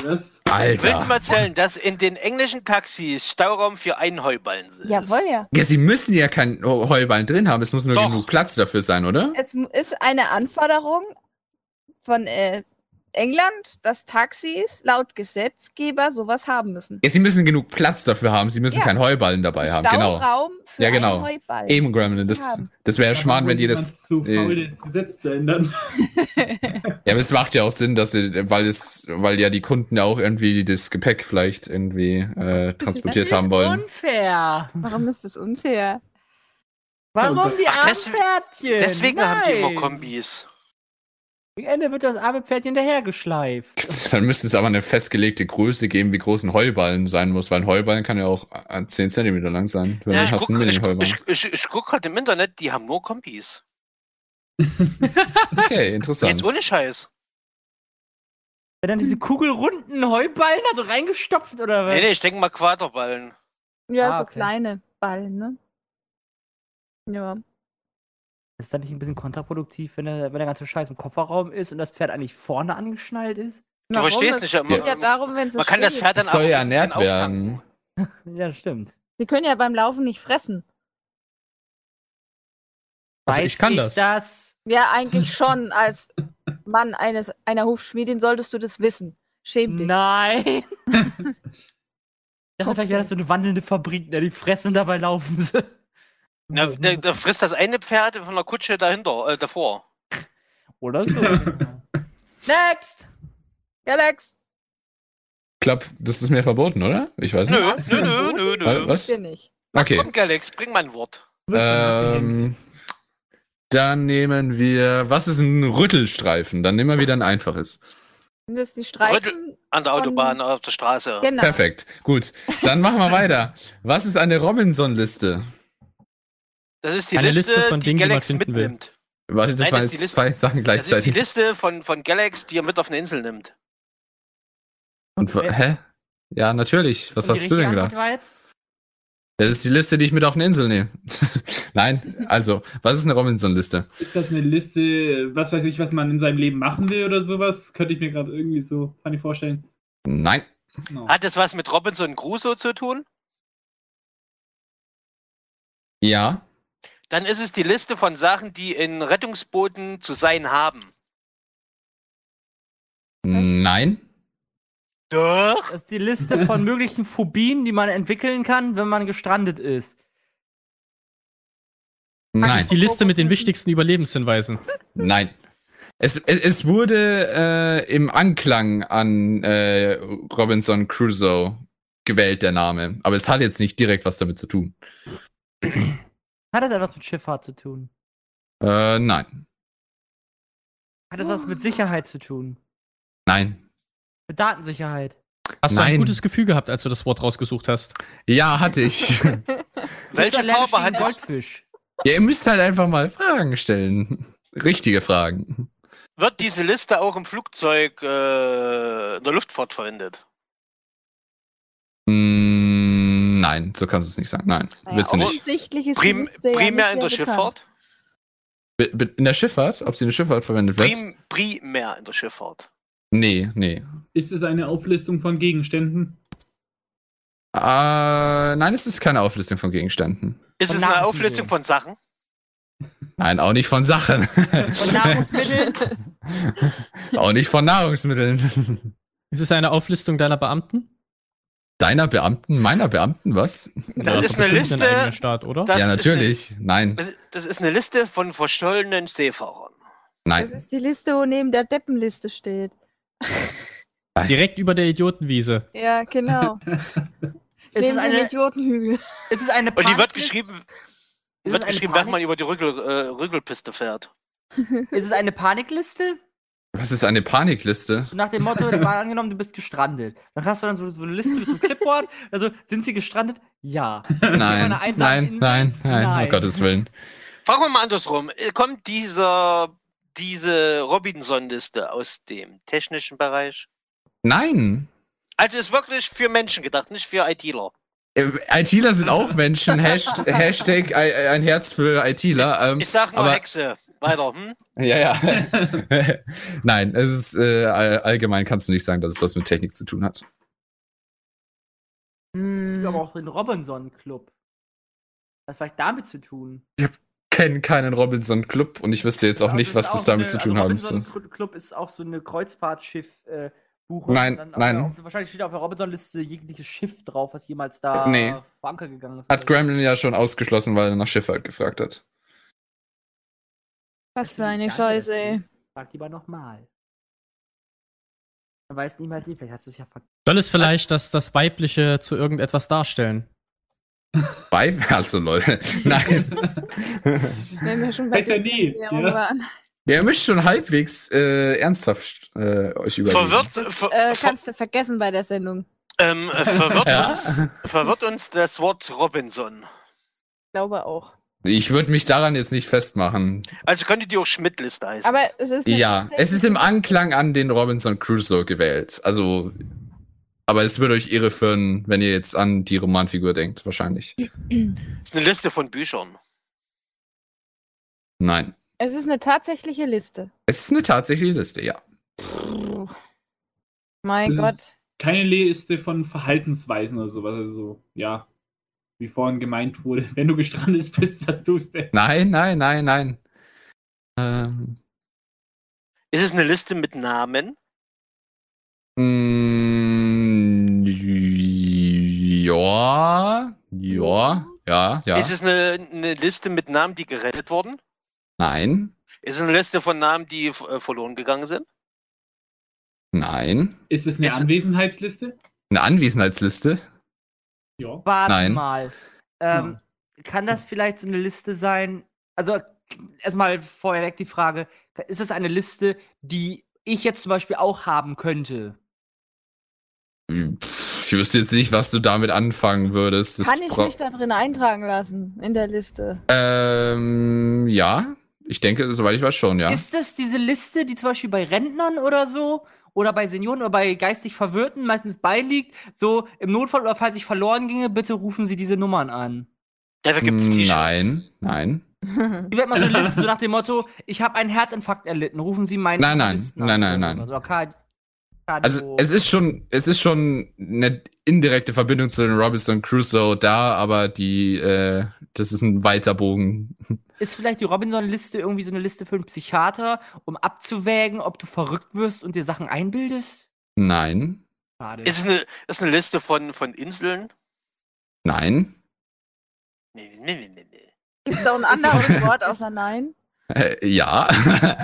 S1: Das,
S10: Alter. Willst du mal zählen, dass in den englischen Taxis Stauraum für einen Heuballen ist?
S8: Jawohl, ja.
S3: Ja, sie müssen ja keinen Heuballen drin haben. Es muss nur
S10: Doch.
S3: genug Platz dafür sein, oder?
S8: Es mu- ist eine Anforderung von äh, England, dass Taxis laut Gesetzgeber sowas haben müssen.
S3: Ja, sie müssen genug Platz dafür haben. Sie müssen
S8: Ja.
S3: keinen Heuballen dabei haben. Genau.
S8: Stauraum für
S3: Ja, genau.
S8: einen Heuballen.
S3: Eben, Gremlin.
S8: müssen sie
S3: Das,
S8: haben.
S3: das wäre ja schmarrn, wenn die das.
S1: jemand Zu faul,
S3: Äh,
S1: das Gesetz zu ändern. <laughs>
S3: ja, aber es macht ja auch Sinn, dass sie, weil es, weil ja die Kunden ja auch irgendwie das Gepäck vielleicht irgendwie äh, transportiert haben wollen.
S13: Unfair.
S8: Warum ist das unfair?
S13: Warum die
S10: Ach,
S13: armen
S10: deswe-
S13: Pferdchen?
S10: Deswegen haben die immer
S13: Nein.
S10: Kombis.
S13: Am Ende wird das arme Pferdchen dahergeschleift.
S3: <laughs> Dann müsste es aber eine festgelegte Größe geben, wie groß ein Heuballen sein muss, weil ein Heuballen kann ja auch äh, 10 cm lang sein. Wenn
S10: Ja,
S3: man
S10: ich
S3: hast
S10: guck,
S3: einen
S10: ich,
S3: Mini-Heuballen.
S10: ich, ich, ich guck gerade im Internet, die haben nur Kombis.
S3: Okay, interessant.
S10: Jetzt ohne Scheiß.
S13: Wer dann diese kugelrunden Heuballen da so reingestopft oder was?
S10: Nee, nee, ich denke mal Quaderballen.
S8: Ja,
S13: Ah,
S8: so
S13: okay.
S8: kleine Ballen, ne? Ja.
S13: Ist das nicht ein bisschen kontraproduktiv, wenn der, wenn der ganze Scheiß im Kofferraum ist und das Pferd eigentlich vorne angeschnallt ist?
S10: Du verstehst
S8: es
S10: nicht,
S8: geht
S10: man-
S8: ja darum, wenn
S10: Man kann das Pferd dann
S3: Es soll
S10: auch
S3: ja
S10: ein
S3: ernährt
S10: bisschen
S3: werden.
S13: Ja, stimmt.
S8: Die können ja beim Laufen nicht fressen.
S12: Also ich kann das.
S13: das?
S8: Ja, eigentlich schon. Als Mann eines, einer Hufschmiedin solltest du das wissen. Schäm dich.
S13: Nein! Ich dachte, vielleicht wäre das so eine wandelnde Fabrik, ne? die fressen und dabei laufen <laughs> sie.
S10: Na, da, da frisst das eine Pferd von der Kutsche dahinter, äh, davor.
S13: Oder
S12: <laughs>
S13: so. genau.
S8: Next! Galax!
S3: Ich glaube, das ist mir verboten, oder? Ich weiß nicht.
S10: Nö,
S8: Was?
S10: nö, nö, nö, nö.
S3: Was?
S8: Wisst ihr nicht.
S3: Okay.
S10: Komm, Galax, bring mal ein Wort.
S3: Ähm, dann nehmen wir. Was ist ein Rüttelstreifen? Dann nehmen wir wieder ein einfaches.
S8: Sind das die Streifen?
S10: An der
S8: Von-
S10: Autobahn, auf der Straße.
S8: Genau.
S3: Perfekt. Gut. Dann machen wir weiter. Was ist eine Robinson-Liste?
S10: Das ist die
S12: Eine
S10: Liste,
S12: Liste von
S10: die
S12: Dingen, die man
S10: Galax
S12: finden will.
S10: mitnimmt.
S3: Warte, das
S10: Nein,
S3: waren
S10: das ist die
S3: jetzt
S10: Liste.
S3: zwei Sachen
S10: Das ist die
S3: gleichzeitig.
S10: Liste von, von Galax, die er mit auf eine Insel nimmt.
S3: Und, wa- hä? Ja, natürlich. Was
S13: Und die
S3: hast du denn
S13: richtige Antwort
S3: gedacht?
S13: war jetzt?
S3: Das ist die Liste, die ich mit auf eine Insel nehme. <laughs> Nein, also, was ist eine Robinson-Liste?
S1: Ist das eine Liste, was weiß ich, was man in seinem Leben machen will oder sowas? Könnte ich mir gerade irgendwie so funny vorstellen. Genau.
S3: Nein.
S1: No.
S10: Hat das was mit Robinson Crusoe zu tun?
S3: Ja.
S10: Dann ist es die Liste von Sachen, die in Rettungsbooten zu sein haben.
S3: Nein.
S10: Doch.
S13: Das ist die Liste von möglichen Phobien, die man entwickeln kann, wenn man gestrandet ist.
S3: Nein.
S12: Das ist die Liste mit den wichtigsten Überlebenshinweisen.
S3: Nein. Es, es, es wurde äh, im Anklang an äh, Robinson Crusoe gewählt, der Name. Aber es hat jetzt nicht direkt was damit zu tun.
S13: Hat das etwas mit Schifffahrt zu tun?
S3: Äh, nein.
S13: Hat das was mit Sicherheit zu tun?
S3: Nein.
S13: Mit Datensicherheit?
S12: Hast du
S3: Nein.
S12: ein gutes Gefühl gehabt, als du das Wort rausgesucht hast?
S3: Ja, hatte
S12: <laughs>
S3: ich.
S10: Welche
S13: Bist du allergisch
S10: Farbe hat
S13: gegen
S10: das?
S13: Goldfisch?
S3: ja, ihr müsst halt einfach mal Fragen stellen. Richtige Fragen.
S10: Wird diese Liste auch im Flugzeug äh, in der Luftfahrt verwendet?
S3: Mm, nein, so kannst du es nicht sagen. Nein,
S8: Naja,
S3: willst du
S12: oh,
S3: nicht.
S8: offensichtlich ist die
S10: Prim
S8: Liste ja
S10: primär
S8: nicht
S10: in der
S8: sehr bekannt.
S10: Schifffahrt?
S3: Be- be- In der Schifffahrt? Ob sie in der Schifffahrt verwendet wird?
S10: Prim primär in der Schifffahrt.
S3: Nee, nee.
S1: Ist es eine Auflistung von Gegenständen?
S3: Äh, nein, es ist keine Auflistung von Gegenständen.
S10: Ist
S13: Von
S10: es eine
S13: Nahrungsmitteln.
S10: Auflistung von Sachen?
S3: Nein, auch nicht von Sachen.
S13: Und Nahrungsmittel?
S3: <laughs> Auch nicht von Nahrungsmitteln.
S12: Ist es eine Auflistung deiner Beamten?
S3: Deiner Beamten, meiner Beamten, was?
S10: Das ist eine
S12: Bestimmt Ein eigener
S10: Liste.
S12: Staat, oder?
S10: Das
S3: ja,
S10: ist eine-
S3: natürlich. Nein,
S10: Das das ist eine Liste von verschollenen Seefahrern.
S8: Das
S3: nein.
S8: ist die Liste, wo neben der Deppenliste steht.
S12: Direkt über der Idiotenwiese.
S8: Ja, <laughs> genau.
S13: Ist es
S8: neben dem
S13: eine,
S8: Idiotenhügel.
S13: ist es eine
S10: Und die wird
S13: Panikliste?
S10: geschrieben,
S13: Ist es
S10: wird
S13: eine
S10: geschrieben,
S13: Panik-
S10: wenn man über die Rügel, äh, Rügelpiste fährt.
S13: Ist es eine Panikliste?
S3: Was ist eine Panikliste?
S13: <laughs> So nach dem Motto, jetzt mal angenommen, du bist gestrandet. Dann hast du dann so, so eine Liste mit so einem Clipboard. Also, sind sie gestrandet? Ja.
S3: Nein,
S13: einer einsamen
S3: nein,
S13: Insel?
S3: nein, nein, um
S13: Nein.
S3: Gottes Willen.
S10: Fragen wir mal andersrum. Äh, Kommt dieser, diese Robinson-Liste aus dem technischen Bereich?
S3: Nein,
S10: Also ist wirklich für Menschen gedacht, nicht für ITler.
S3: Äh, ITler sind auch Menschen. Hasht- Hashtag ei- ein Herz für ITler. Ähm,
S10: Ich sag nur
S3: aber-
S10: Hexe. Weiter. Hm?
S3: Ja, ja. <laughs> Nein, es ist äh, all- allgemein kannst du nicht sagen, dass es was mit Technik zu tun hat.
S13: Ich glaube auch den Robinson Club. Das hat vielleicht damit zu tun.
S3: Kennen keinen Robinson Club und ich wüsste jetzt auch
S13: Also
S3: nicht,
S13: ist
S3: was das
S13: auch
S3: damit
S13: eine-
S3: zu tun
S13: also
S3: haben
S13: Robinson
S3: soll.
S13: Cru- Club ist auch so eine Kreuzfahrtschiff äh, Buche.
S3: Nein,
S13: Und dann auf
S3: nein.
S13: Der, auf- wahrscheinlich steht auf der Robinson-Liste jegliches Schiff drauf, was jemals da
S3: Nee.
S13: vor Anker gegangen ist.
S3: Hat Gremlin ja schon ausgeschlossen, weil er nach Schifffahrt gefragt hat.
S8: Was für
S13: Danke,
S8: eine
S13: dass
S8: Scheiße,
S13: du
S8: ey.
S13: es Frag lieber nochmal. Man weiß niemals nie, vielleicht hast du es ja vergessen.
S12: Soll es vielleicht das, das Weibliche zu irgendetwas darstellen?
S3: Bei? <laughs> Also
S13: <laughs>
S3: lol. Nein. <laughs>
S8: Wenn wir schon bei
S1: <laughs> Weiß ja
S8: der
S1: nie,
S8: Erklärung
S1: ja.
S8: waren.
S3: Ihr müsst schon halbwegs äh, ernsthaft äh, euch überlegen.
S10: Verwirrt, ver,
S8: Äh, kannst du vergessen bei der Sendung,
S10: ähm, äh, verwirrt,
S3: Ja.
S10: uns, verwirrt uns das Wort Robinson.
S8: glaube auch.
S3: Ich würde mich daran jetzt nicht festmachen.
S10: Also könntet ihr auch Schmidt-Liste heißen.
S8: Aber es ist eine
S3: Ja, es ist im Anklang an den Robinson Crusoe gewählt. Also, aber es würde euch irreführen, wenn ihr jetzt an die Romanfigur denkt, wahrscheinlich.
S10: ist eine Liste von Büchern.
S3: Nein.
S8: Es ist eine tatsächliche Liste.
S3: Es ist eine tatsächliche Liste, ja.
S8: Mein
S1: Das
S8: Gott.
S1: ist Keine Liste von Verhaltensweisen oder sowas. Also, so, ja, wie vorhin gemeint wurde, <laughs> wenn du gestrandet bist, was tust du?
S3: Nein, nein, nein, nein. Ähm,
S10: Ist es eine Liste mit Namen?
S3: mm, ja, ja, ja, ja.
S10: Ist es eine, eine Liste mit Namen, die gerettet wurden?
S3: Nein,
S10: Ist es eine Liste von Namen, die äh, verloren gegangen sind?
S3: nein.
S1: Ist es eine
S10: Ist-
S1: Anwesenheitsliste?
S3: Eine Anwesenheitsliste?
S1: Ja.
S13: Warte
S3: Nein. Hm.
S13: mal. Ähm, Kann das vielleicht so eine Liste sein? Also, erstmal vorweg die Frage: Ist das eine Liste, die ich jetzt zum Beispiel auch haben könnte?
S3: Pff, Ich wüsste jetzt nicht, was du damit anfangen würdest. Das
S8: Kann ich
S3: bra-
S8: mich da drin eintragen lassen in der <laughs> Liste?
S3: Ähm, ja. Ich denke, soweit ich weiß schon, ja.
S13: Ist das diese Liste, die zum Beispiel bei Rentnern oder so oder bei Senioren oder bei geistig Verwirrten meistens beiliegt? So im Notfall oder falls ich verloren ginge, bitte rufen Sie diese Nummern an.
S10: Dafür gibt es T-Shirts.
S3: Mm, nein, nein.
S13: Ich werde mal so eine Liste so nach dem Motto: Ich habe einen Herzinfarkt erlitten. Rufen Sie meinen
S3: Nein, nein,
S13: Listen
S3: nein,
S13: an oder
S3: nein, nein.
S13: sowas. Oder Kar-
S3: Also
S13: Cardio-
S3: es ist schon, es ist schon eine indirekte Verbindung zu den Robinson Crusoe da, aber die, äh, das ist ein weiter Bogen.
S13: Ist vielleicht die Robinson-Liste irgendwie so eine Liste für einen Psychiater, um abzuwägen, ob du verrückt wirst und dir Sachen einbildest?
S3: Nein,
S13: Schade.
S10: Ist es eine, ist eine Liste von, von Inseln?
S3: nein.
S10: Nee, nee, nee, nee, nee.
S8: Gibt es auch ein <laughs> anderes Wort außer Nein?
S3: Äh, ja.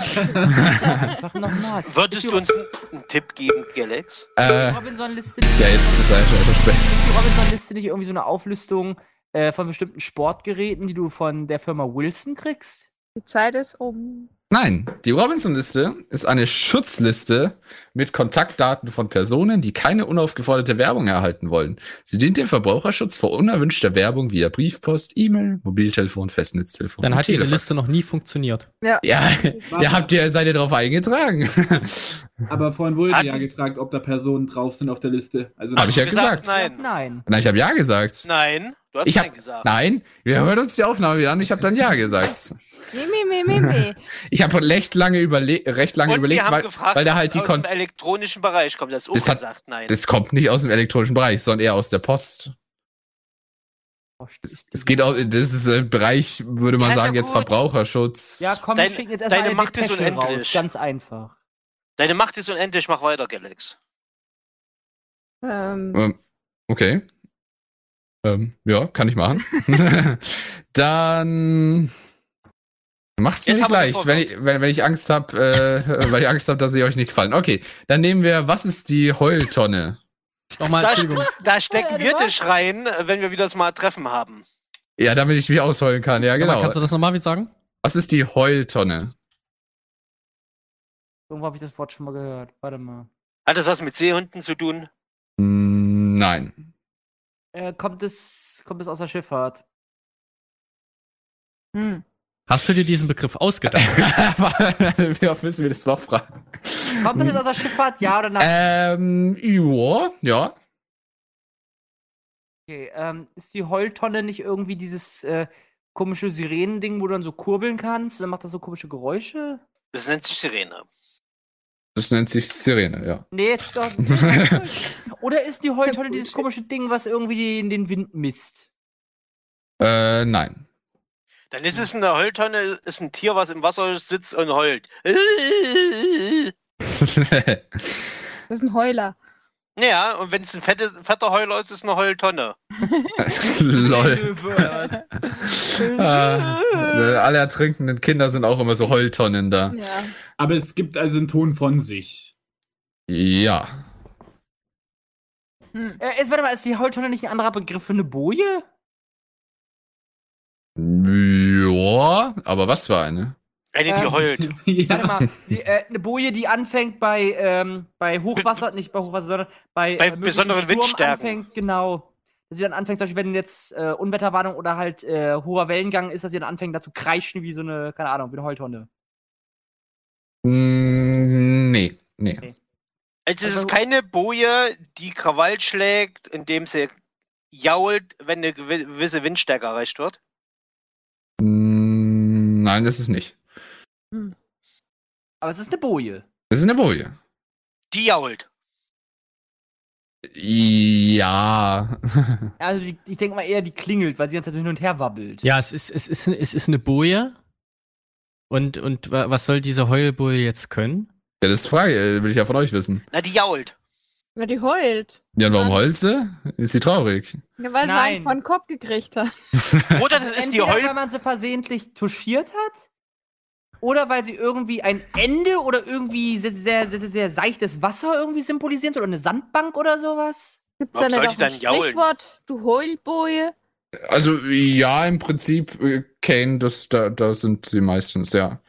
S3: <laughs>
S13: Einfach nochmal.
S10: <laughs> Würdest du uns einen, einen Tipp geben, Galax?
S3: äh,
S13: Die
S3: ja,
S13: Robinson-Liste nicht,
S3: jetzt ist es leider schon etwas spät.
S13: ist die Robinson-Liste nicht irgendwie so eine Auflistung äh, von bestimmten Sportgeräten, die du von der Firma Wilson kriegst?
S8: Die Zeit ist um.
S3: Nein, die Robinson-Liste ist eine Schutzliste mit Kontaktdaten von Personen, die keine unaufgeforderte Werbung erhalten wollen. Sie dient dem Verbraucherschutz vor unerwünschter Werbung via Briefpost, E-Mail, Mobiltelefon, Festnetztelefon.
S12: Dann
S3: und
S12: hat diese
S3: Telefax.
S12: Liste noch nie funktioniert.
S3: Ja, ja habt ihr, seid ihr drauf eingetragen? <laughs>
S1: Aber vorhin wurde
S10: Hat-
S1: ja gefragt, ob da Personen drauf sind auf der Liste. Also
S3: Hab ich
S10: Hast du
S3: ja gesagt.
S10: Nein.
S13: Nein.
S3: Nein, ich habe ja gesagt.
S10: Nein. Du hast
S3: Ich
S10: Nein
S3: hab,
S10: gesagt.
S3: nein, wir hören uns die Aufnahme wieder an. Ich habe dann ja gesagt.
S8: Nee, nee, nee, nee, nee.
S3: Ich habe recht lange, überle recht lange
S10: Und
S3: überlegt,
S10: wir haben
S3: weil,
S10: gefragt,
S3: weil da halt
S10: was
S3: die
S10: aus dem
S3: Kon
S10: elektronischen Bereich kommt. Das ist auch
S3: Das hat-
S10: gesagt, nein.
S3: Das kommt nicht aus dem elektronischen Bereich, sondern eher aus der Post.
S13: Oh,
S3: Es- Es geht auch, das ist ein Bereich, würde man
S10: Ja, ist
S3: sagen,
S10: ja
S3: jetzt
S10: gut.
S3: Verbraucherschutz.
S13: Ja, komm,
S10: Deine-
S13: wir schicken jetzt erstmal
S10: deine
S13: eine
S10: Macht ist
S13: Depeche
S10: unendlich.
S13: raus. Ganz einfach.
S10: Deine Macht ist unendlich. Mach weiter, Galax.
S8: Ähm,
S3: Ähm, okay. Ähm, ja, kann ich <laughs> machen. Dann macht's mir
S10: Jetzt
S3: nicht
S10: haben wir
S3: leicht,
S10: den
S3: wenn ich, wenn, wenn ich Angst hab, äh, <laughs> weil ich Angst hab, dass ich euch nicht gefallen. Okay, dann nehmen wir, was ist die Heultonne?
S12: Nochmal,
S10: Da,
S12: Entschuldigung.
S10: da stecken
S8: Äh,
S10: wir
S8: was?
S10: dich rein, äh, wenn wir wieder das mal Treffen haben.
S3: Ja, damit ich mich ausheulen kann, ja
S12: Nochmal,
S3: genau.
S12: Kannst du das nochmal wieder sagen?
S3: Was ist die Heultonne?
S13: Irgendwo habe ich das Wort schon mal gehört. Warte mal.
S10: Hat das was mit Seehunden zu tun?
S3: Mm, <laughs> Nein.
S13: Äh, kommt, es, kommt es aus der Schifffahrt?
S8: hm.
S12: Hast du dir diesen Begriff ausgedacht?
S3: Wie oft müssen wir das noch fragen?
S13: Kommt es aus der Schifffahrt? Ja oder nein?
S3: Ähm, ja, ja.
S13: Okay, ähm, ist die Heultonne nicht irgendwie dieses äh, komische Sirenending, wo du dann so kurbeln kannst? Dann macht das so komische Geräusche?
S10: Das nennt sich Sirene.
S3: Das nennt sich Sirene, ja.
S13: Nee, ist doch. Oder ist die Heultonne dieses komische Ding, was irgendwie die, den Wind misst?
S3: Äh,
S10: <laughs>
S3: nein. <laughs>
S10: Dann ist es eine Heultonne, ist ein Tier, was im Wasser sitzt und heult.
S8: Das ist ein Heuler.
S10: Ja, und wenn es ein fettes, fetter Heuler ist, ist es eine Heultonne.
S3: Lol. äh, alle ertrinkenden Kinder sind auch immer so Heultonnen da.
S1: Ja. Aber es gibt also einen Ton von sich. <laughs>
S3: Ja.
S13: Hm. Äh, ist, warte mal, ist die Heultonne nicht ein anderer Begriff für eine Boje?
S3: Ja, aber was für eine?
S10: Eine, die
S13: Ähm,
S10: heult.
S13: Warte mal, die, äh, eine Boje, die anfängt bei, ähm, bei Hochwasser, nicht bei Hochwasser, sondern bei,
S10: Bei
S13: äh, möglichen
S10: besonderen
S13: Sturm
S10: Windstärken.
S13: Anfängt, genau. Dass sie dann anfängt, zum Beispiel, wenn jetzt äh, Unwetterwarnung oder halt äh, hoher Wellengang ist, dass sie dann anfängt, da zu kreischen wie so eine, keine Ahnung, wie eine Heultonne.
S3: Mm, nee, nee.
S10: Also es
S13: Also-
S10: ist keine Boje, die Krawall schlägt, indem sie jault, wenn eine gewi- gewisse Windstärke erreicht wird.
S3: Mm, nein, das ist nicht.
S13: Aber es ist eine Boje.
S3: Das ist eine Boje.
S10: Die jault.
S3: <laughs> Ja.
S13: Also die, ich denke mal eher, die klingelt, weil sie jetzt halt hin und her wabbelt.
S12: Ja, es ist, es ist, es ist eine Boje. Und, und wa- was soll diese Heulboje jetzt können?
S3: Ja, das ist die Frage, äh, will ich ja von euch wissen.
S10: Na, die jault.
S8: Ja, die heult.
S3: Ja, und warum heult sie? Ist sie traurig?
S8: Ja, weil sie
S13: Nein.
S8: einen von den Kopf gekriegt hat.
S13: <laughs>
S10: Oder das ist die
S13: Entweder,
S10: Heul.
S13: weil man sie versehentlich touchiert hat, oder weil sie irgendwie ein Ende oder irgendwie sehr, sehr, sehr, sehr, sehr seichtes Wasser irgendwie symbolisieren soll oder eine Sandbank oder sowas.
S8: Gibt's da
S10: Warum
S8: nicht
S10: soll
S8: auch
S10: die
S8: ein
S10: dann jaulen?
S8: Sprichwort? Du Heulboje?
S3: Also, ja, im Prinzip, äh, Kane, das, da, da sind sie meistens, ja.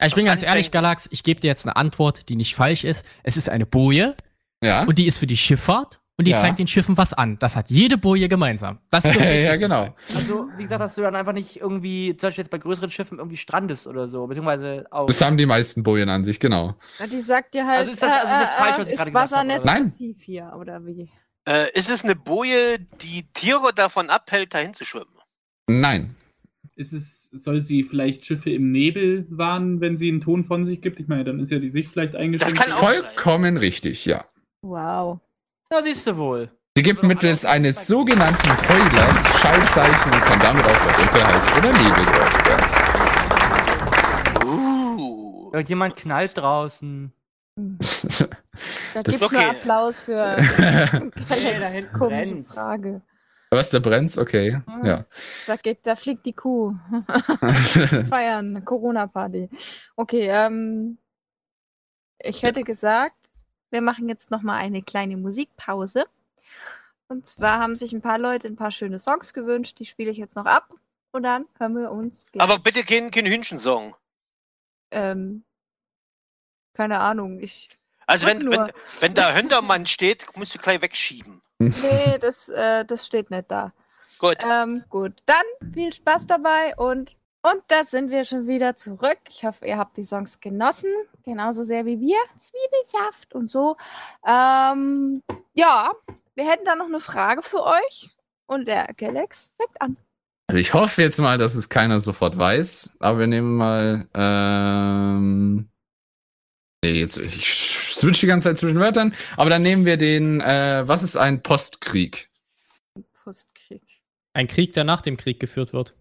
S12: Ja, Ich bin ganz ehrlich,
S10: Anfängen.
S12: Galax, ich gebe dir jetzt eine Antwort, die nicht falsch ist. Es ist eine Boje
S3: Ja.
S12: und die ist für die Schifffahrt und die
S3: Ja.
S12: zeigt den Schiffen was an. Das hat jede Boje gemeinsam.
S3: <laughs>
S12: Das dürfte jetzt
S3: ja,
S12: richtig
S3: genau.
S12: sein.
S13: Also, wie gesagt, dass du dann einfach nicht irgendwie, zum Beispiel jetzt bei größeren Schiffen irgendwie strandest oder so, beziehungsweise auch.
S3: Das haben die meisten Bojen an sich, genau.
S8: Na, die sagt dir halt,
S13: Also ist das- also ist das falsch, was ich gerade
S8: ist
S13: gesagt
S8: Wasser
S13: habe,
S8: nicht
S3: oder was?
S8: so
S3: Nein.
S8: tief hier, oder wie?
S10: Äh, ist es eine Boje, die Tiere davon abhält, dahin zu schwimmen?
S3: Nein.
S1: Ist es, soll sie vielleicht Schiffe im Nebel warnen, wenn sie einen Ton von sich gibt? Ich meine, dann ist ja die Sicht vielleicht eingeschränkt.
S10: kann auch-
S3: Vollkommen richtig, ja.
S8: Wow.
S13: Na, siehst du wohl.
S3: Sie gibt mittels eines sogenannten Heulers Schallzeichen und kann damit auch bei Dunkelheit oder Nebel geäußert werden.
S10: Uh.
S13: Irgendjemand knallt draußen.
S8: Da
S3: Das-
S8: gibt's nur
S10: Okay.
S8: Applaus
S10: <laughs>
S8: für
S13: da
S8: Galax
S13: hinten
S8: komische
S13: brennt's.
S8: Frage.
S3: Was, der brennt? Okay,
S8: Mhm.
S3: ja. <laughs>
S8: Da, geht, da fliegt die Kuh. <laughs> Feiern, Corona-Party. Okay, ähm, ich hätte gesagt, wir machen jetzt noch mal eine kleine Musikpause. Und zwar haben sich ein paar Leute ein paar schöne Songs gewünscht, die spiele ich jetzt noch ab. Und dann hören wir uns gleich.
S10: Aber bitte kein, kein Hühnchensong.
S8: ähm, keine Ahnung, ich.
S10: Also
S8: Sag
S10: wenn,
S8: nur.
S10: wenn, wenn da Höndermann steht, musst du gleich wegschieben.
S8: Nee, das, äh, das steht nicht da.
S10: Gut.
S8: Ähm, gut, dann viel Spaß dabei und, und da sind wir schon wieder zurück. Ich hoffe, ihr habt die Songs genossen, genauso sehr wie wir. Zwiebelsaft und so. Ähm, ja, wir hätten da noch eine Frage für euch und der Galax fängt an.
S3: Also ich hoffe jetzt mal, dass es keiner sofort weiß, aber wir nehmen mal, ähm, nee, jetzt, ich switch die ganze Zeit zwischen Wörtern, aber dann nehmen wir den, äh, was ist ein Postkrieg?
S8: Postkrieg.
S12: Ein Krieg, der nach dem Krieg geführt wird.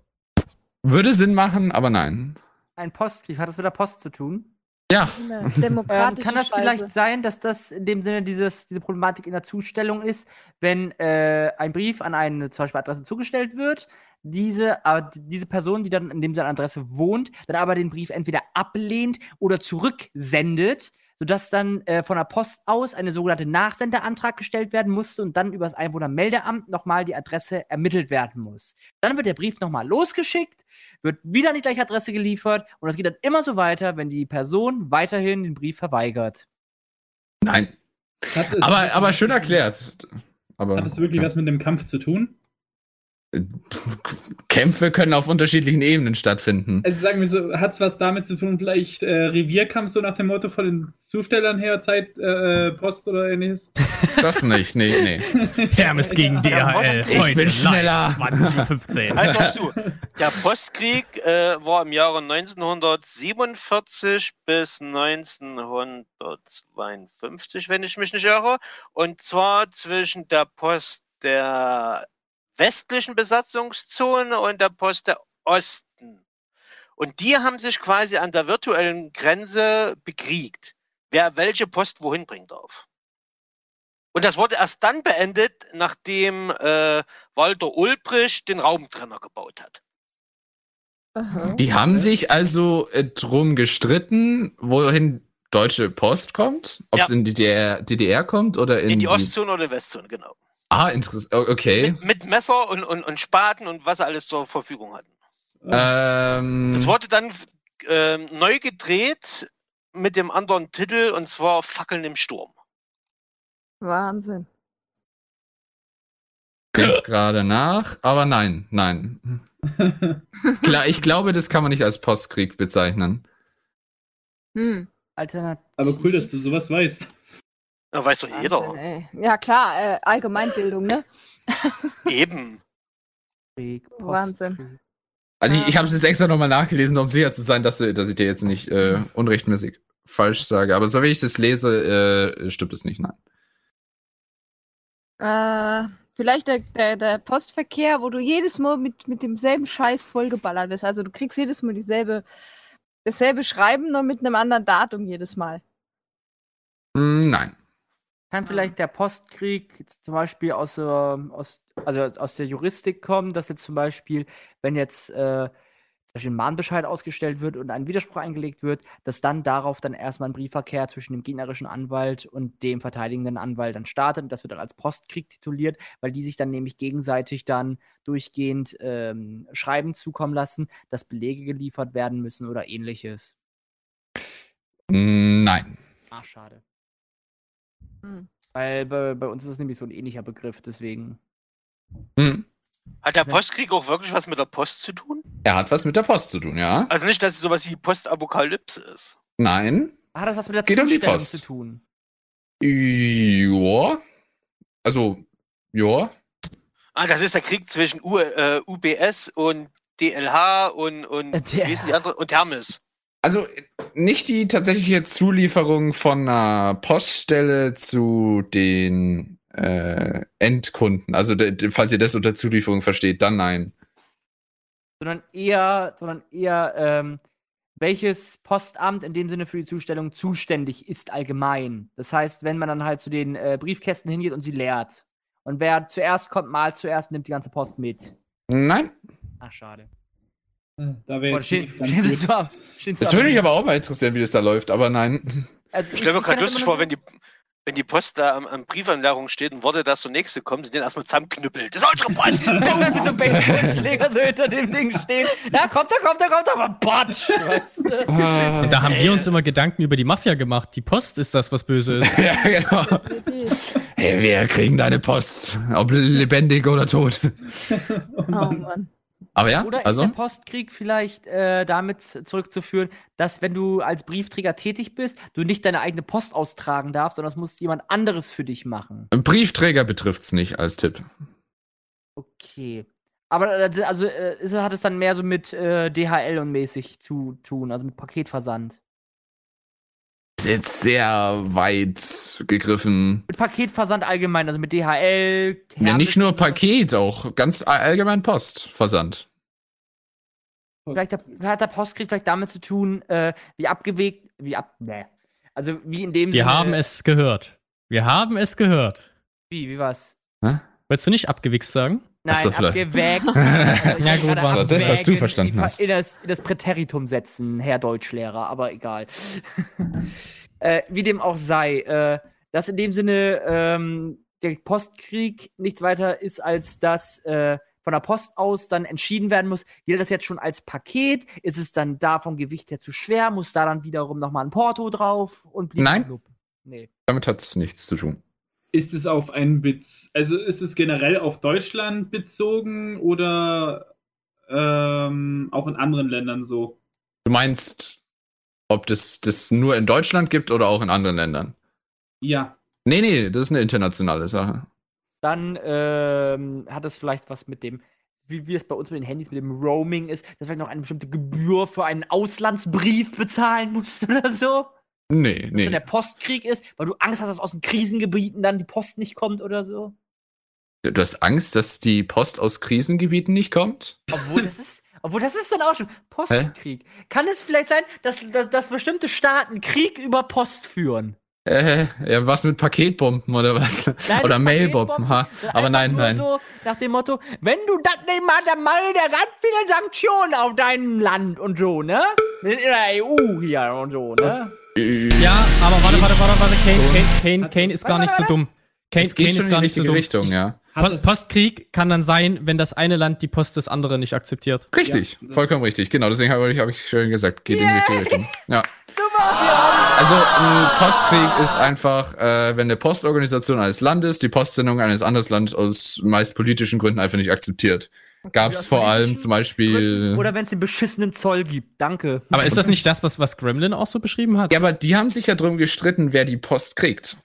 S3: Würde Sinn machen, aber nein.
S13: Ein Postkrieg. Hat das mit der Post zu tun?
S3: Ja,
S8: <laughs> Eine
S13: Ähm,
S8: demokratische
S13: kann das
S8: Scheiße.
S13: vielleicht sein, dass das in dem Sinne dieses, diese Problematik in der Zustellung ist, wenn äh, ein Brief an eine zum Beispiel Adresse zugestellt wird, diese, äh, diese Person, die dann in dem Sinne an Adresse wohnt, dann aber den Brief entweder ablehnt oder zurücksendet, sodass dann äh, von der Post aus eine sogenannte Nachsenderantrag gestellt werden musste und dann über das Einwohnermeldeamt nochmal die Adresse ermittelt werden muss. Dann wird der Brief nochmal losgeschickt, wird wieder an die gleiche Adresse geliefert und das geht dann immer so weiter, wenn die Person weiterhin den Brief verweigert.
S3: nein.
S1: Hat es-
S3: Aber, aber schön erklärt. Aber,
S1: Hat es wirklich was mit dem Kampf zu tun?
S3: Kämpfe können auf unterschiedlichen Ebenen stattfinden.
S1: Also sagen wir so, hat es was damit zu tun, vielleicht äh, Revierkampf so nach dem Motto von den Zustellern her, Zeit, äh, Post oder ähnliches?
S3: Das nicht, nee, nee.
S12: Hermes gegen ja, DHL.
S3: Ich heute bin schneller. Also,
S12: 20.15
S10: Halt doch zu. Der Postkrieg äh, war im Jahre 1947 bis 1952, wenn ich mich nicht irre. Und zwar zwischen der Post der westlichen Besatzungszone und der Post der Osten. Und die haben sich quasi an der virtuellen Grenze bekriegt, wer welche Post wohin bringen darf. Und das wurde erst dann beendet, nachdem äh, Walter Ulbricht den Raumtrenner gebaut hat.
S3: Aha. Die haben sich also äh, drum gestritten, wohin Deutsche Post kommt, ob es
S10: Ja.
S3: in die DDR, DDR kommt oder in,
S10: In die Ostzone oder Westzone, genau.
S3: Ah, interessant. Okay.
S10: Mit Messer und, und, und Spaten und was sie alles zur Verfügung hatten.
S3: Ähm,
S10: Das wurde dann ähm, neu gedreht mit dem anderen Titel und zwar Fackeln im Sturm.
S8: Wahnsinn.
S3: jetzt gerade nach, aber nein, nein. Klar, ich glaube, das kann man nicht als Postkrieg bezeichnen.
S8: Hm.
S13: Alternativ.
S1: Aber cool, dass du sowas weißt.
S10: Da weiß doch
S8: Wahnsinn,
S10: jeder.
S8: ey. Ja, klar, äh, Allgemeinbildung, ne?
S10: Eben.
S8: Wahnsinn.
S3: Also ich, ich habe es jetzt extra nochmal nachgelesen, um sicher zu sein, dass, du- dass ich dir jetzt nicht äh, unrechtmäßig falsch sage. Aber so wie ich das lese, äh, stimmt es nicht, nein.
S8: Äh, vielleicht der, der, der Postverkehr, wo du jedes Mal mit, mit demselben Scheiß vollgeballert wirst. Also du kriegst jedes Mal dieselbe, dasselbe Schreiben, nur mit einem anderen Datum jedes Mal.
S3: Hm, Nein.
S13: Kann vielleicht der Postkrieg jetzt zum Beispiel aus, der- aus, also aus der Juristik kommen, dass jetzt zum Beispiel, wenn jetzt äh, zum Beispiel ein Mahnbescheid ausgestellt wird und ein Widerspruch eingelegt wird, dass dann darauf dann erstmal ein Briefverkehr zwischen dem gegnerischen Anwalt und dem verteidigenden Anwalt dann startet. Und das wird dann als Postkrieg tituliert, weil die sich dann nämlich gegenseitig dann durchgehend ähm, Schreiben zukommen lassen, dass Belege geliefert werden müssen oder ähnliches.
S3: Hm, Nein.
S13: Ach, schade.
S8: Hm.
S13: Weil bei, bei uns ist es nämlich so ein ähnlicher Begriff, deswegen.
S3: Hm.
S10: Hat der Postkrieg auch wirklich was mit der Post zu tun?
S3: Er hat was mit der Post zu tun, ja?
S10: Also nicht, dass es sowas wie Postapokalypse ist.
S3: Nein.
S13: Hat das was mit der
S3: Geht um die
S13: Zustellung
S3: Post.
S13: zu tun?
S3: Joa. Also, joa.
S10: Ah, das ist der Krieg zwischen U äh, UBS und DLH und, und,
S13: Äh,
S10: wie hießen die anderen? und Hermes.
S3: Also nicht die tatsächliche Zulieferung von einer Poststelle zu den äh, Endkunden. Also de, de, falls ihr das unter Zulieferung versteht, dann nein.
S13: Sondern eher, sondern eher, ähm, welches Postamt in dem Sinne für die Zustellung zuständig ist allgemein. Das heißt, wenn man dann halt zu den äh, Briefkästen hingeht und sie leert. Und wer zuerst kommt, malt zuerst und nimmt die ganze Post mit.
S3: Nein.
S13: Ach, schade.
S1: Da
S13: Boah,
S1: wäre
S13: stehen- stehen sie so am- stehen sie
S3: Das
S13: so am-
S3: würde mich aber auch mal interessieren, wie das da läuft, aber nein.
S13: Also
S10: Ich stelle mir
S13: kann
S10: gerade
S13: das
S10: lustig
S13: immer nur <laughs>
S10: vor, wenn die, wenn die Post da am, am Briefanlagerung steht und Worte, dass zur nächste kommt und den erstmal zusammenknüppelt. Das ist
S13: <laughs>
S10: unsere Post!
S13: so- wenn sie so Baseballschläger so hinter dem Ding stehen. Na, kommt er, kommt er, kommt er, aber Batsch! Weißt du?
S3: Ah,
S12: Da haben wir uns immer Gedanken über die Mafia gemacht. Die Post ist das, was
S3: <laughs>
S12: böse
S3: <laughs>
S12: ist.
S3: ja, genau. Hey, wir kriegen deine Post, ob lebendig oder tot.
S8: <laughs> Oh Mann.
S3: Aber ja,
S13: Oder ist
S3: also
S13: der Postkrieg vielleicht äh, damit zurückzuführen, dass wenn du als Briefträger tätig bist, du nicht deine eigene Post austragen darfst, sondern das muss jemand anderes für dich machen.
S3: Briefträger betrifft es nicht als Tipp.
S13: Okay. Aber äh, also äh, ist, hat es dann mehr so mit äh, DHL und mäßig zu tun, also mit Paketversand.
S3: Ist jetzt sehr weit gegriffen.
S13: Mit Paketversand allgemein, also mit DHL.
S3: Ja,
S13: Hermes
S3: nicht nur
S13: und so.
S3: Paket, auch ganz all- allgemein Postversand.
S13: Vielleicht, der- vielleicht hat der Postkrieg vielleicht damit zu tun, äh, wie abgewegt, wie ab, ne. Also wie in dem
S12: Wir haben es gehört. Wir haben es gehört.
S13: Wie, wie war's?
S3: Hä?
S12: Wolltest du nicht abgewichst sagen?
S13: Nein,
S3: Ach so, vielleicht.
S13: abgewägt.
S3: <laughs>
S13: Also ich
S12: Ja,
S13: wollte
S12: gut,
S13: gerade
S12: war-
S3: Das, was du
S13: abwägen,
S3: verstanden
S13: die Ver-
S3: hast.
S13: In das, in das Präteritum setzen, Herr Deutschlehrer, aber
S3: <laughs>
S13: egal. äh, wie dem auch sei, äh, dass in dem Sinne ähm, der Postkrieg nichts weiter ist, als dass äh, von der Post aus dann entschieden werden muss, gilt das jetzt schon als Paket? Ist es dann da vom Gewicht her zu schwer? Muss da dann wiederum nochmal ein Porto drauf? Und
S3: Nein.
S13: blub. Nee.
S3: Damit hat es nichts zu tun.
S1: Ist es auf einen Bez also ist es generell auf Deutschland bezogen oder ähm, auch in anderen Ländern so?
S3: Du meinst, ob das, das nur in Deutschland gibt oder auch in anderen Ländern?
S1: Ja.
S3: Nee, nee, das ist eine internationale Sache.
S13: Dann ähm, hat es vielleicht was mit dem, wie, wie es bei uns mit den Handys, mit dem Roaming ist, dass vielleicht noch eine bestimmte Gebühr für einen Auslandsbrief bezahlen musst <laughs> oder so.
S3: Nee, nee.
S13: Dass dann der Postkrieg ist, weil du Angst hast, dass aus den Krisengebieten dann die Post nicht kommt oder so.
S3: Du hast Angst, dass die Post aus Krisengebieten nicht kommt?
S13: Obwohl das
S3: <laughs>
S13: ist, obwohl das ist dann auch schon Postkrieg. Hä? Kann es vielleicht sein, dass, dass, dass bestimmte Staaten Krieg über Post führen?
S3: Äh, ja, was mit Paketbomben oder was? Nein, oder Mailbomben, ha. Aber nein, nein. So
S13: nach dem Motto, wenn du das nicht machst, dann machen da ganz viele Sanktionen auf deinem Land und so, ne? In der EU hier und so, ne?
S3: Äh,
S12: Ja, aber warte, warte, warte, warte, Kane, Kane, Kane, Kane ist gar nicht so dumm. Kane,
S3: es geht
S12: Kane
S3: schon
S12: ist gar nicht so
S3: in die
S12: dumm.
S3: richtige Richtung, ja.
S12: Po- Postkrieg kann dann sein, wenn das eine Land die Post des anderen nicht akzeptiert.
S3: Richtig, vollkommen richtig. Genau, deswegen habe ich, hab ich schön gesagt, geht in die richtige Richtung. Ja. Also ein Postkrieg ist einfach, äh, wenn eine Postorganisation eines Landes die Postsendung eines anderen Landes aus meist politischen Gründen einfach nicht akzeptiert. Gab es
S13: aus
S3: vor allem
S13: politischen
S3: zum Beispiel.
S13: Oder wenn es den beschissenen Zoll gibt. Danke.
S12: Aber ist das <laughs> nicht das, was, was Gremlin auch so beschrieben hat?
S3: Ja, aber die haben sich ja drum gestritten, wer die Post kriegt.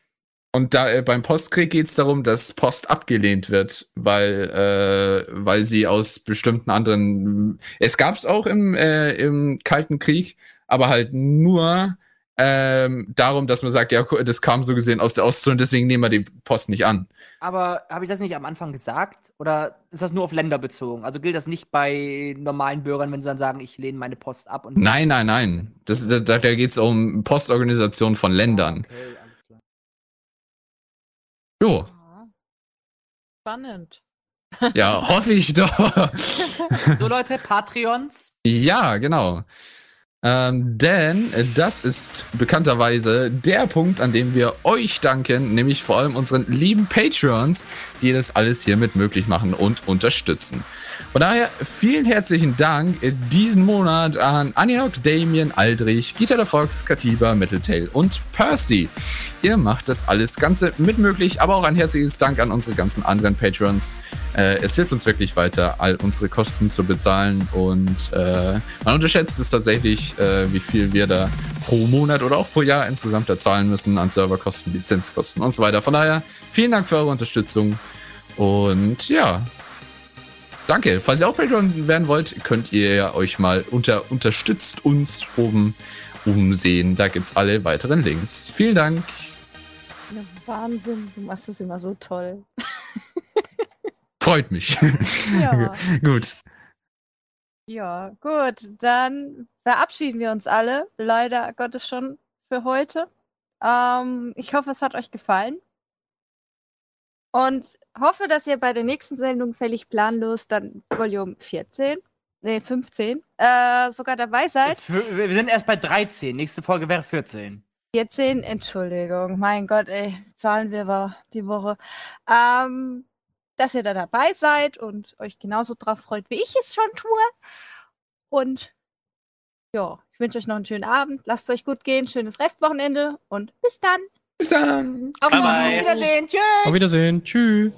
S3: Und da, äh, beim Postkrieg geht es darum, dass Post abgelehnt wird, weil, äh, weil sie aus bestimmten anderen. Es gab es auch im, äh, im Kalten Krieg, aber halt nur ähm, darum, dass man sagt, ja, das kam so gesehen aus der Ostzone, deswegen nehmen wir die Post nicht an.
S13: Aber habe ich das nicht am Anfang gesagt? Oder ist das nur auf Länder bezogen? Also gilt das nicht bei normalen Bürgern, wenn sie dann sagen, ich lehne meine Post ab und.
S3: Nein, nein, nein. Das, da da geht es um Postorganisation von Ländern.
S13: Okay, alles klar.
S8: Oh.
S3: Jo,
S11: Spannend.
S3: ja, hoffe ich doch.
S13: So, Leute, Patreons.
S3: Ja, genau. Ähm, denn äh, das ist bekannterweise der Punkt, an dem wir euch danken, nämlich vor allem unseren lieben Patreons, die das alles hiermit möglich machen und unterstützen. Von daher vielen herzlichen Dank äh, diesen Monat an Aninok, Damien, Aldrich, Gita der Fox, Katiba, Metaltail und Percy. Ihr macht das alles Ganze mit möglich, aber auch ein herzliches Dank an unsere ganzen anderen Patrons. Äh, es hilft uns wirklich weiter, all unsere Kosten zu bezahlen und äh, man unterschätzt es tatsächlich, äh, wie viel wir da pro Monat oder auch pro Jahr insgesamt da zahlen müssen an Serverkosten, Lizenzkosten und so weiter. Von daher vielen Dank für eure Unterstützung und ja, Danke. Falls ihr auch Patreon werden wollt, könnt ihr euch mal unter unterstützt uns oben umsehen. Da gibt's alle weiteren Links. Vielen Dank.
S8: Ja, Wahnsinn, du machst es immer so <laughs> toll.
S3: Freut mich. <laughs>
S8: Ja.
S3: Gut.
S8: Ja, gut, dann verabschieden wir uns alle. Leider Gottes schon für heute. Ähm, ich hoffe, es hat euch gefallen. Und hoffe, dass ihr bei der nächsten Sendung völlig planlos dann Volume 14, nee, 15, äh, sogar dabei seid.
S13: Für, wir sind erst bei 13. Nächste Folge wäre 14.
S8: 14, Entschuldigung, mein Gott, ey, zahlen wir war die Woche. Ähm, dass ihr da dabei seid und euch genauso drauf freut, wie ich es schon tue. Und ja, ich wünsche euch noch einen schönen Abend. Lasst es euch gut gehen, schönes Restwochenende und bis dann.
S3: Bis dann.
S13: Auf
S10: Bye,
S13: Wiedersehen.
S10: bye.
S13: Wiedersehen. Tschüss.
S12: Auf Wiedersehen. Tschüss.